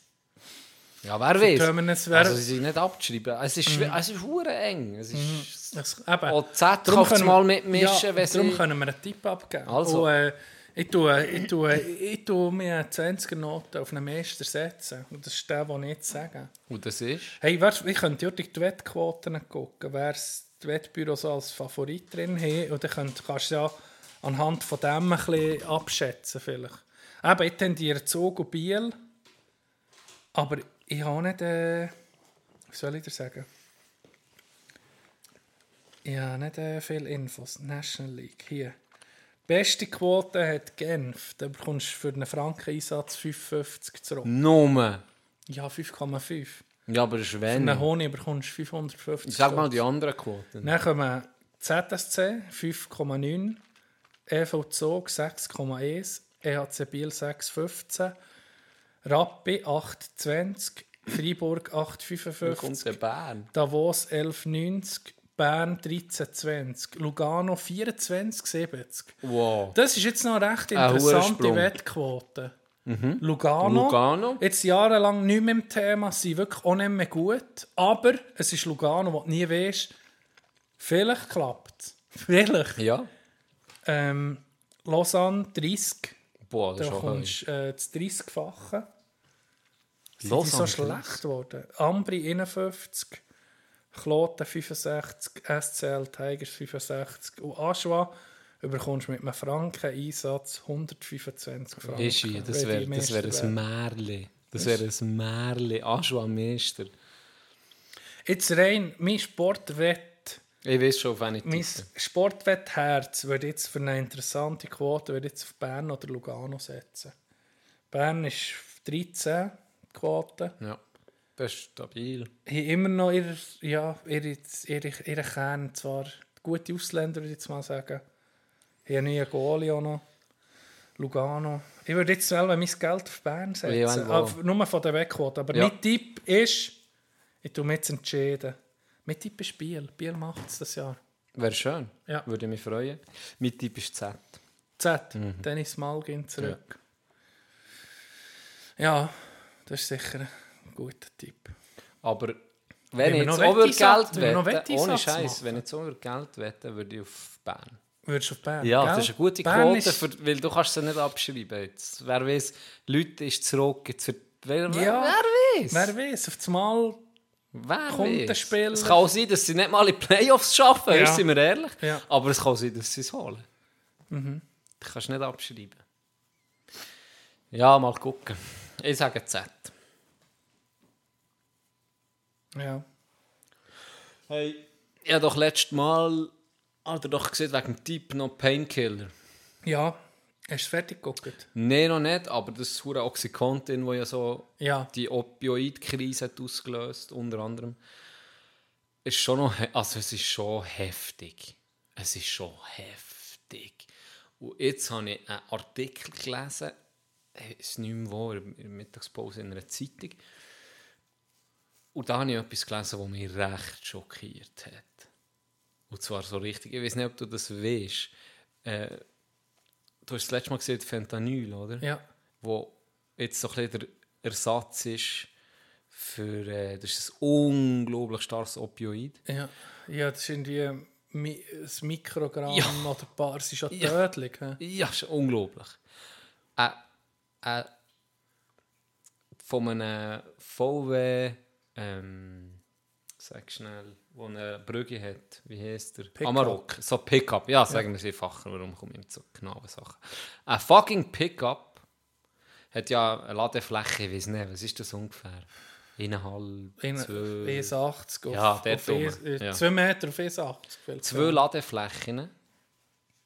C: ja, wer weiß.
D: Terminus wäre-
C: Also, sie sind nicht abzuschreiben. Es ist,
D: Mhm.
C: schwer, es ist hure eng. Es ist,
D: Das, eben.
C: OZ kann's
D: können wir-
C: mal mitmischen, wenn
D: darum
C: sie-
D: können wir einen Tipp abgeben.
C: Also.
D: Und, äh, ich tue, ich tue, ich tue mir eine 20er-Note auf einen Meister setzen. Und das ist der, den ich jetzt sage.
C: Und das ist?
D: Hey, weißt, ich könnte ja durch die Wettquoten gucken, wer das Wettbüro so als Favorit drin hat. Und dann könnt, kannst du ja anhand von dem ein bisschen abschätzen. Vielleicht. Eben, ich tendiere Zug und Biel. Aber ich habe nicht. Äh, was soll ich dir sagen? Ich habe nicht äh, viele Infos. National League, hier. Beste Quote hat Genf. Da bekommst du für einen Franken-Einsatz 5,50 zurück.
C: Nummer.
D: Ja, 5,5.
C: Ja, aber das ist wenn.
D: Einen Honig bekommst du 550.
C: Sag mal
D: Stutz.
C: die anderen Quoten.
D: Dann kommen ZSC 5,9, EV Zog 6,1, EHC E Biel 6,15, Rappi 8,20, Freiburg
C: Dann kommt
D: 8,55,
C: der Bern.
D: Davos 11,90, Bern 13,20, Lugano 24,70.
C: Wow.
D: Das ist jetzt noch eine recht
C: Ein
D: interessante
C: Hurensprung.
D: Wettquote. Lugano,
C: Lugano.
D: Jetzt jahrelang nicht mehr im Thema, sind wirklich auch nicht mehr gut. Aber es ist Lugano, wo du nie weißt, vielleicht klappt es. Vielleicht.
C: Ja.
D: Ähm, Lausanne 30.
C: Boah, das
D: Da
C: ist schon hoch.
D: kommst du äh, das 30-fache. Sind die
C: Lausanne
D: so schlecht geworden? Ambri 51, Kloten 65, SCL Tigers 65 und Aschwa überkommst mit einem Franken-Einsatz 125 Franken.
C: Ischi, das
D: wenn
C: wäre
D: die
C: das wär
D: Meister wären.
C: ein Märli. Das wäre ein Märli. Aschwa-Meister.
D: Jetzt rein, mein Sportwett,
C: Ich weiß schon, auf wen ich
D: mein
C: tippe.
D: Sportwettherz würde jetzt für eine interessante Quote würde jetzt auf Bern oder Lugano setzen. Bern ist 13 Quote.
C: Ja. Das ist stabil.
D: haben immer noch ihre, ja, ihre, ihre, ihre Kern. Zwar gute Ausländer, würde ich jetzt mal sagen. Haben einen neuen Goalie auch noch. Lugano. Ich würde jetzt selber mein Geld auf Bern
C: Ja,
D: setzen.
C: jawohl.
D: Auf, nur von der Wegquote. Aber
C: Ja.
D: mein Tipp ist, ich tue mich jetzt entscheiden. Mein Tipp ist Biel. Biel macht es das Jahr.
C: Wäre schön.
D: Ja.
C: Würde mich freuen. Mein Tipp ist Z.
D: Z.
C: Mhm.
D: Dennis Malgin zurück. Ja. das ist sicher ein guter Tipp.
C: Aber wenn
D: wir
C: ich
D: noch
C: jetzt über
D: Wetteinsatz-
C: Geld
D: wenn wir noch
C: wette, ohne
D: Wetteinsatz
C: Scheiß,
D: machen?
C: wenn ich jetzt über Geld wette, würde ich auf Bern.
D: Würdest du auf Bern?
C: Ja,
D: gell?
C: das ist eine gute
D: Bern
C: Quote,
D: ist-
C: für, weil du kannst sie nicht abschreiben. Jetzt, wer weiß, Leute ist zurück. Jetzt wird, wer,
D: Ja.
C: wer weiß?
D: Wer weiß, auf einmal.
C: Wer
D: Kommt
C: weiss?
D: der Spieler?
C: Es kann auch sein, dass sie nicht mal in die Playoffs schaffen,
D: Ja.
C: ja. sind wir ehrlich.
D: Ja.
C: Aber es kann auch sein, dass sie es holen. Das kannst du nicht abschreiben. Ja, mal gucken. Ich sage Z.
D: Ja.
C: Hey. Ich habe doch letztes Mal Hat er doch gesehen, wegen dem Typ noch Painkiller.
D: Ja, hast du es fertig geguckt?
C: Nein, noch nicht, aber das hure Oxycontin, wo ja so
D: Ja.
C: die Opioid-Krise hat ausgelöst, unter anderem. Ist schon noch, he- also es ist schon heftig. Es ist schon heftig. Und jetzt habe ich einen Artikel gelesen, äh, ist nicht mehr wo, in der Mittagspause in einer Zeitung. Und da habe ich etwas gelesen, was mich recht schockiert hat. Und zwar so richtig. Ich weiß nicht, ob du das weißt. Äh, du hast das letzte Mal gesehen, Fentanyl, oder?
D: Ja.
C: wo jetzt so ein bisschen der Ersatz ist für äh, das ist ein unglaublich starkes Opioid.
D: Ja, ja das ist irgendwie Mi ein Mikrogramm
C: Ja.
D: oder ein paar, es ist ja
C: Ja.
D: tödlich. hä?
C: Ja, ist unglaublich. Äh, äh, von einem VW, ähm, sag schnell, wo eine Brücke hat, wie heißt der?
D: Pickup.
C: Amarok, so Pickup. Ja, sagen wir es einfacher, warum komme ich mit so genauen Sachen? Ein Ah, fucking Pickup hat ja eine Ladefläche, ich weiß nicht, was ist das ungefähr? Eineinhalb,
D: In
C: zwei...
D: 1,80 E auf,
C: Ja,
D: auf
C: der Dumme,
D: 2
C: ja.
D: Meter auf E 1,80. vielleicht.
C: zwei Ladeflächen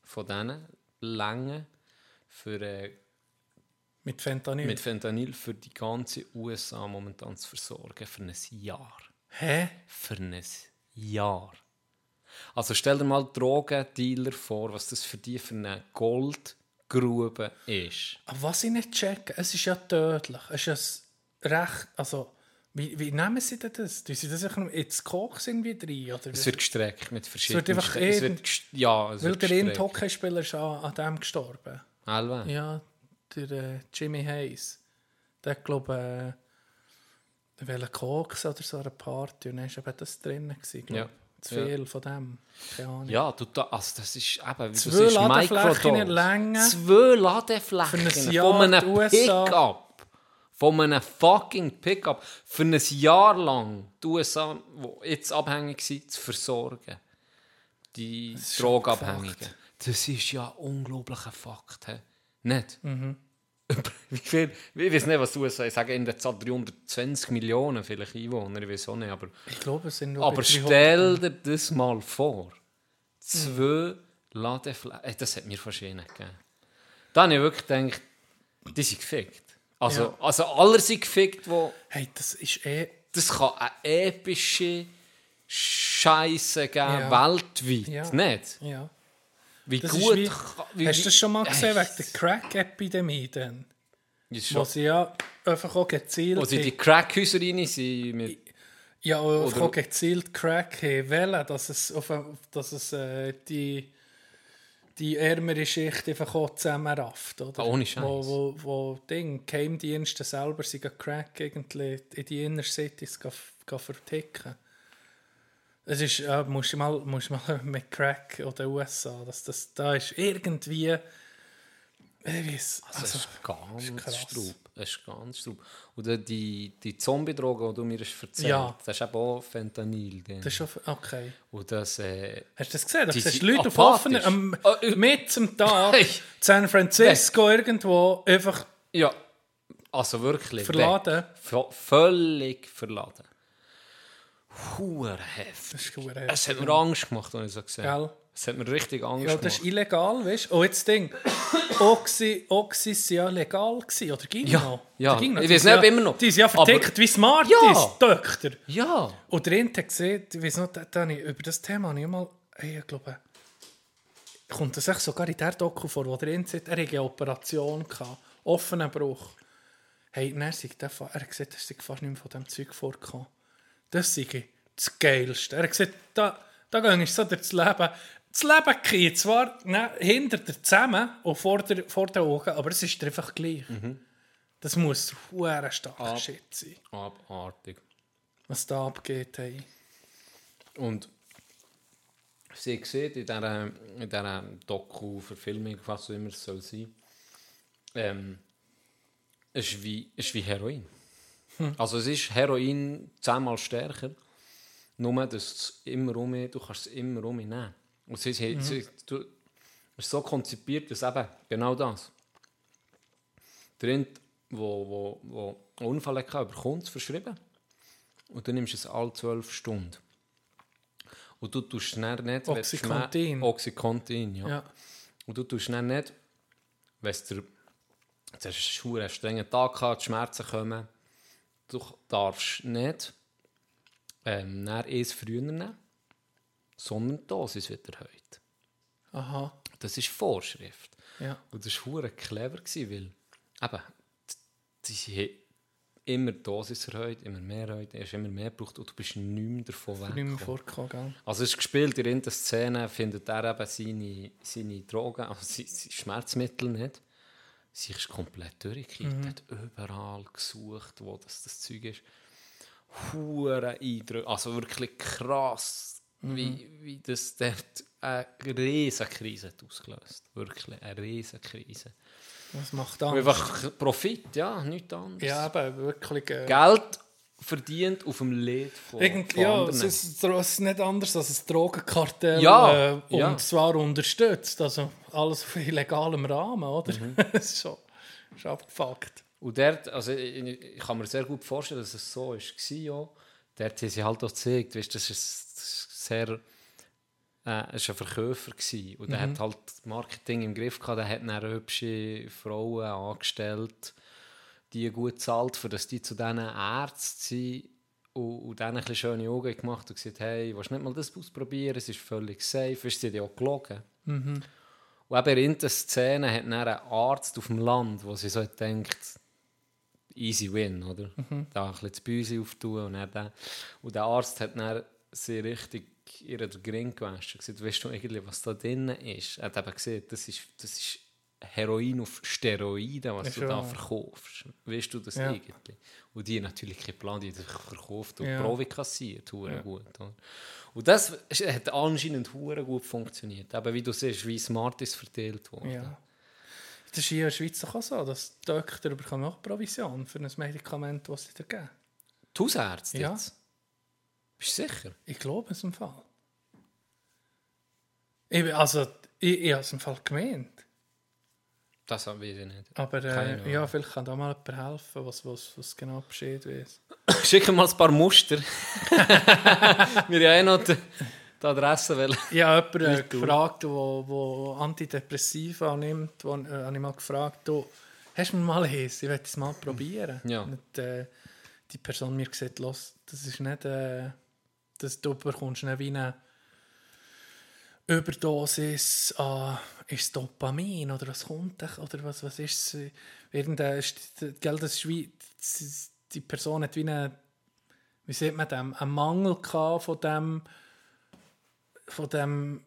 C: von diesen Längen für, äh,
D: Mit Fentanyl.
C: mit Fentanyl für die ganze USA momentan zu versorgen für ein Jahr.
D: Hä?
C: Für ein Jahr. Also stell dir mal Drogendealer vor, was das für die für eine Goldgrube ist.
D: Aber was ich nicht checke, es ist ja tödlich. Es ist ja ein recht, also, wie, wie nehmen sie denn das? Tun sie das einfach nur- jetzt Koks irgendwie rein? Oder
C: Es
D: wie?
C: wird gestreckt mit verschiedenen...
D: einfach
C: Ste- es
D: irgend-
C: wird gest- ja, es
D: Weil
C: wird
D: der eine
C: gestreckt.
D: Hockeyspieler ist an, an dem gestorben.
C: Alva.
D: Ja, der äh, Jimmy Hayes. Der hat, glaube ich, äh, wollte Koks oder so eine Party und dann war eben das drin. Gewesen, glaub.
C: Ja.
D: Zu
C: Ja.
D: viel von dem. Keine Ahnung.
C: Ja, du, da, also das ist eben, wie
D: Zwei
C: du siehst,
D: Ladeflächen in
C: Microdose.
D: Länge.
C: Zwei Ladeflächen
D: Für ein Jahr
C: von
D: die
C: einem
D: USA.
C: Pickup. Von einem fucking Pickup. Für ein Jahr lang die USA, die jetzt abhängig sind, zu versorgen. Die
D: ist schon
C: Drogenabhängigen.
D: Fakt.
C: Das ist ja unglaublicher Fakt. He? Nicht?
D: Mhm.
C: wie viel, ich weiß nicht, was die USA sagen. In der Zahl 320 Millionen vielleicht Einwohner, ich weiß auch nicht. Aber
D: Ich glaube, es sind nur
C: aber
D: bei 300.
C: stell dir das mal vor. Zwei Ladeflächen. Ey, Das hat mir verschieden gegeben. Da habe ich wirklich gedacht, die sind gefickt. Also,
D: Ja.
C: also alle sind gefickt, wo
D: Hey, das ist eh.
C: das kann eine epische Scheiße geben,
D: Ja.
C: weltweit.
D: Ja.
C: Nicht?
D: Ja.
C: Wie
D: Das
C: gut...
D: ist wie,
C: kann- wie-
D: hast du das schon mal
C: Ey,
D: gesehen wegen der Crack-Epidemie? dann?
C: ist
D: Wo
C: schon-
D: sie ja einfach auch gezielt.
C: Wo sie die
D: haben-
C: Crackhäuser rein sind mit...
D: ja, auch einfach
C: oder-
D: auch gezielt Crack haben wollen, dass es, auf, dass es äh, die, die ärmere Schicht einfach auch zusammenrafft. Oder?
C: Ah, ohne Scheiß.
D: Wo, wo, wo Ding, Geheimdienste selber sind gehen Crack irgendwie in die Inner Cities gehen- gehen verticken. Es ist, äh, musst du mal, musst du mal mit Crack oder USA, dass das da ist irgendwie. Ich weiß,
C: Also, es
D: also,
C: ist ganz
D: ist krass.
C: straub. Es ist ganz straub. Oder die, die Zombie-Droge, die du mir hast erzählt
D: Ja.
C: das ist eben auch Fentanyl. Drin.
D: das ist schon. Okay.
C: Und das, äh,
D: Hast du das gesehen? Da
C: Die
D: siehst du
C: sind
D: Leute auf
C: apathisch.
D: offenen, am,
C: Ah, ich-
D: mit am Tag,
C: Hey.
D: San Francisco irgendwo, einfach
C: ja, also wirklich.
D: Verladen.
C: weg. V völlig verladen. Huer heftig.
D: Das ist verdammt
C: Es
D: heftig,
C: hat mir Angst gemacht, als ich so gesehen
D: Gell?
C: habe. Es hat mir richtig Angst
D: Ja, das ist
C: gemacht.
D: illegal, weißt du? Oh, jetzt das Ding. Oxy, Oxy sind ja legal gewesen, oder ging
C: Ja,
D: noch?
C: ja.
D: Oder ging noch?
C: Ich
D: Die
C: weiss
D: sind
C: nicht,
D: ja,
C: ob immer noch.
D: Die sind ja
C: Aber-
D: verdickt wie Smarties,
C: Ja.
D: Doktor.
C: Ja,
D: Und der eine hat gesehen, ich weiss noch, da, da, habe ich- über das Thema habe ich mal, hey, ich glaube, kommt das echt sogar in der Doku vor, wo der eine sagt, er hatte eine Operation, gehabt, offenen Bruch. Hey, dann sei der, fa- er hat gesagt, er sei fast nicht mehr von diesem Zeug vorgekommen. Das sei das Geilste. Er hat gesagt, da, da gehe ich so durch das Leben. Das Leben geht zwar ne, hinter dir zusammen und vor, der, vor den Augen, aber es ist dir einfach gleich. Das muss ein starker Shit sein,
C: abartig.
D: was da abgeht. Hey.
C: Und sie sieht in dieser, in dieser Doku, Verfilmung, was auch immer es soll sein, ähm, es, ist wie, es ist wie Heroin. Also es ist Heroin zehnmal stärker, nur dass es immer um, du kannst es immer umnehmen. Und sie, sie, sie, du, es ist so konzipiert, dass eben genau das. Drin, wo, wo, wo einen Unfall hatte, bekommt es verschrieben. Und du nimmst es alle zwölf Stunden. Und du tust dann nicht... wenn du
D: Oxycontin.
C: Schmer- Oxycontin, ja.
D: Ja.
C: Und du tust dann nicht, wenn es dir... Jetzt hast du einen strengen Tag gehabt, die Schmerzen kommen. Du darfst nicht ähm, dann eins früher nehmen, sondern die Dosis wieder heute.
D: Aha.
C: Das ist Vorschrift.
D: Ja.
C: Und das war verdammt clever, gewesen, weil eben, die haben immer die Dosis erhöht, immer mehr erhöht, hast immer mehr gebraucht und du bist nicht mehr davon
D: Bin ich mir
C: weggekommen.
D: vorgekommen, gell?
C: Also es ist gespielt, in irgendeiner Szene findet er eben seine, seine Drogen, also seine, seine Schmerzmittel nicht. Sie ist komplett durchgekippt,
D: Mhm.
C: hat überall gesucht, wo das, das Zeug ist. Hure Eindrücke, also wirklich krass,
D: Mhm.
C: wie, wie das dort eine riesen Krise hat ausgelöst. Wirklich eine riesen Krise.
D: Was macht das?
C: Einfach Profit, ja, nichts anderes.
D: Ja, eben, wirklich. Äh,
C: Geld verdient auf dem Lied von,
D: Irgendwie,
C: von
D: ja,
C: anderen.
D: es ist, dro- es ist nicht anders als ein Drogenkartell.
C: Ja,
D: äh, und
C: ja.
D: zwar unterstützt. Also alles auf illegalem Rahmen, oder?
C: Mhm.
D: das ist schon ist abgefuckt.
C: Und dort, also ich, ich- ich kann mir sehr gut vorstellen, dass es so war. Ja. Dort haben sie halt auch gezeigt, weißt, das ist sehr. Äh, es war ein Verkäufer. Gewesen. Und der hat halt das Marketing im Griff gehabt. Der hat dann hübsche Frauen angestellt, die gut zahlt, für dass die zu diesen Ärzten sind und, und denen ein bisschen schöne Augen gemacht und gesagt, hey, willst du nicht mal das ausprobieren? Es ist völlig safe. Weißt, sie haben ja auch gelogen. Und eben in der Szene hat dann ein Arzt auf dem Land, wo sie so denkt, easy win, oder? Da ein bisschen das Büsi auftun und dann den. Und der Arzt hat dann sie richtig ihre Grin gewaschen. und Gesagt, weißt du eigentlich, was da drin ist? Er hat eben gesehen, das ist, das ist Heroin auf Steroiden, was
D: Ist
C: du da
D: ja-
C: verkaufst. Weißt du das
D: Ja.
C: eigentlich? Und die haben natürlich keinen Plan, die haben das verkauft und
D: Ja.
C: Provi kassiert, hure gut. Oder? Und das ist- hat anscheinend hure gut funktioniert. Aber wie du siehst, wie smart ist verteilt worden.
D: Ja. Das ist hier in der Schweiz doch auch so, dass die Doktor bekommen auch Provision für ein Medikament, das sie dir geben.
C: Die Hausärzte
D: Ja.
C: jetzt? Bist du sicher?
D: Ich glaube es im Fall. Ich, bin- also, ich, ich habe es im Fall gemeint.
C: Das haben wir nicht.
D: Aber
C: Keine
D: äh, ja, vielleicht kann da mal jemand helfen, was, was, was genau Bescheid weiß.
C: Schicken mal ein paar Muster. wir haben ja eh noch die, die Adresse. Weil
D: Ich habe jemanden äh,
C: Nicht du.
D: gefragt, der wo Antidepressiva nimmt, wo, äh, habe ich mal gefragt, du, hast du mir mal eins? Ich werde es mal probieren.
C: Ja.
D: Und, äh, die Person mir gesagt, los, das ist nicht, äh, das, du bekommst nicht wie eine Überdosis an, ist es Dopamin oder was kommt da- oder was, was ist es? Irgendein, ist- gell, das ist wie, das- die Person hat wie eine, wie sieht man dem, einen Mangel gehabt von dem, von dem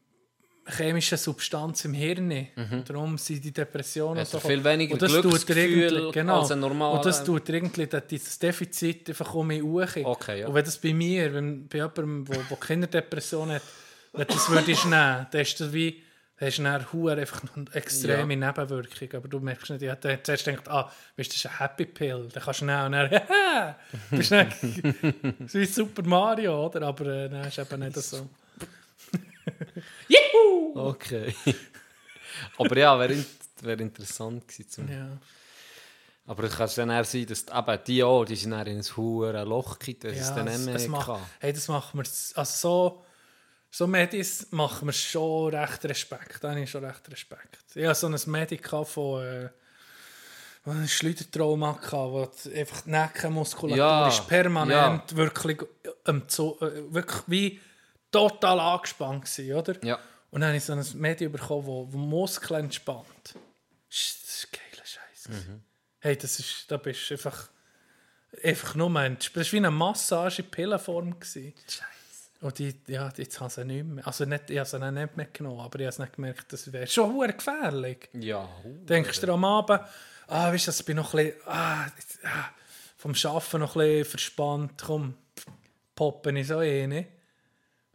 D: chemischen Substanz im Hirn. Darum sind die Depressionen
C: Mhm. Hat er
D: so-
C: viel weniger
D: Und das tut dir
C: Glücksgefühl
D: irgendwie- genau.
C: als ein normaler-
D: Und das tut dir irgendwie das- dieses Defizit einfach um mich hoch.
C: Okay, ja.
D: Und wenn das bei mir, wenn, bei jemandem, der wo keine Depression hat, wenn du das würdest nehmen, dann ist das wie, dann hast du dann verdammt einfach eine extreme Nebenwirkung. Aber du merkst nicht, ich hätte zuerst gedacht, ah, weißt, du, das ist eine Happy Pill, dann kannst du nehmen und dann, haha, bist du dann, so wie Super Mario, oder? Aber äh, dann ist eben nicht so.
C: okay. Aber ja, wäre in, wär interessant gewesen. Zum
D: Ja.
C: Aber es kann dann eher sein, dass die- eben die auch, die sind dann in ein hure Loch gekippt, dass es
D: Ja,
C: dann nicht
D: es-
C: mehr
D: es macht-
C: kann.
D: Hey, das machen wir. s- Also so, so Medis machen wir schon recht Respekt. Da habe ich schon recht Respekt. Ich hatte so ein Medi gehabt von äh, wo ich ein Schleudertrauma, gehatte, wo die- einfach die Nackenmuskulatur
C: Ja,
D: ist permanent wirklich, ähm, zu, äh, wirklich wie total angespannt war, oder?
C: Ja.
D: Und dann habe ich so ein Medi bekommen, wo, wo Muskeln entspannt. Sch- Das ist geiler Scheiß. Hey, das ist, da bist du einfach einfach nur Mensch. Das war wie eine Massage in Pillenform. Scheiße. Und ich, ja, jetzt habe ich sie nicht mehr. Also nicht, ich habe sie dann nicht mehr genommen, aber ich habe es nicht gemerkt, das wäre schon hure gefährlich.
C: Ja.
D: Denkst du dir am Abend, ah, weißt du, ich bin noch ein bisschen, ah, jetzt, ah, vom Arbeiten noch ein bisschen verspannt, komm, poppen ich so rein.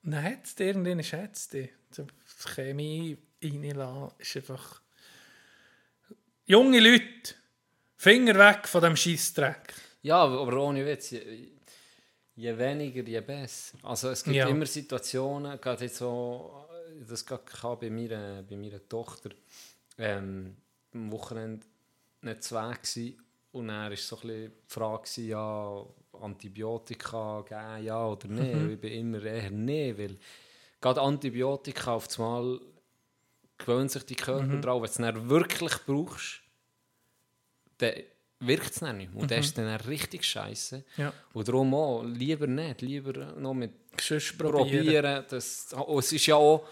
D: Und dann hat es dir, und dann hat es dich. So die Chemie reinlassen ist einfach... Junge Leute, Finger weg von diesem Scheissdreck.
C: Ja, aber ohne Witz. Je, je weniger, je besser. Also es gibt
D: Ja.
C: immer Situationen, gerade jetzt so, das gerade gehabt bei meiner, bei meiner Tochter, ähm, am Wochenende nicht zwei gewesen, und dann war so ein bisschen die Frage, gewesen, ja, Antibiotika geben, ja oder nein. Und Ich bin immer eher nein, weil Gerade Antibiotika auf einmal gewöhnt sich die Körper
D: Mhm.
C: drauf. Wenn du es dann wirklich brauchst, dann wirkt es dann nicht. mehr. Und das ist dann richtig scheiße.
D: Mhm. Ja.
C: Und darum auch, lieber nicht. Lieber noch mit
D: Sonst
C: probieren.
D: probieren.
C: Das, oh, es ist ja auch.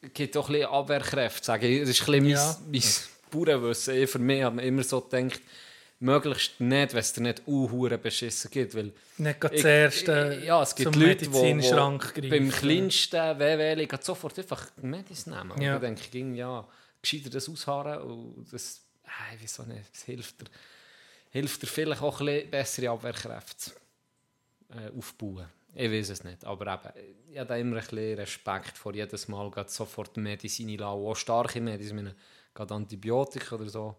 C: Es gibt auch ein bisschen Abwehrkräfte. Sage ich. Das ist ein bisschen
D: Ja.
C: mein, mein Bauernwissen. Ich, für mich habe ich immer so gedacht, möglichst nicht, wenn es dir nicht unhure beschissen gibt. Weil
D: Nicht gerade
C: ich-
D: zuerst äh,
C: ich- ja, es gibt
D: zum
C: Leute, die, die
D: Medizinschrank greifen.
C: beim kleinsten äh, WW gleich sofort einfach Medis nehmen. Und
D: Ja.
C: ich denke, ging ja, gescheiter das ausharren und das, äh, hey, wieso nicht, das hilft dir, hilft dir vielleicht auch ein bisschen bessere Abwehrkräfte äh, aufbauen. Ich weiß es nicht, aber eben, ich habe da immer ein bisschen Respekt vor jedes Mal gerade sofort Medis reinlassen, auch starke Medis, ich meine, gerade Antibiotika oder so.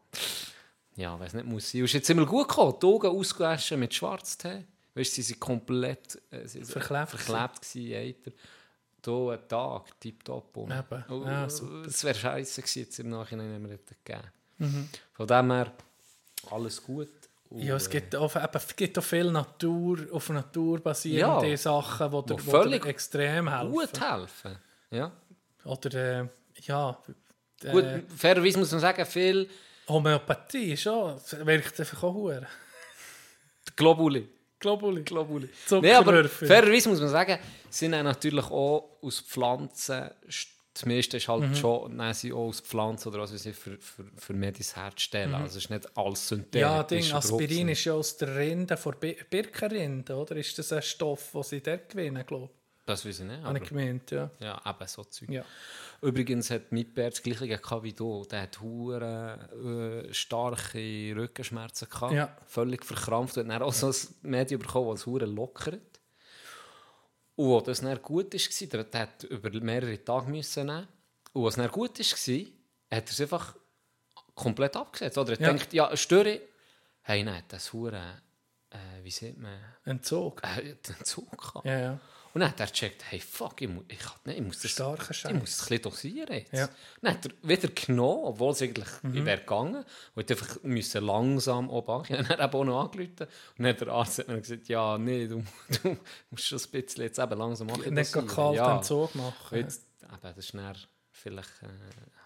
C: Ja, weiß nicht, muss sein. Und ist jetzt immer gut gekommen. Die Augen ausgewaschen mit Schwarztee. Weißt du, sie sind komplett äh, sie sind
D: Verklebt
C: verklebt gewesen, Eiter. Da ein Tag, tipptopp. Und,
D: Eben.
C: und,
D: Ja,
C: und es wäre scheiße gewesen, jetzt im Nachhinein wenn wir das gegeben. Von dem her, alles gut. Und,
D: Mhm. Ja, es
C: äh,
D: gibt auch, eben, es gibt auch viel Natur, auf Natur basierende
C: Ja.
D: Sachen, die dir,
C: Wo
D: die
C: völlig
D: dir extrem helfen.
C: gut helfen. Ja.
D: Oder, äh, ja, äh,
C: Gut, fairerweise muss man sagen, viel
D: Homöopathie ist auch, es wirkt einfach auch verdammt.
C: Globuli.
D: Globuli.
C: Globuli. Nee, aber
D: Zuckerwürfel.
C: fairerweise muss man sagen, sie nehmen natürlich auch aus Pflanzen, das meiste ist
D: Mhm.
C: halt schon, nehmen sie auch aus Pflanzen oder was weiß ich, für, für, für Medis herzustellen. Also es ist nicht alles synthetisch.
D: Mhm. ja, Ding,
C: überhaupt
D: Aspirin
C: nicht.
D: ist ja aus der Rinde von Bir Birkenrinde, oder? Ist das ein Stoff, den sie dort gewinnen, glaube ich?
C: Das weiß ich nicht,
D: Habe
C: aber...
D: ich gemeint, ja.
C: Ja, eben so Zeug.
D: Ja.
C: Übrigens hat Mitbär das gleiche gehabt wie du. Der hat hure äh, starke Rückenschmerzen gehabt.
D: Ja.
C: Völlig verkrampft. Und dann auch so ein Medium bekommen, das hure lockert. Und als das dann gut war, der, der hat über mehrere Tage müssen nehmen. Und als es dann gut war, hat er es einfach komplett abgesetzt. Oder er
D: Ja.
C: ja. denkt, ja, störe ich. Hey, nein, das hure äh, wie sieht man,
D: Entzug.
C: äh, den Zug gehabt.
D: Ja, ja.
C: Und dann hat er gecheckt, hey, fuck, ich muss, ich, kann nicht, ich muss das,
D: Starker
C: ich
D: Scheiß.
C: muss das ein bisschen dosieren jetzt.
D: Ja.
C: Dann hat Nou, er wieder genommen, obwohl es eigentlich mhm. wäre gegangen. Und hat einfach müssen langsam abhangen. Dann hat er eben auch noch angerufen. Und dann hat der Arzt hat mir gesagt, ja, nee, du, du musst schon ein bisschen jetzt eben langsam machen.
D: Nicht gerade kalt Entzug machen.
C: Jetzt, eben, das ist dann vielleicht äh, eine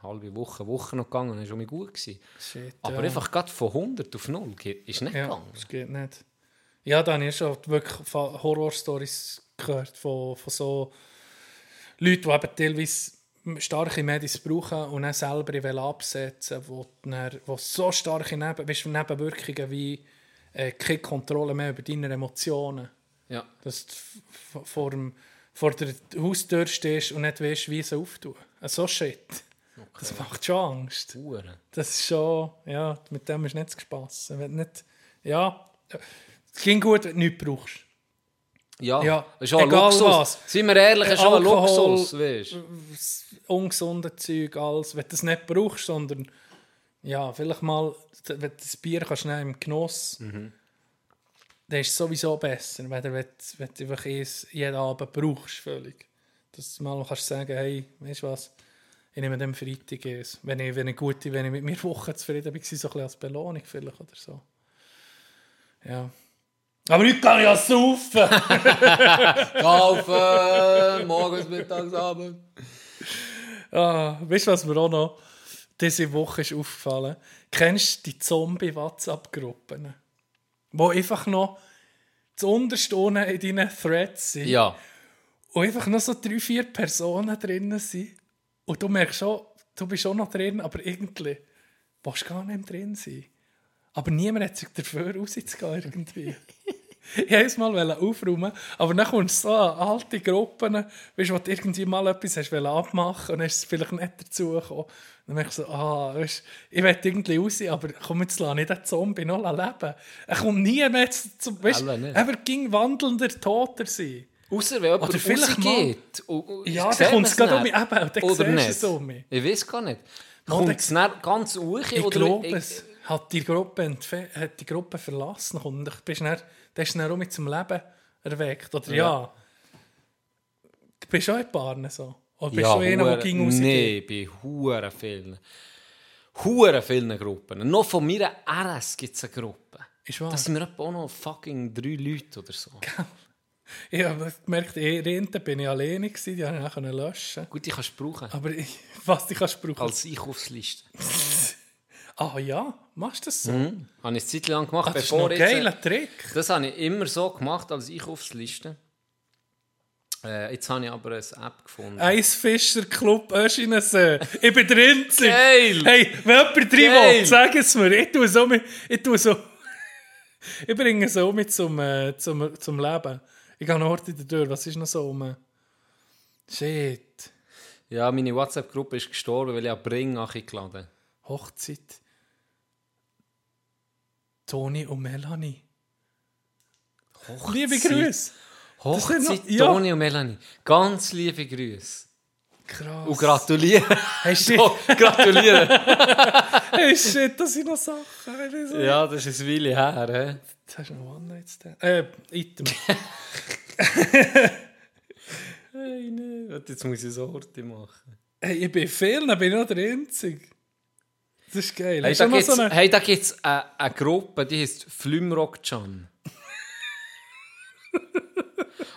C: halbe Woche, Woche noch gegangen. Dann war schon mal gut. Gewesen.
D: Shit,
C: Aber
D: ja.
C: einfach gerade von 100 auf 0 geht- ist nicht
D: Ja,
C: gegangen.
D: das geht nicht. Ja, da habe ich schon wirklich von Horror-Stories gehört von, von so Leuten, die eben teilweise starke Medis brauchen und dann selber wollen absetzen wollen, die, dann- die so starke Neben, weißt, du, Nebenwirkungen wie äh, keine Kontrolle mehr über deine Emotionen.
C: Ja.
D: Dass du v- vor, dem, vor der Haustür stehst und nicht weißt, wie sie auftun. Äh, So shit. Das macht schon Angst.
C: Huren.
D: Das ist schon, ja, mit dem ist nicht zu spassen. Wenn du nicht, ja, es ging gut, wenn du nichts brauchst.
C: Ja,
D: Ja,
C: ist auch ein
D: egal
C: Luxus.
D: was.
C: Sind wir ehrlich, ist auch ein
D: Alkohol.
C: Luxus, weißt du?
D: Ungesunde Zeug, alles, wenn du es nicht brauchst, sondern, ja, vielleicht mal, wenn du das Bier kannst nehmen im Genuss, dann ist es sowieso besser, wenn du, wenn du, wenn du einfach eins jeden Abend brauchst, völlig. Dass du mal kannst sagen, hey, weißt du was, ich nehme dem Freitag eins. Wenn ich, wenn ich gute, wenn ich mit mir Woche zufrieden bin, so ein bisschen als Belohnung vielleicht oder so. Ja. Aber heute kann ich ja saufen!
C: Kaufen, morgens, mittags, abends.
D: Ah, weißt du, was mir auch noch diese Woche ist aufgefallen? Kennst du die Zombie-WhatsApp-Gruppen? Wo einfach noch zu unterst unten in deinen Threads sind.
C: Ja,
D: Und einfach noch so drei, vier Personen drinnen sind. Und du merkst schon, du bist auch noch drin, aber irgendwie willst du gar nicht mehr drin sein. Aber niemand hat sich dafür rauszugehen irgendwie. ich wollte mal aufräumen, aber dann kommst du so an alte Gruppen, weißt, du, wo du irgendwie mal etwas hast wollen abmachen und dann ist es vielleicht nicht dazu gekommen. Dann merkst du so, ah, weißt, du, ich will irgendwie raus, aber komm, jetzt lasse ich den Zombie noch leben. Er kommt nie mehr zu, zu weißt,
C: Alle nicht.
D: er wird ging wandelnder Toter sein.
C: außer wenn jemand
D: Oder vielleicht
C: rausgeht. und- und-
D: Ja,
C: sieht
D: dann
C: man
D: kommt's gerade
C: dann.
D: um mich, eben, und dann
C: Oder
D: siehst du
C: nicht.
D: es um mich.
C: Ich weiß gar nicht.
D: Mal,
C: Kommt
D: dann-
C: es dann ganz ruhig?
D: Ich
C: oder
D: glaube, es hat die Gruppe, entfe- hat die Gruppe verlassen und du bist dann, dann ist dann auch mit zum Leben erweckt. Oder ja. Du bist auch in Paaren so. Oder bist du einer, der
C: hure-
D: ging rausgeht?
C: Nee, bei huren vielen. Huren vielen Gruppen. Noch von meiner RS gibt es eine Gruppe.
D: Ist wahr.
C: Das sind wir etwa auch noch fucking drei Leute oder so.
D: Ich habe gemerkt, eh, Rente bin ich alleine gewesen, die habe ich dann löschen.
C: Gut, die kannst du brauchen.
D: Aber ich, was ich kannst brauchen.
C: Als Einkaufsliste.
D: ah ja, machst du das so?
C: Mhm. Habe ich eine Zeit lang gemacht,
D: Ah, das ist noch
C: bevor
D: ein
C: jetzt- äh,
D: geiler Trick.
C: Das habe ich immer so gemacht als Einkaufsliste. Äh, jetzt habe ich aber eine App gefunden.
D: Eisfischer Club Öschinensee. Ich bin drin. gewesen.
C: Geil.
D: Hey, wenn jemand drin
C: Geil.
D: will, sag es mir. Ich tue so mit, ich tue so. ich bringe so mit zum, äh, zum, zum Leben. Ich gehe noch heute in der Tür. Was ist noch so um? Shit.
C: Ja, meine WhatsApp-Gruppe ist gestorben, weil ich an Bring nachgeladen habe.
D: Hochzeit. Toni und Melanie.
C: Hochzeit.
D: Liebe Grüße.
C: Hochzeit,
D: Das sind noch- ja.
C: Toni und Melanie. Ganz liebe Grüße.
D: Krass.
C: Und gratulieren.
D: Hey, shit.
C: Oh, gratulieren.
D: hey, shit, das sind noch Sachen. Ich bin so-
C: ja, das ist ein Weile her. He?
D: Jetzt hast du noch One Night Stand. Äh, Item.
C: Hey, nee. Jetzt muss ich so Horte machen.
D: Hey, ich bin vielen, bin ich noch der Einzige. Das ist geil.
C: Hey,
D: Hast
C: da
D: du noch
C: gibt
D: so
C: es
D: eine...
C: hey, da gibt's eine, eine Gruppe, die heißt Flümrock-Chan.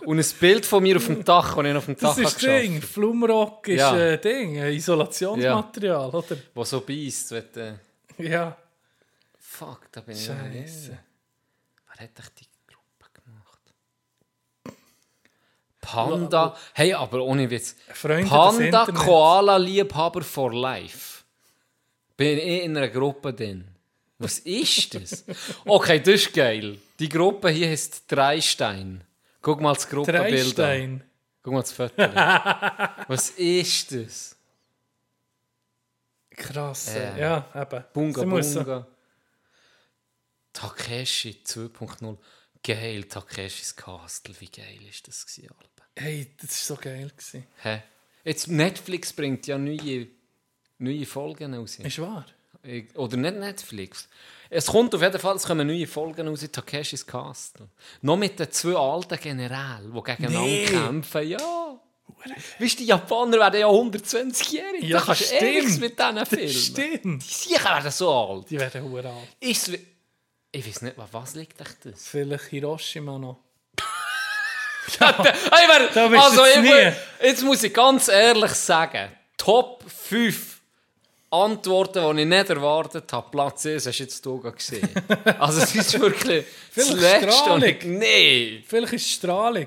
C: Und ein Bild von mir auf dem Dach, das ich auf dem Dach
D: Das ist
C: habe
D: das Ding.
C: geschafft
D: Flumrock ist
C: Ja.
D: äh, Ding. Ein Isolationsmaterial, oder?
C: habe. Wo so beißt, wenn du...
D: Ja.
C: Fuck, da bin ich...
D: Scheiße.
C: Wer hat dich die Gruppe gemacht? Panda... Hey, aber ohne Witz.
D: Freunde des
C: Panda
D: Internets.
C: Koala Liebhaber for Life. Bin ich in einer Gruppe drin. Was ist das? Okay, das ist geil. Die Gruppe hier heißt Dreistein. Guck mal das Gruppenbild an.
D: Dreistein.
C: Guck mal das Foto. an. Was ist das?
D: Krass.
C: Ja.
D: Ja, eben.
C: Bunga
D: Sie muss so-
C: Bunga. Takeshi 2.0. Geil, Takeshis Castle. Wie geil ist das gewesen, Alba?
D: Hey, das war so geil. Gewesen.
C: Hä? Jetzt Netflix bringt ja neue, neue Folgen raus.
D: Ist wahr?
C: Ich- Oder nicht Netflix. Es kommt auf jeden Fall, es kommen neue Folgen raus in Takeshis Castle. Noch mit den zwei alten Generälen, die gegeneinander
D: Nee.
C: kämpfen. Ja. Weißt du, die Japaner werden ja 120-jährig.
D: Ja,
C: da kannst du
D: stimmt.
C: eh nichts mit diesen Filmen.
D: Stimmt.
C: Sicher werden so alt.
D: Die werden hure alt.
C: Ist, ich weiß nicht, was- was liegt euch das?
D: Vielleicht Hiroshima noch.
C: Hey, wer-
D: Da bist
C: also,
D: du jetzt
C: ich,
D: nie.
C: mu- jetzt muss ich ganz ehrlich sagen: Top 5 Antworten, die ich nicht erwartet habe. Platz 1 hast jetzt du gerade gesehen. also, es ist wirklich das
D: Vielleicht
C: Letzte. und-
D: Strahlung.
C: Nein!
D: Vielleicht ist es Strahlung.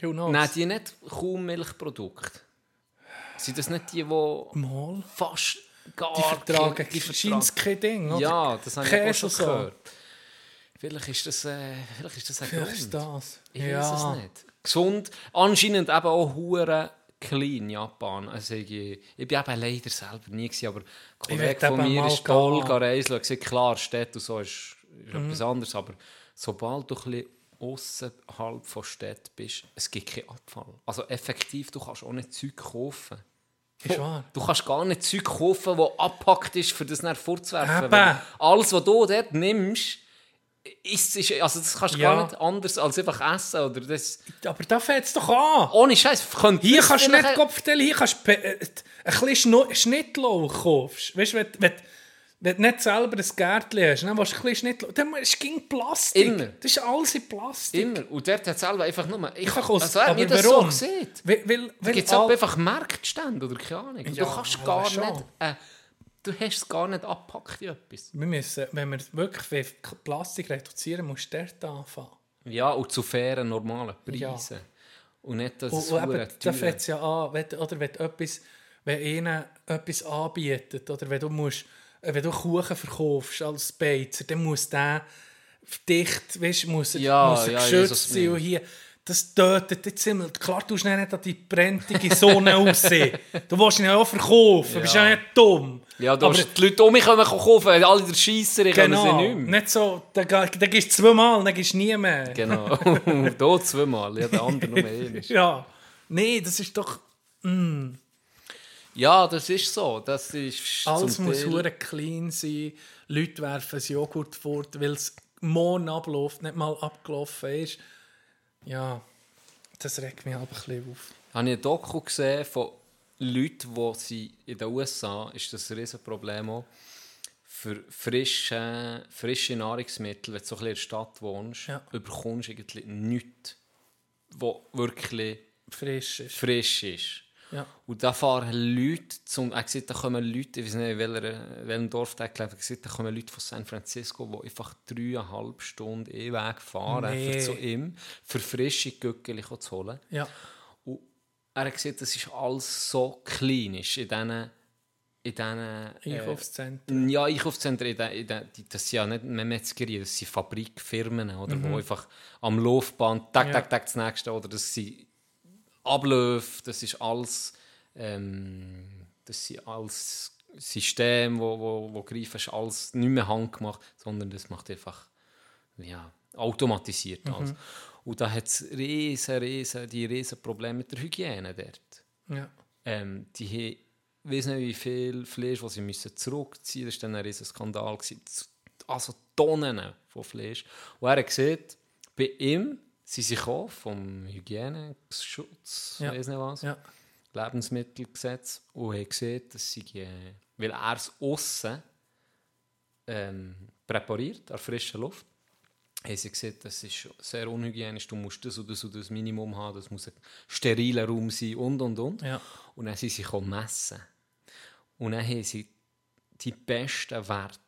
D: Who knows?
C: Nein, die nicht kaum Milchprodukte. Sind das nicht dus die, die
D: Mal.
C: fast gar
D: Die vertragen
C: Ah, die
D: scheint kein Ding, oder?
C: Ja, nou das habe ich
D: Käse
C: auch schon
D: und so.
C: gehört. Vielleicht ist das, äh, vielleicht ist das ein
D: Vielleicht
C: Grund.
D: ist das.
C: Ich weiß es nicht. Gesund, anscheinend eben auch hure klein Japan. Also ich, ich bin eben leider selber nie gewesen, aber ein Kollege
D: möchte
C: von
D: eben
C: mir
D: mal
C: ist toll
D: gehen. Mhm.
C: gereist. Ich klar, Städte und so ist, ist etwas anderes, aber sobald du ein bisschen außerhalb von Städten bist, es gibt keinen Abfall. Also effektiv, du kannst auch nicht Zeug kaufen.
D: Ist wahr.
C: Du kannst gar nicht Zeug kaufen, das abpackt ist, für das dann fortzuwerfen.
D: Eben.
C: Weil Alles, was du dort nimmst, ist, ist, also das kannst du
D: Ja.
C: gar nicht anders als einfach essen. Oder das,
D: Aber da fängt es doch an.
C: ohne Scheiß. Könnte
D: Hier
C: das
D: kannst du nicht
C: vielleicht-
D: Kopfteil, hier kannst du pe- äh, t- ein bisschen Schno- Schnittlauch kaufst. Weißt du, wenn, wenn, wenn du nicht selber ein Gärtchen hast, dann willst du ein bisschen Schnittlauch. Dann ist ging Plastik.
C: Immer.
D: Das ist alles in Plastik.
C: Immer. Und dort hat es selber einfach nur... Ich,
D: Einfach aus-
C: also, er hat
D: aber
C: mir das
D: warum?
C: so gesehen.
D: Weil, weil,
C: Da
D: weil
C: gibt es
D: all-
C: einfach Marktstände oder keine Ahnung.
D: Ja,
C: du kannst
D: aber
C: gar
D: schon.
C: nicht... Äh, du hast es gar nicht abpackt in etwas.
D: wir müssen, wenn wir wirklich will Plastik reduzieren, musst du dort anfangen.
C: Ja, und zu fairen, normalen Preisen. Und nicht, dass
D: Und,
C: es
D: und eben,
C: verdammt
D: da
C: teuer-
D: fängt es ja ah, an, wenn, oder wenn etwas, wenn ihnen etwas anbietet, oder wenn du musst, äh, wenn du Kuchen verkaufst als Beizer, dann muss der dicht, weißt, muss er,
C: Ja,
D: muss
C: ja,
D: er
C: ich weiß, was
D: geschützt
C: du
D: sein und hier, das tötet jetzt immer. Klar, du hast nicht an dus die nou brennende Sonne aussehen. Du willst ihn ja auch verkaufen, Du bist ja nicht dumm.
C: Ja, da
D: Aber-
C: hast du die Leute um mich kommen kaufen, weil alle der Scheisser, ich genau.
D: genau,
C: sie nicht mehr.
D: nicht so, dann da gehst du zweimal, dann gehst du nie mehr.
C: Genau. da zweimal, ja, der andere nur einmal.
D: Ja, nee, das ist doch,
C: Ja, das ist so. Das ist
D: Alles
C: zum
D: muss
C: Teil-
D: hure clean sein. Leute werfen das Joghurt fort, weil es morgen abläuft, nicht mal abgelaufen ist. Ja, das regt mich halt ein bisschen auf.
C: habe ich ein Doku gesehen von Leuten, die sie in den USA, ist das ein Riesenproblem auch, für frische, frische Nahrungsmittel, wenn du so ein bisschen in der Stadt wohnst,
D: Ja.
C: überkommst du eigentlich nichts. wo wirklich
D: frisch ist.
C: frisch ist.
D: Ja.
C: Und da fahren Leute, zum, er sieht, da kommen Leute, ich weiß nicht, in welcher, welchem Dorf der gelebt hat, er sieht, da kommen Leute von San Francisco, die einfach dreieinhalb Stunden eh Weg fahren,
D: Nee.
C: für zu ihm, für frische Göckeli zu holen.
D: Ja.
C: Und er hat gesagt, das ist alles so klinisch in diesen... In diesen äh,
D: Einkaufszentrum.
C: ja, Einkaufszentren, in den, in den, die- das sind ja nicht mehr Metzgerien, das sind Fabrikfirmen, oder, wo einfach am Laufband, tag,
D: Ja.
C: tag, tag, das nächste, oder das sind Abläufe, das ist alles, ähm, das sind alles System, wo, wo, wo greifen, ist alles nicht mehr handgemacht, sondern das macht einfach, ja, automatisiert alles. Und da hat es riesen, riesen, die riesen Probleme mit der Hygiene dort.
D: Ja.
C: Ähm, die haben, ich weiß nicht, wie viel Fleisch, was sie müssen zurückziehen mussten. Das war dann ein riesen Skandal. gewesen. Z- Also Tonnen von Fleisch. Und er hat gesehen, bei ihm sind sie gekommen, vom Hygieneschutz,
D: Ja.
C: ja. weiß nicht was,
D: Ja.
C: Lebensmittelgesetz. Und haben gesehen, dass sie, äh, weil er es aussen ähm, präpariert, an frischer Luft, haben sie gesehen, das ist sehr unhygienisch, du musst das oder das, oder das Minimum haben, das muss ein steriler Raum sein und, und, und.
D: Ja.
C: Und dann sind sie gekommen messen. Und dann haben sie die besten Werte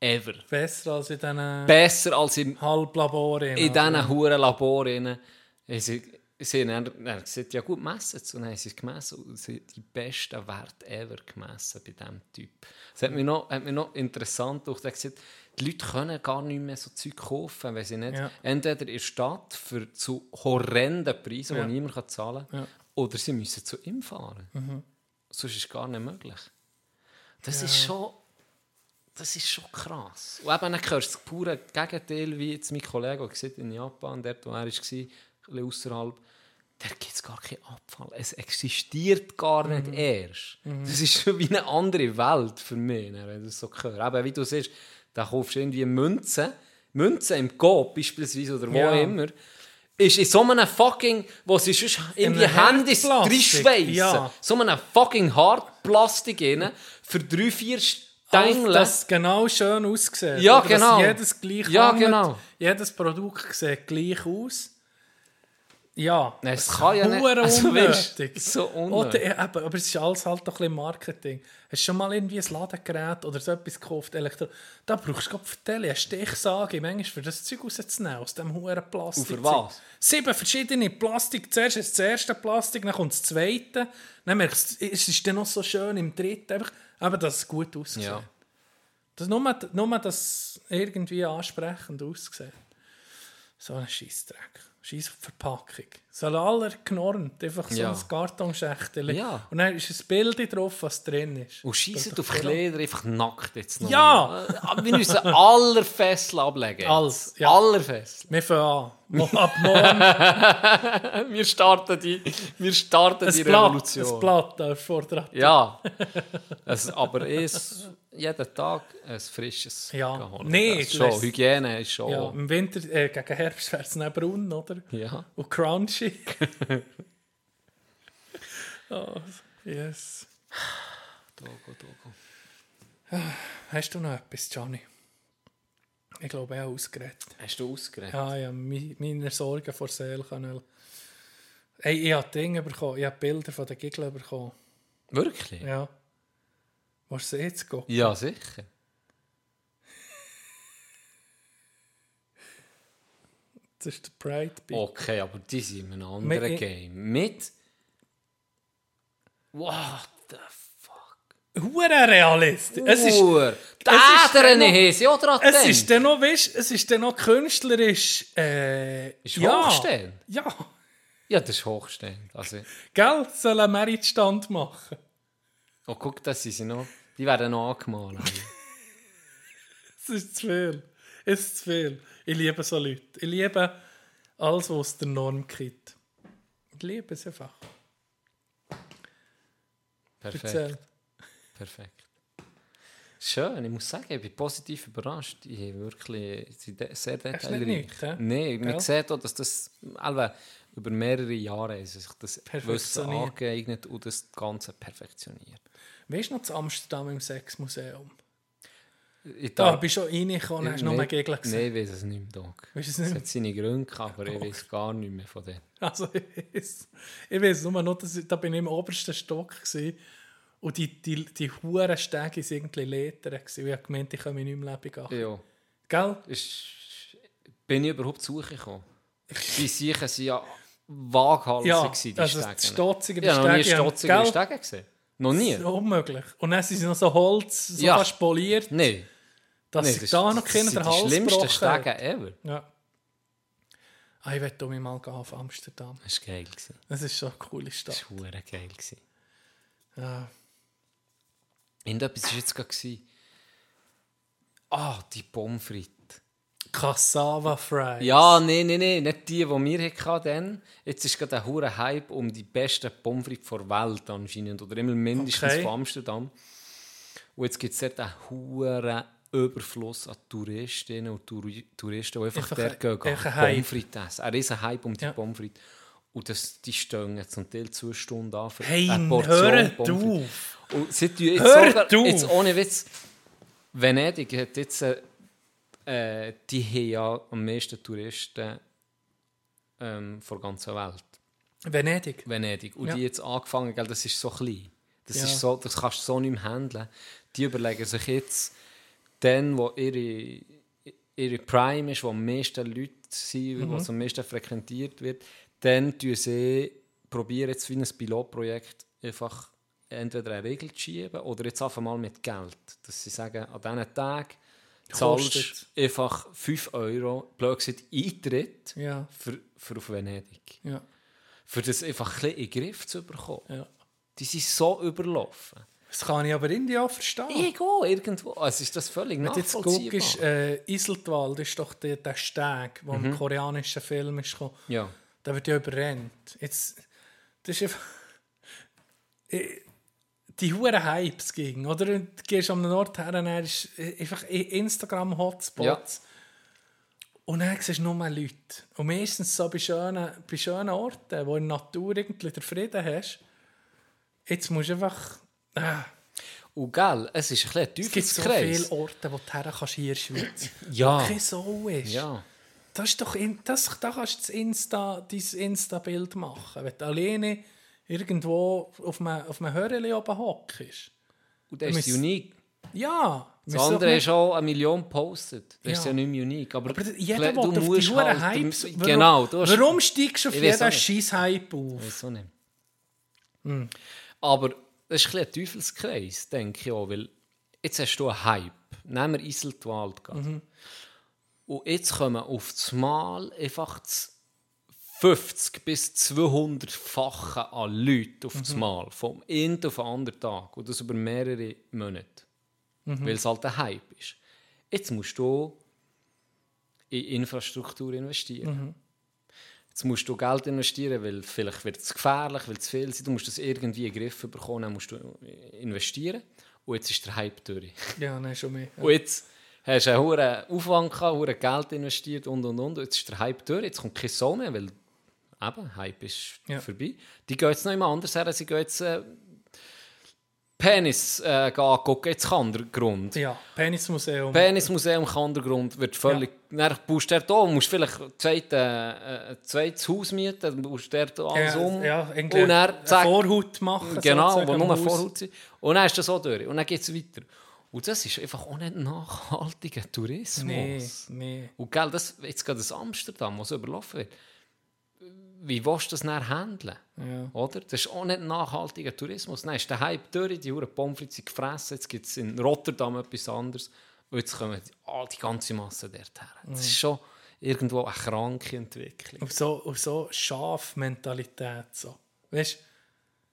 C: ever.
D: Besser als in diesen
C: Besser als im,
D: Halblaboren.
C: in diesen hohen Laboren. Haben Sie, sie haben dann- dann gesagt, ja gut, messen sie. Und dann haben sie es gemessen und sie haben die besten Werte ever gemessen bei diesem Typ. Das hat mich noch, hat mich noch interessant gemacht. Er hat gesagt, die Leute können gar nicht mehr so Zeug kaufen, weil sie nicht
D: Ja.
C: entweder in der Stadt für zu horrenden Preisen,
D: Ja.
C: die niemand kann zahlen kann,
D: Ja. Mhm.
C: oder sie müssen zu ihm fahren. Sonst ist es gar nicht möglich. Das ist schon... Das ist schon krass. Und eben, dann hörst du das pure Gegenteil, wie jetzt mein Kollege, der gesagt hat, in Japan, dort, wo er war, ein bisschen außerhalb, da gibt es gar keinen Abfall. Es existiert gar nicht
D: Mhm.
C: erst. Das ist schon wie eine andere Welt für mich, wenn du das so hörst. Eben, wie du siehst, da kaufst du irgendwie Münzen, Münzen im Coop beispielsweise oder wo
D: Ja.
C: immer, ist in so einem fucking, wo sie sonst irgendwie
D: einem
C: Handys
D: Hartplastik,
C: reinschweissen,
D: ja.
C: so einem fucking Hartplastik rein, für drei, vier
D: Dengle.
C: Stängel.
D: Dass es genau schön aussieht.
C: Ja,
D: Oder dass
C: genau.
D: Jedes gleich
C: Ja,
D: hängt,
C: genau.
D: Jedes Produkt sieht gleich aus. Ja.
C: Nein, es kann ja nicht.
D: Hure
C: Also, weißt,
D: unnötig.
C: so
D: Oder,
C: unnötig.
D: eben, aber es ist alles halt doch ein bisschen Marketing. Hast du schon mal irgendwie ein Ladegerät oder so etwas gekauft, Elektro da brauchst du gerade für die Tele eine Stichsage, manchmal für das Zeug rauszunehmen, aus dem hohen Plastik.
C: Und für was?
D: Sieben verschiedene Plastik. Zuerst ist das erste Plastik, dann kommt das zweite. Dann merkst du, es ist dann noch so schön im dritten. Einfach, aber dass es gut aussieht.
C: Ja.
D: Das nur, nur, dass es irgendwie ansprechend aussieht. So ein Scheissdreck. Scheiss auf die Verpackung. So aller genormt, einfach so
C: Ja.
D: ein Kartonschächtel.
C: Ja.
D: Und dann ist ein Bild drauf, was drin ist.
C: Und schießen
D: Das ist
C: auf
D: doch
C: Kleider einfach nackt jetzt noch.
D: Ja!
C: Äh, Wir müssen aller Fesseln ablegen.
D: Alles, ja.
C: Aller Fesseln.
D: Wir fangen an. Mo- Ab morgen
C: Wir starten die, wir starten die
D: ein Blatt.
C: Revolution.
D: Ein Blatt da vor dran.
C: Ja. es, aber es jeden Tag ein frisches
D: Ja.
C: gehen holen.
D: Nee,
C: Das
D: ich
C: schon.
D: weiss.
C: Hygiene ist schon.
D: Ja, Im Winter, äh, gegen Herbst wäre es dann braun, oder?
C: Ja.
D: Und crunchy. oh, yes.
C: Togo, Togo.
D: Hast du noch etwas, Johnny? Ich glaube, ich habe ausgeredet.
C: Hast du ausgerechnet?
D: Ja, ja, mi- meine Sorgen vor Seele können. Hey, ich habe Dinge bekommen, ich habe Bilder von den Giggel bekommen.
C: Wirklich? Ja.
D: Ja. Was sie jetzt gucken?
C: sicher.
D: Das ist der Pride Beat.
C: Okay, aber die sind in einem
D: Mit-
C: anderen Game. Mit. What the fuck?
D: Hure realistisch. Es ist,
C: Uhr. Die
D: es ist
C: Ädern
D: dennoch-
C: haben sie auch dran
D: es
C: gedacht.
D: ist dann noch, weißt, es ist dann noch künstlerisch. Äh,
C: Ist
D: ja.
C: hochstehend.
D: Ja.
C: Ja, das ist hochstehend. Also,
D: Gell? Soll einen Meritstand machen.
C: oh, guck, das sind sie noch. Die werden noch angemalt.
D: Es ist zu viel. Es ist zu viel. Ich liebe so Leute. Ich liebe alles, was aus der Norm kommt. Ich liebe es einfach.
C: Perfekt.
D: Erzähl.
C: Perfekt. Schön, ich muss sagen, ich bin positiv überrascht. Ich habe wirklich sie de- sehr
D: nicht
C: detailreich.
D: nichts, hä?
C: Nein, man
D: Gell?
C: sieht auch, dass das also, über mehrere Jahre ist, sich das Wissen
D: Perfektioniert.
C: angeeignet und das Ganze perfektioniert.
D: Weißt du noch zu Amsterdam im Sexmuseum?
C: Ich
D: Da
C: darf-
D: bist du auch reingekommen und hast nur
C: Nein,
D: mehr Gegel gesehen.
C: Nein, ich weiß es nicht mehr, Doc.
D: Weißt du es
C: Es
D: nicht?
C: hat seine Gründe gehabt, aber ich weiß gar nicht mehr von dem.
D: Also ich weiß, ich weiß nur noch, dass ich, da bin ich im obersten Stock gsi und die, die, die huren Stege waren irgendwie Leder. Ich habe gemeint, ich komme nicht mehr lebendig an.
C: Ja.
D: Gell?
C: Ist, bin ich überhaupt zu Suche gekommen? Die Siechen waren ja waghalsig,
D: Ja,
C: die
D: also
C: Stegen.
D: die stotzigen
C: Ich habe noch nie
D: Stege haben-
C: stotzige
D: gell?
C: Stegen gesehen. Noch nie?
D: So unmöglich. Und dann sind sie noch so Holz, so
C: Ja.
D: fast poliert,
C: Nein.
D: dass
C: nein,
D: sich da noch
C: das
D: keiner
C: sind
D: der Hals
C: Die schlimmsten
D: gebrochen hat.
C: Stegen ever.
D: Ja. Ah, ich möchte mich mal gehen auf Amsterdam.
C: Das war geil. gewesen.
D: Das ist so eine coole Stadt.
C: Das war verdammt geil. gewesen.
D: Ja.
C: Irgendetwas war jetzt gerade. gewesen. Ah, die Pommes frites.
D: Cassava Fries.
C: Ja, nein, nein, nein, nicht die, die wir hatten. dann. Jetzt ist gerade ein hoher Hype um die besten Pommes frites der Welt anscheinend. Oder immer mindestens
D: Okay.
C: von Amsterdam. Und jetzt gibt es dort einen hohen Überfluss an Touristinnen und Touri Touristen, die einfach,
D: Einfach
C: dort
D: ein-
C: gehen, gehen
D: einfach ein Hype.
C: Pommes frites essen. Ein riesen Hype um die
D: Ja.
C: Pommes frites. Und das, die stehen zum Teil zwei Stunden an für
D: Hey,
C: eine Portion
D: hör
C: Pommes frites.
D: auf!
C: Und sie tun jetzt
D: Hör
C: sogar,
D: auf!
C: jetzt ohne Witz, Venedig hat jetzt, äh, äh, die haben ja am meisten Touristen ähm, von der ganzen Welt.
D: Venedig.
C: Venedig. Und
D: Ja.
C: die jetzt angefangen, gell, das ist so klein. Das,
D: Ja.
C: ist so, das kannst du so nicht mehr handeln. Die überlegen sich jetzt, dann, wo ihre, ihre Prime ist, wo am meisten Leute sind,
D: Mhm.
C: wo es am meisten frequentiert wird, dann tun sie, probieren jetzt wie ein Pilotprojekt einfach entweder eine Regel zu schieben oder jetzt einfach mal mit Geld. Dass sie sagen, an diesen Tag zahlst
D: Kostet.
C: du einfach 5 Euro, blöd gesagt, Eintritt
D: Ja,
C: für, für auf Venedig
D: ja,
C: für das einfach ein bisschen in den Griff zu bekommen.
D: ja.
C: Die sind so überlaufen.
D: Das kann ich aber in dir auch verstehen.
C: Ich auch, irgendwo. Also ist das völlig
D: Wenn du jetzt
C: nachvollziehbar. Mhm.
D: guckst, äh, Iseltwald ist doch der, der Steg, der im koreanischen Film ist. gekommen.
C: ja.
D: Der wird ja überrennt. Jetzt, das ist einfach... Ich- Eh, Die hohen Hypes gegen, oder? Du gehst am Nord her und dann ist äh, einfach i- Instagram-Hotspots. Und dann siehst du nur Leute. Und meistens so bei schönen, bei schönen Orten, wo in der Natur irgendwie den Frieden hast. Jetzt musst du einfach... Ah.
C: Und gell, es ist ein bisschen ein
D: Es gibt so
C: Teufelskreis.
D: viele Orte, wo du her kannst hier in der Schweiz.
C: Ja.
D: Wo Keine Sau ist.
C: Ah. ja.
D: Das ist doch in, das, da kannst du das Insta, dein Insta-Bild machen. Wenn du alleine irgendwo auf einem, auf einem Hörerli oben hockst.
C: Und das ist
D: müssen-
C: unique.
D: Ja.
C: Das
D: wir sind doch
C: andere
D: nicht-
C: ist auch eine Million gepostet. Das ist
D: Ja.
C: ja nicht mehr unique. Aber,
D: Aber jeder
C: klar,
D: will auf die
C: musst
D: hohen
C: halt- du-
D: Hypes. Warum,
C: Genau. Du hast-
D: warum steigst du auf
C: Ich weiss auch
D: jeden
C: nicht.
D: scheiß Hype auf?
C: Wieso nicht? Aber das ist ein, bisschen ein Teufelskreis, denke ich auch, weil jetzt hast du einen Hype. Nehmen wir Iseltwald gerade. Und jetzt kommen auf das Mal einfach das 50 bis 200-fache an Leute auf das Mal, vom einen auf den anderen Tag und das über mehrere Monate, weil es halt ein Hype ist. Jetzt musst du in Infrastruktur investieren. Jetzt musst du Geld investieren, weil vielleicht wird es gefährlich, weil es viel ist. Du musst das irgendwie in den Griff bekommen, dann musst du investieren. Und jetzt ist der Hype durch.
D: Ja, nein, schon mehr.
C: Und jetzt hast du einen hohen Aufwand gehabt, hohen Geld investiert und und und. Und Jetzt ist der Hype durch, jetzt kommt keine Sau mehr, weil eben, Hype ist
D: Ja.
C: vorbei. Die gehen jetzt noch immer anders her, sie gehen jetzt äh, Penis äh, gehen angucken, jetzt kann der Grund.
D: Ja, Penismuseum.
C: Penismuseum Kandergrund wird völlig. Dann baust du dort um, musst vielleicht ein zweites, äh, ein zweites Haus mieten, dann baust du dort alles
D: ja,
C: um.
D: ja,
C: und
D: irgendwie
C: dann
D: eine
C: zack,
D: Vorhaut machen.
C: Genau,
D: sozusagen
C: wo
D: am
C: nur
D: Haus.
C: Vorhaut sind. Und dann ist das auch durch. Und dann geht es weiter. Und das ist einfach auch nicht nachhaltiger Tourismus.
D: Nee, nee.
C: Und gell, das, jetzt geht das Amsterdam, was überlaufen wird. Wie willst du das dann handeln?
D: Ja.
C: Oder? Das ist auch nicht nachhaltiger Tourismus. Nein, ist der Hype durch, die Huren Pommes frites sind gefressen, jetzt gibt es in Rotterdam etwas anderes. Und jetzt kommen die, ah, die ganze Masse dort her. Das ist schon irgendwo eine kranke Entwicklung.
D: auf so, auf so Schafmentalität. So. Weißt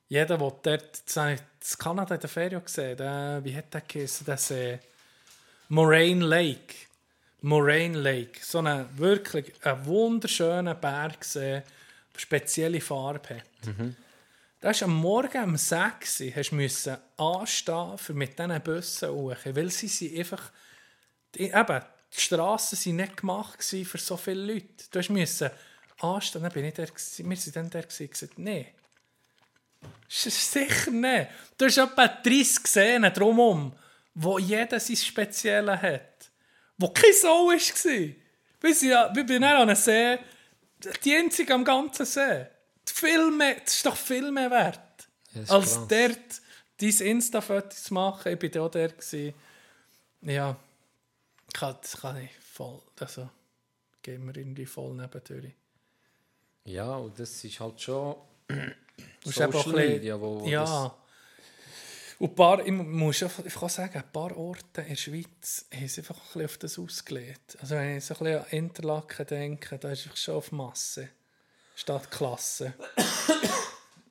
D: jeder, der dort, das habe ich in Kanada in der Ferien gesehen, der, wie hat der geheißen, das äh, Moraine Lake. Moraine Lake. So einen wirklich einen wunderschönen Berg gesehen, der spezielle Farbe hat. Da hast du am Morgen um 6 Uhr hast du müssen anstehen für mit diesen Bussen hoch, weil sie sind einfach die, eben, die Strassen waren nicht gemacht gewesen für so viele Leute. Du hast müssen anstehen, dann bin ich der, wir sind dann der gewesen, gesagt, nein. Sicher nicht. Du hast etwa 30 gesehen drumherum, wo jeder sein Spezielles hat. Wo kein Soul war. Wir, sind ja, wir sind dann an einem See, die einzige am ganzen See. Die Filme, das ist doch viel mehr wert.
C: Ja, ist
D: als
C: krass.
D: dort dein Insta-Foto zu machen. Ich war auch der. Gewesen. Ja, kann, das kann ich voll. Also, gehen wir irgendwie voll nebendurch.
C: Ja, und das ist halt schon
D: Du musst eben auch ein
C: Social
D: bisschen-
C: Media, wo, wo
D: ja.
C: das...
D: Und ein paar, ich muss einfach ich kann sagen, ein paar Orte in der Schweiz haben es einfach ein bisschen auf das ausgelegt. Also wenn ich so ein bisschen an Interlaken denke, da ist einfach schon auf Masse statt Klasse.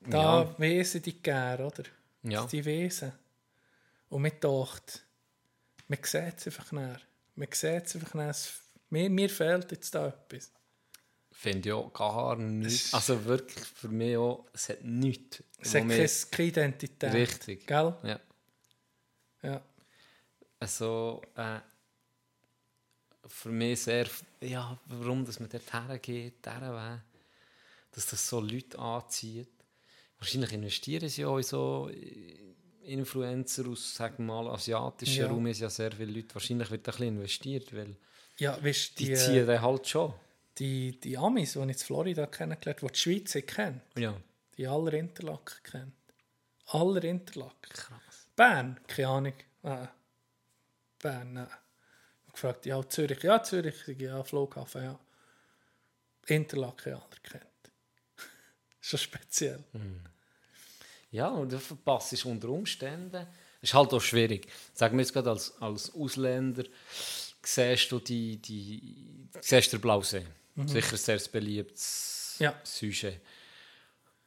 D: da Wesen die gär, oder?
C: Ja.
D: Die Wesen. Und mit dachte, man sieht es einfach näher. Man sieht es einfach näher. Es- Mir, mir fehlt jetzt da etwas.
C: Finde ich auch gar nichts. Also wirklich für mich auch, es hat nichts.
D: Es
C: wo
D: hat
C: mir-
D: keine, keine Identität.
C: Richtig.
D: Gell?
C: Ja.
D: Ja.
C: Also, äh, für mich sehr, ja, warum dass man dort hergeht, dieser Weg, dass das so Leute anzieht. Wahrscheinlich investieren sie auch in so äh, Influencer aus, sagen wir mal, asiatischen
D: Ja.
C: Raum ist ja sehr viele Leute. Wahrscheinlich wird da ein bisschen investiert, weil
D: Ja, weißt,
C: die
D: die, äh, die,
C: ziehen den halt schon.
D: die, die Amis, die ich in Florida kennengelernt habe, die die Schweiz nicht kennt,
C: Ja.
D: die aller Interlaken kennt. Aller Interlaken. Krass. Bern, keine Ahnung. Nein. Bern, nein. Ich gefragt, ja, Zürich, ja, Zürich, ja, Flughafen, ja. Interlaken, ja, aller kennt. Schon speziell.
C: Hm. Ja, und du verpasst unter Umständen. Ist halt auch schwierig. Sagen wir jetzt gerade als, als Ausländer, siehst du die, die, siehst den Blausee.
D: Mhm.
C: Sicher ein sehr beliebtes
D: Ja.
C: Sujet.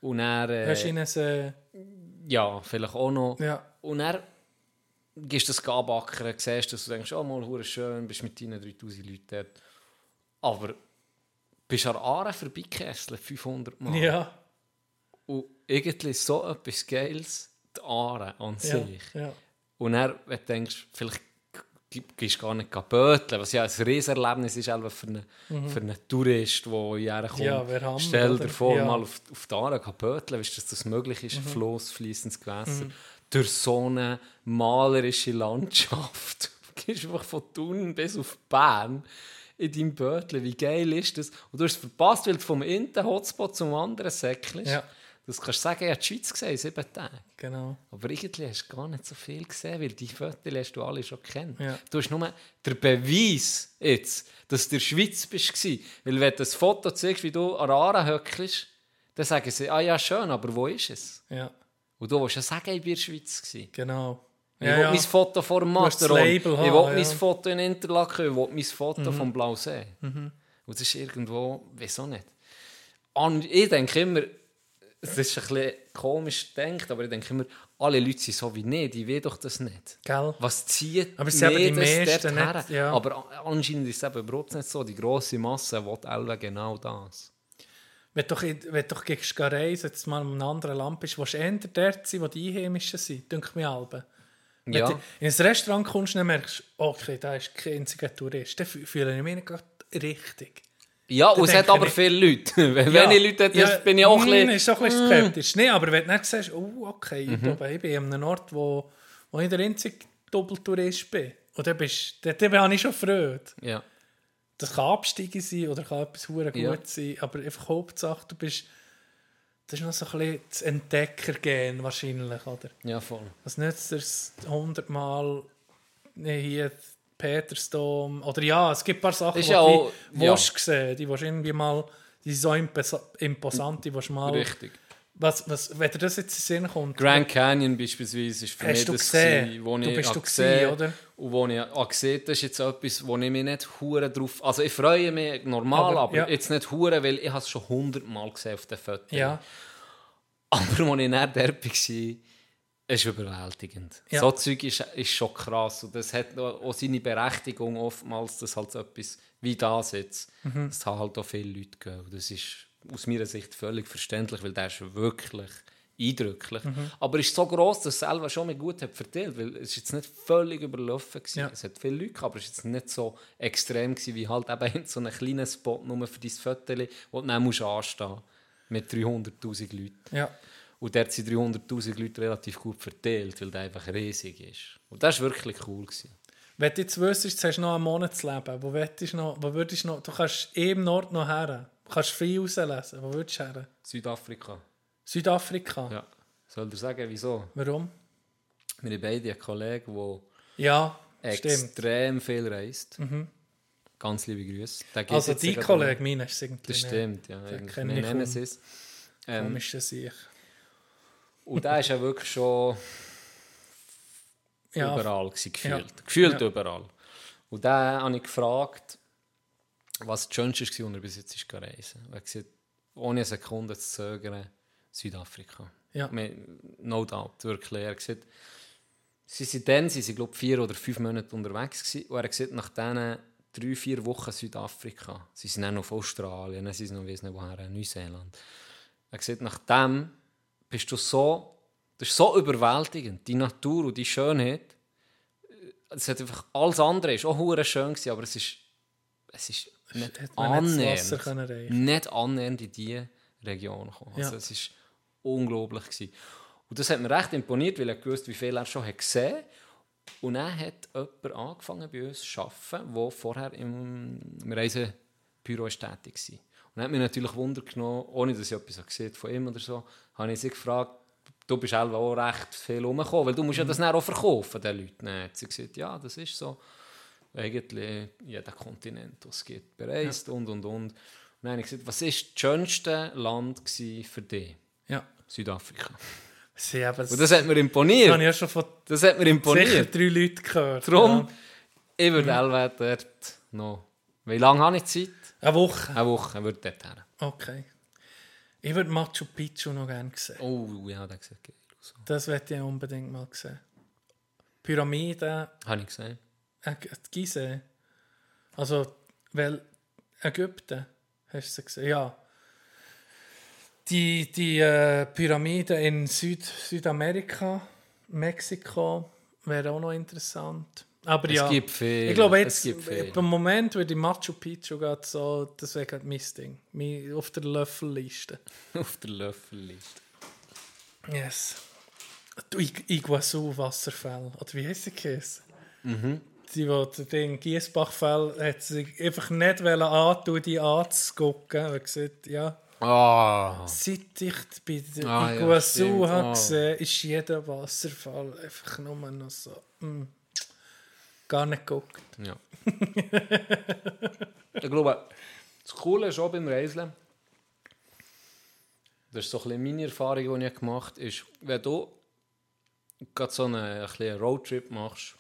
C: Und er,
D: Hast du
C: äh,
D: ihnen äh,
C: ja, vielleicht auch noch.
D: Ja.
C: Und er gehst das Gabackern, siehst das, du denkst, oh, mal, hure schön, bist mit deinen 3000 Leuten dort. Aber bist an Aare vorbeigekesselt, 500 Mal.
D: Ja,
C: Und irgendwie so etwas Geiles, die Aare an
D: ja,
C: sich.
D: ja.
C: Und dann, wenn du denkst, vielleicht g- gehst du gar nicht böteln, was ja ein Riesenerlebnis ist eben für einen, für einen Tourist, der hierher kommt.
D: Mhm. Ja, wer haben wir,
C: Stell
D: oder?
C: dir vor,
D: Ja. Mhm.
C: mal auf, auf die Aare zu böteln, weißt du, dass das möglich ist, Floss, fließendes Gewässer, durch so eine malerische Landschaft. Du gehst einfach von Thun bis auf Bern in deinem Bötchen. Wie geil ist das? Und du hast es verpasst, weil du vom einen Hotspot zum anderen säckelst.
D: Ja.
C: Das kannst du sagen, ich habe die Schweiz gesehen, in sieben Tage.
D: genau.
C: Aber irgendwie hast du gar nicht so viel gesehen, weil die Fotos hast du alle schon kennt.
D: Ja.
C: Du hast nur den Beweis jetzt, dass du in der Schweiz bist. Weil wenn du ein Foto siehst, wie du an der Aare höckelst, dann sagen sie, ah ja, schön, aber wo ist es?
D: Ja,
C: Und du willst ja sagen, ich war in der Schweiz. gewesen.
D: genau.
C: Ich will mein Foto vor dem
D: musst das
C: Matteron. Ich
D: Label
C: will
D: haben,
C: mein
D: ja. Mhm.
C: Foto in Interlaken, ich will mein Foto vom Blausee. Und das ist irgendwo, wieso nicht? An- Ich denke immer, das ist ein bisschen komisch gedacht, aber ich denke immer, alle Leute sind so wie nicht, ich will doch das nicht.
D: Gell?
C: Was zieht
D: Aber es sind eben die
C: mich das
D: meisten
C: dorthin?
D: nicht, ja.
C: Aber an- anscheinend ist es eben überhaupt nicht so. Die grosse Masse will alle genau das.
D: Wenn du, in- wenn du gehst reisen, jetzt mal in einem anderen Land bist, willst du eher dort sein, wo die Einheimischen sind, denke mir Alben. Wenn
C: Ja.
D: du in ein Restaurant kommst und dann merkst du, okay, da ist kein einziger Tourist, dann fü- fühle ich mich nicht gerade richtig.
C: Ja, und es
D: denke
C: hat aber
D: ich-
C: viele Leute. Wenn ich Leute hätte, bin ich auch ein
D: mm,
C: bisschen...
D: Ist auch ein bisschen skeptisch. Nee, aber wenn du dann siehst, oh,
C: Mhm.
D: okay, ich, glaube, ich bin an einem Ort, wo, wo ich der einzige Doppeltourist bin. Und dann, bist, dann, dann bin ich schon Freude.
C: Ja.
D: Das kann Absteigen sein oder kann etwas hure gut
C: Ja.
D: sein, aber einfach Hauptsache, du bist. Das ist noch so ein bisschen das Entdeckergehen wahrscheinlich, oder?
C: ja, voll.
D: Was nützt es hundertmal hier Petersdom? Oder ja, es gibt ein paar Sachen,
C: Ist
D: die
C: ja auch-
D: du
C: ja.
D: ja. gesehen die willst irgendwie mal, die sind so imposa- imposant, die willst mal...
C: Richtig.
D: Was, was, wenn dir das jetzt in den Sinn kommt,
C: Grand Canyon beispielsweise ist für
D: Hast
C: mich
D: du
C: das,
D: gesehen?
C: gewesen, wo
D: Du
C: ich
D: bist
C: habe
D: du
C: gesehen
D: gewesen, oder?
C: Und wo ich habe gesehen, das ist jetzt etwas, wo ich mich nicht hure drauf... Also ich freue mich normal,
D: Aber,
C: aber,
D: ja.
C: jetzt nicht hure, weil ich habe es schon hundertmal gesehen auf den Fotos.
D: ja,
C: Aber als ich dann dort war, ist überwältigend.
D: Ja.
C: So Zeug ist, ist schon krass. Und das hat auch auch seine Berechtigung oftmals, dass halt so etwas wie das jetzt,
D: Mhm.
C: das haben halt auch viele Leute gehen. Und das ist aus meiner Sicht völlig verständlich, weil der ist wirklich eindrücklich.
D: Mhm.
C: Aber es ist so gross, dass es selber schon mal gut hat verteilt, weil es ist jetzt nicht völlig überlaufen war.
D: Ja.
C: Es hat viele Leute, gehabt, aber es ist jetzt nicht so extrem gewesen, wie halt eben in so einem kleinen Spot nur für dein Foto, wo du dann musst anstehen mit 300'000 Leuten.
D: ja.
C: Und dort sind 300'000 Leute relativ gut verteilt, weil der einfach riesig ist. Und das war wirklich cool. Gewesen.
D: Wenn du jetzt wüsstest, du hast noch einen Monat zu leben, wo, wettest du noch, wo würdest du noch... Du kannst eben Nord noch her. Du kannst frei rauslesen. Wo würdest du her?
C: Südafrika.
D: Südafrika?
C: Ja. Soll dir sagen, wieso?
D: Warum?
C: Wir haben beide einen Kollegen, der
D: Ja, stimmt. Mhm.
C: extrem viel reist. Ganz liebe Grüße. Der geht
D: Also
C: jetzt
D: dein
C: gerade-
D: Kollege, meiner ist irgendwie...
C: Das stimmt, ja. eigentlich
D: kenne
C: nicht
D: ich kaum.
C: Nemesis.
D: Ähm.
C: Ähm,
D: Komisch, dass ich...
C: und der war ja wirklich schon
D: Ja,
C: überall, gewesen, gefühlt. Gefühlt überall. Und da habe ich gefragt, was das Schönste war, was er bis jetzt ist gereist. Er hat gesagt, ohne eine Sekunde zu zögern, Südafrika.
D: Ja.
C: Me- No doubt, wirklich. Er hat gesagt, sie sind dann, sie sind, glaube ich, vier oder fünf Monate unterwegs gewesen. Und er hat gesagt, nach diesen drei, vier Wochen Südafrika, sie sind dann noch auf Australien, dann sind sie noch, weiss nicht woher, Neuseeland. Er hat gesagt, nach dem bist du so, das ist so überwältigend, die Natur und die Schönheit. Es hat einfach, alles andere ist auch hure schön gewesen, aber es ist, es ist nicht
D: Hätte man nicht das Wasser können
C: annähernd,
D: erreichen.
C: nicht annähernd in diese Region gekommen. Also
D: Ja.
C: es ist unglaublich gewesen. Und das hat mir recht imponiert, weil ich gewusst, wie viel er schon hat gesehen hat. Und dann hat jemand angefangen bei uns zu arbeiten, der vorher im im Reisebüro ist tätig war. Und er hat mich natürlich Wunder genommen, ohne dass ich etwas habe gesehen von ihm oder so, habe ich sie gefragt, du bist selber auch recht viel rumgekommen, weil du musst ja das dann auch verkaufen, den Leuten. Dann hat sie gesagt, ja, das ist so. Eigentlich jeder Kontinent, was es gibt, bereist und, und, und. Und dann habe ich gesagt, was war das schönste Land gewesen für dich?
D: ja.
C: Südafrika.
D: Sie haben es...
C: Und
D: Das
C: das hat mir imponiert.
D: habe ich ja schon von
C: Das hat mir
D: sicher
C: imponiert.
D: drei Leuten gehört.
C: Darum, ich würde mhm. dort noch. Wie lange habe ich Zeit?
D: Ja. Eine Woche.
C: Eine Woche, ich würde dort her.
D: Okay. Ich würde Machu Picchu noch gerne sehen.
C: Oh, ja, das sieht geil aus.
D: Das werde ich unbedingt mal sehen. Pyramiden,
C: Habe ich gesehen.
D: äh, die Gizeh. Also, weil Ägypten, hast du sie gesehen? Ja. Die, die äh, Pyramiden in Süd, Südamerika, Mexiko, wäre auch noch interessant. Aber ja,
C: Es gibt viel.
D: ich glaube
C: es
D: jetzt,
C: gibt viel.
D: im Moment würde ich Machu Picchu gerade so, das wäre gerade mein Ding. Mein, auf der Löffelliste.
C: Auf der Löffel liegt.
D: Yes. Du Ig- Iguazu-Wasserfälle. Oder wie heißt die Käse?
C: Mhm.
D: Die, die den Ding Giesbach-Fell hat sie sich einfach nicht wollen antun, die anzugucken. Er hat gesagt, ja,
C: Ah,
D: seit ich bei der
C: Ah, ja,
D: Iguazu
C: stimmt.
D: habe
C: Ah.
D: gesehen, ist jeder Wasserfall einfach nur noch so. mm, gar nicht geguckt.
C: ja. ich glaube, das Coole ist auch beim Reisen, das ist so ein bisschen meine Erfahrung, die ich gemacht habe, ist, wenn du gerade so einen, ein bisschen einen Roadtrip machst,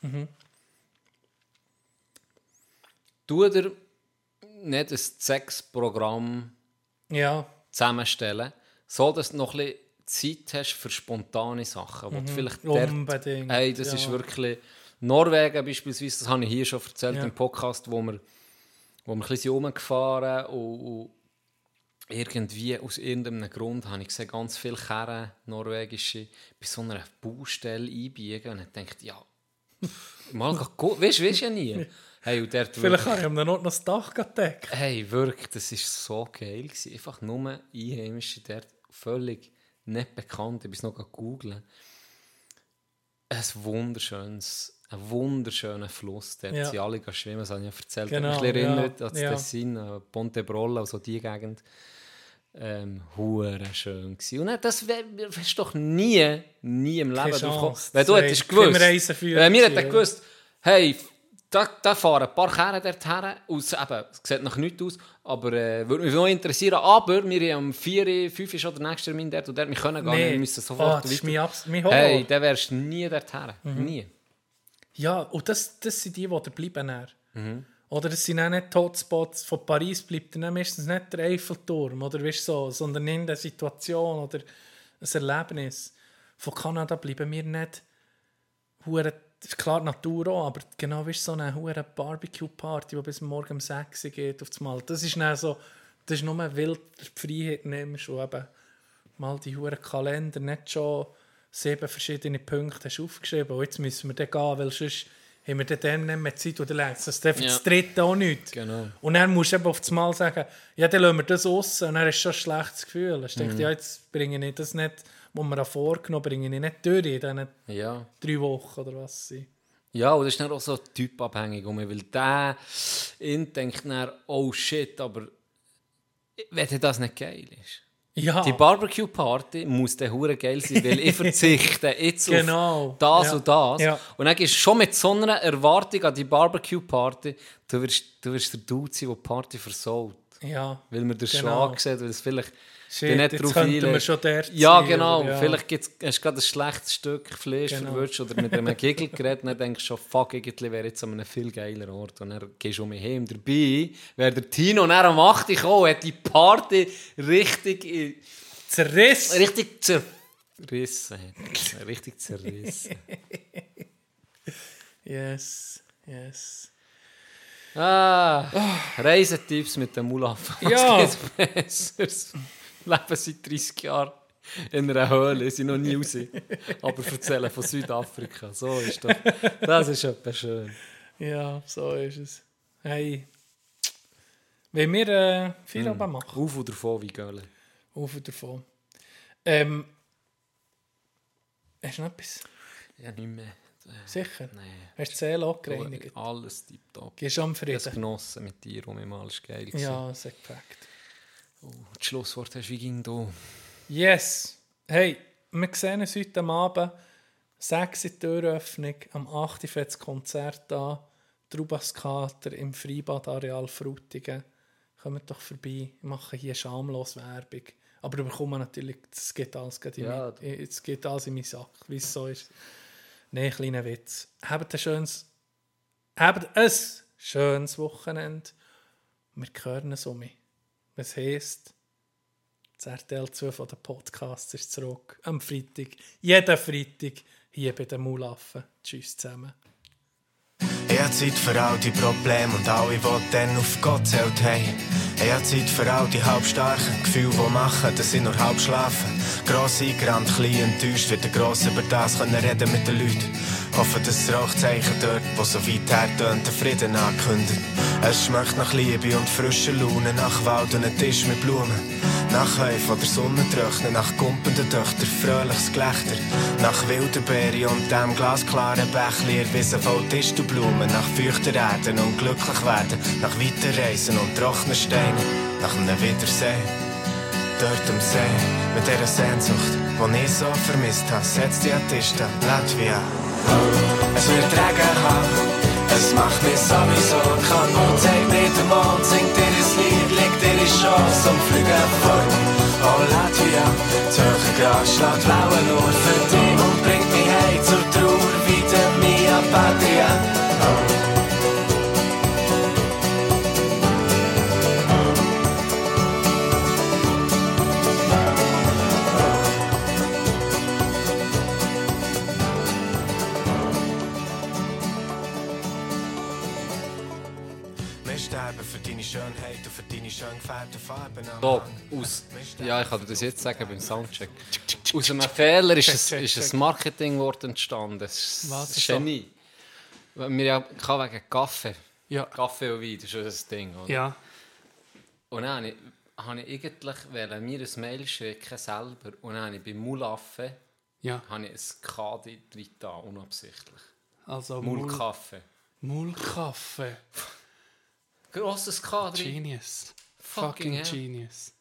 C: tu dir nicht ein Sexprogramm
D: Ja,
C: zusammenstellen, so dass du noch ein bisschen Zeit hast für spontane Sachen, die du vielleicht dort...
D: Mhm. unbedingt.
C: Hey, das
D: ja.
C: ist wirklich... Norwegen beispielsweise, das habe ich hier schon erzählt
D: Ja.
C: im Podcast, wo wir, wo wir ein bisschen rumgefahren sind und, und irgendwie aus irgendeinem Grund habe ich gesehen, ganz viele Kerne, norwegische, bei so einer Baustelle einbiegen und ich dachte, ja, pff, mal gut, weißt du ja nie. Hey, und dort
D: Vielleicht habe ich ihm dann noch das Dach gedeckt.
C: Hey, wirklich, das war so geil. Gewesen. Einfach nur Einheimische dort, völlig nicht bekannt. Ich bin es noch googeln. Ein wunderschönes, ein wunderschöner Fluss. Dort
D: Ja.
C: sind alle gegangen schwimmen, das habe ich ja erzählt.
D: Genau,
C: ich mich
D: ja,
C: erinnert an das
D: ja.
C: Tessin, äh, Ponte Brolla, also die Gegend. Ähm, hure schön gewesen. Und dann, das wär- wirst du doch nie, nie im Leben
D: Keine Chance.
C: durchkommen. Wenn du
D: Das
C: hättest
D: wäre kein
C: gewusst,
D: Reiseführer
C: wenn wir
D: gewesen,
C: hätten
D: oder?
C: gewusst, gewusst, hey, da, da fahren ein paar Kerren dort her. Aus, eben, es sieht nach nichts aus, aber äh, würde mich noch interessieren. Aber wir haben um 4, 5 ist schon der nächste Termin dort und dort, wir können gar nicht, wir müssen
D: Ah,
C: sofort
D: das ist
C: weiter.
D: mein, Abs mein Horror. Mhm.
C: Hey, dann wärst du nie dort her. Nie.
D: Ja, und das, das sind die, die da bleiben. dann. Oder das sind auch nicht die Hotspots. Von Paris bleibt dann meistens nicht der Eiffelturm, oder weißt du so, sondern in der Situation oder ein Erlebnis. Von Kanada bleiben wir nicht hure ist klar die Natur auch, aber genau wie so eine hure Barbecue-Party, die bis morgen um 6 Uhr geht auf das Mal. Das ist dann so, das ist nur wild, dass du die Freiheit nimmst und eben mal die hure Kalender nicht schon sieben verschiedene Punkte hast aufgeschrieben und jetzt müssen wir dann gehen, weil sonst haben wir dann dem nicht mehr Zeit oder längst. Das darf
C: Ja.
D: das dritte auch nicht.
C: Genau.
D: Und dann musst du eben auf das Mal
C: Mhm.
D: sagen, ja, dann lassen wir das raus und dann hast du schon ein schlechtes Gefühl. Dann denkst du, ja, jetzt bringe ich das nicht die mir vorgenommen bringe ich nicht durch in diesen
C: Ja.
D: drei Wochen oder was es sind.
C: Ja, und das ist dann auch so typabhängig. Und weil der in denkt dann, oh shit, aber wenn dir das nicht geil ist.
D: Ja,
C: Die Barbecue-Party muss der Hure geil sein, weil ich verzichte jetzt
D: Genau.
C: auf das
D: Ja.
C: und das.
D: Ja.
C: Und dann gehst du schon mit so einer Erwartung an die Barbecue-Party, du wirst, du wirst der Dude sein, der die Party versaut.
D: ja.
C: Weil man den
D: Genau.
C: Schlag sieht, weil es vielleicht
D: Shit,
C: dich
D: jetzt
C: drauf
D: könnten wir
C: einlädt.
D: schon dort
C: Ja,
D: sein,
C: genau.
D: oder ja.
C: Vielleicht gibt's, hast du gerade ein schlechtes Stück Fleisch
D: Genau.
C: verwirrt oder mit einem Giggle geredet und dann denkst du schon, fuck, irgendwie wäre jetzt an einem viel geiler Ort. Und dann gehst du um mich heim. Dabei wäre der Tino und er am 8. Uhr gekommen, hat die Party richtig... in-
D: Zerriss!
C: Richtig zerrissen. Richtig zerrissen.
D: Yes, yes.
C: Ah, Reisetipps mit dem Mulaf.
D: Ja.
C: Was gibt's Besseres? Leben seit 30 Jahren in einer Höhle, sind noch nie raus. Aber erzählen von Südafrika, so ist das. Das ist etwas schön.
D: Ja, so ist es. Hey. Wenn wir äh,
C: Mhm.
D: Feierabend machen,
C: Auf oder vor wie Göhle.
D: auf und davon. Ähm, hast du noch etwas?
C: Ja, nicht mehr.
D: Sicher?
C: Nein.
D: Hast du die Seele auch gereinigt?
C: Alles tiptop.
D: Gehst du am
C: äh, Das
D: Frieden?
C: genossen mit dir, um immer alles geil. gewesen.
D: Ja, das ist perfekt.
C: Und Das Schlusswort hast du wie ging du.
D: Yes! Hey, wir sehen uns heute am Abend. 6 Uhr Türöffnung, am 8. Uhr fängt das Konzert an. Trubaskater im Freibadareal Frutigen. Kommt doch vorbei, ich mache hier schamlos Werbung. Aber ich bekomme natürlich, das geht alles, gerade in,
C: Ja,
D: mein, es geht alles in meinen Sack, wie es so ist. Nein, kleiner Witz. Habt ein schönes, habt ein schönes Wochenende. Wir hören es um mich. Was heisst, das RTL 2 von den Podcasts ist zurück. Am Freitag, jeden Freitag, hier bei den Mulaffen. Tschüss zusammen.
F: Ich habe Zeit für all die Probleme und alle, die dann auf Gott zählt haben. Ich habe Zeit für all die halbstarken Gefühle, die machen, dass ich nur halb schlafe. Gross eingerannt, klein enttäuscht, wird der Gross über das können reden mit den Leuten. Hoffe, dass das Rauchzeichen dort, wo so weit hertönt, den Frieden ankündigt. Es schmeckt nach Liebe und frischer Laune, nach Wald und einem Tisch mit Blumen. Nach Heuf oder Sonnentröchnen, nach gumpenden Töchter, fröhliches Gelächter. Nach wilden Beeren und dem glasklaren Bächli, erwiesen voll Tisch und Blumen. Nach feuchter Erden und glücklich werden. Nach weiter Reisen und trockenen Steinen. Nach einem Wiedersehen, dort am See. Mit dieser Sehnsucht, die ich so vermisst habe, setzt die Attista Latvia. Es wird Regen haben, es macht mich sowieso krank. Und zeig mir den Mond, sing dir das Lied, leg dir die Chance und fliege fort. Oh Latvia, Zürcher Gras schlägt Wellen nur für dich und bringt mich heim zur Trauer, wieder mia Patria. Wir sterben für deine Schönheit und für deine schön gefärbten Farben am
C: Top.
F: Hang.
C: Aus, ja, ich kann dir das jetzt sagen beim Soundcheck. Aus einem Fehler ist ein, ist ein Marketingwort entstanden. Es ist
D: Was ist
C: ein Genie. Weil Wir ja kann wegen Kaffee.
D: Ja.
C: Kaffee und Wein, das ist unser Ding. Oder?
D: Ja.
C: Und dann habe ich- habe ich eigentlich wollte mir ein Mail schicken, selber. Und dann habe ich bei Mulaffe
D: Ja.
C: habe ich ein Kadi drin da, unabsichtlich.
D: Also Mul-
C: Mulkaffee.
D: Mulkaffee.
C: Grosses K drin.
D: Genius.
C: Fucking
D: Fucking
C: hell.
D: genius.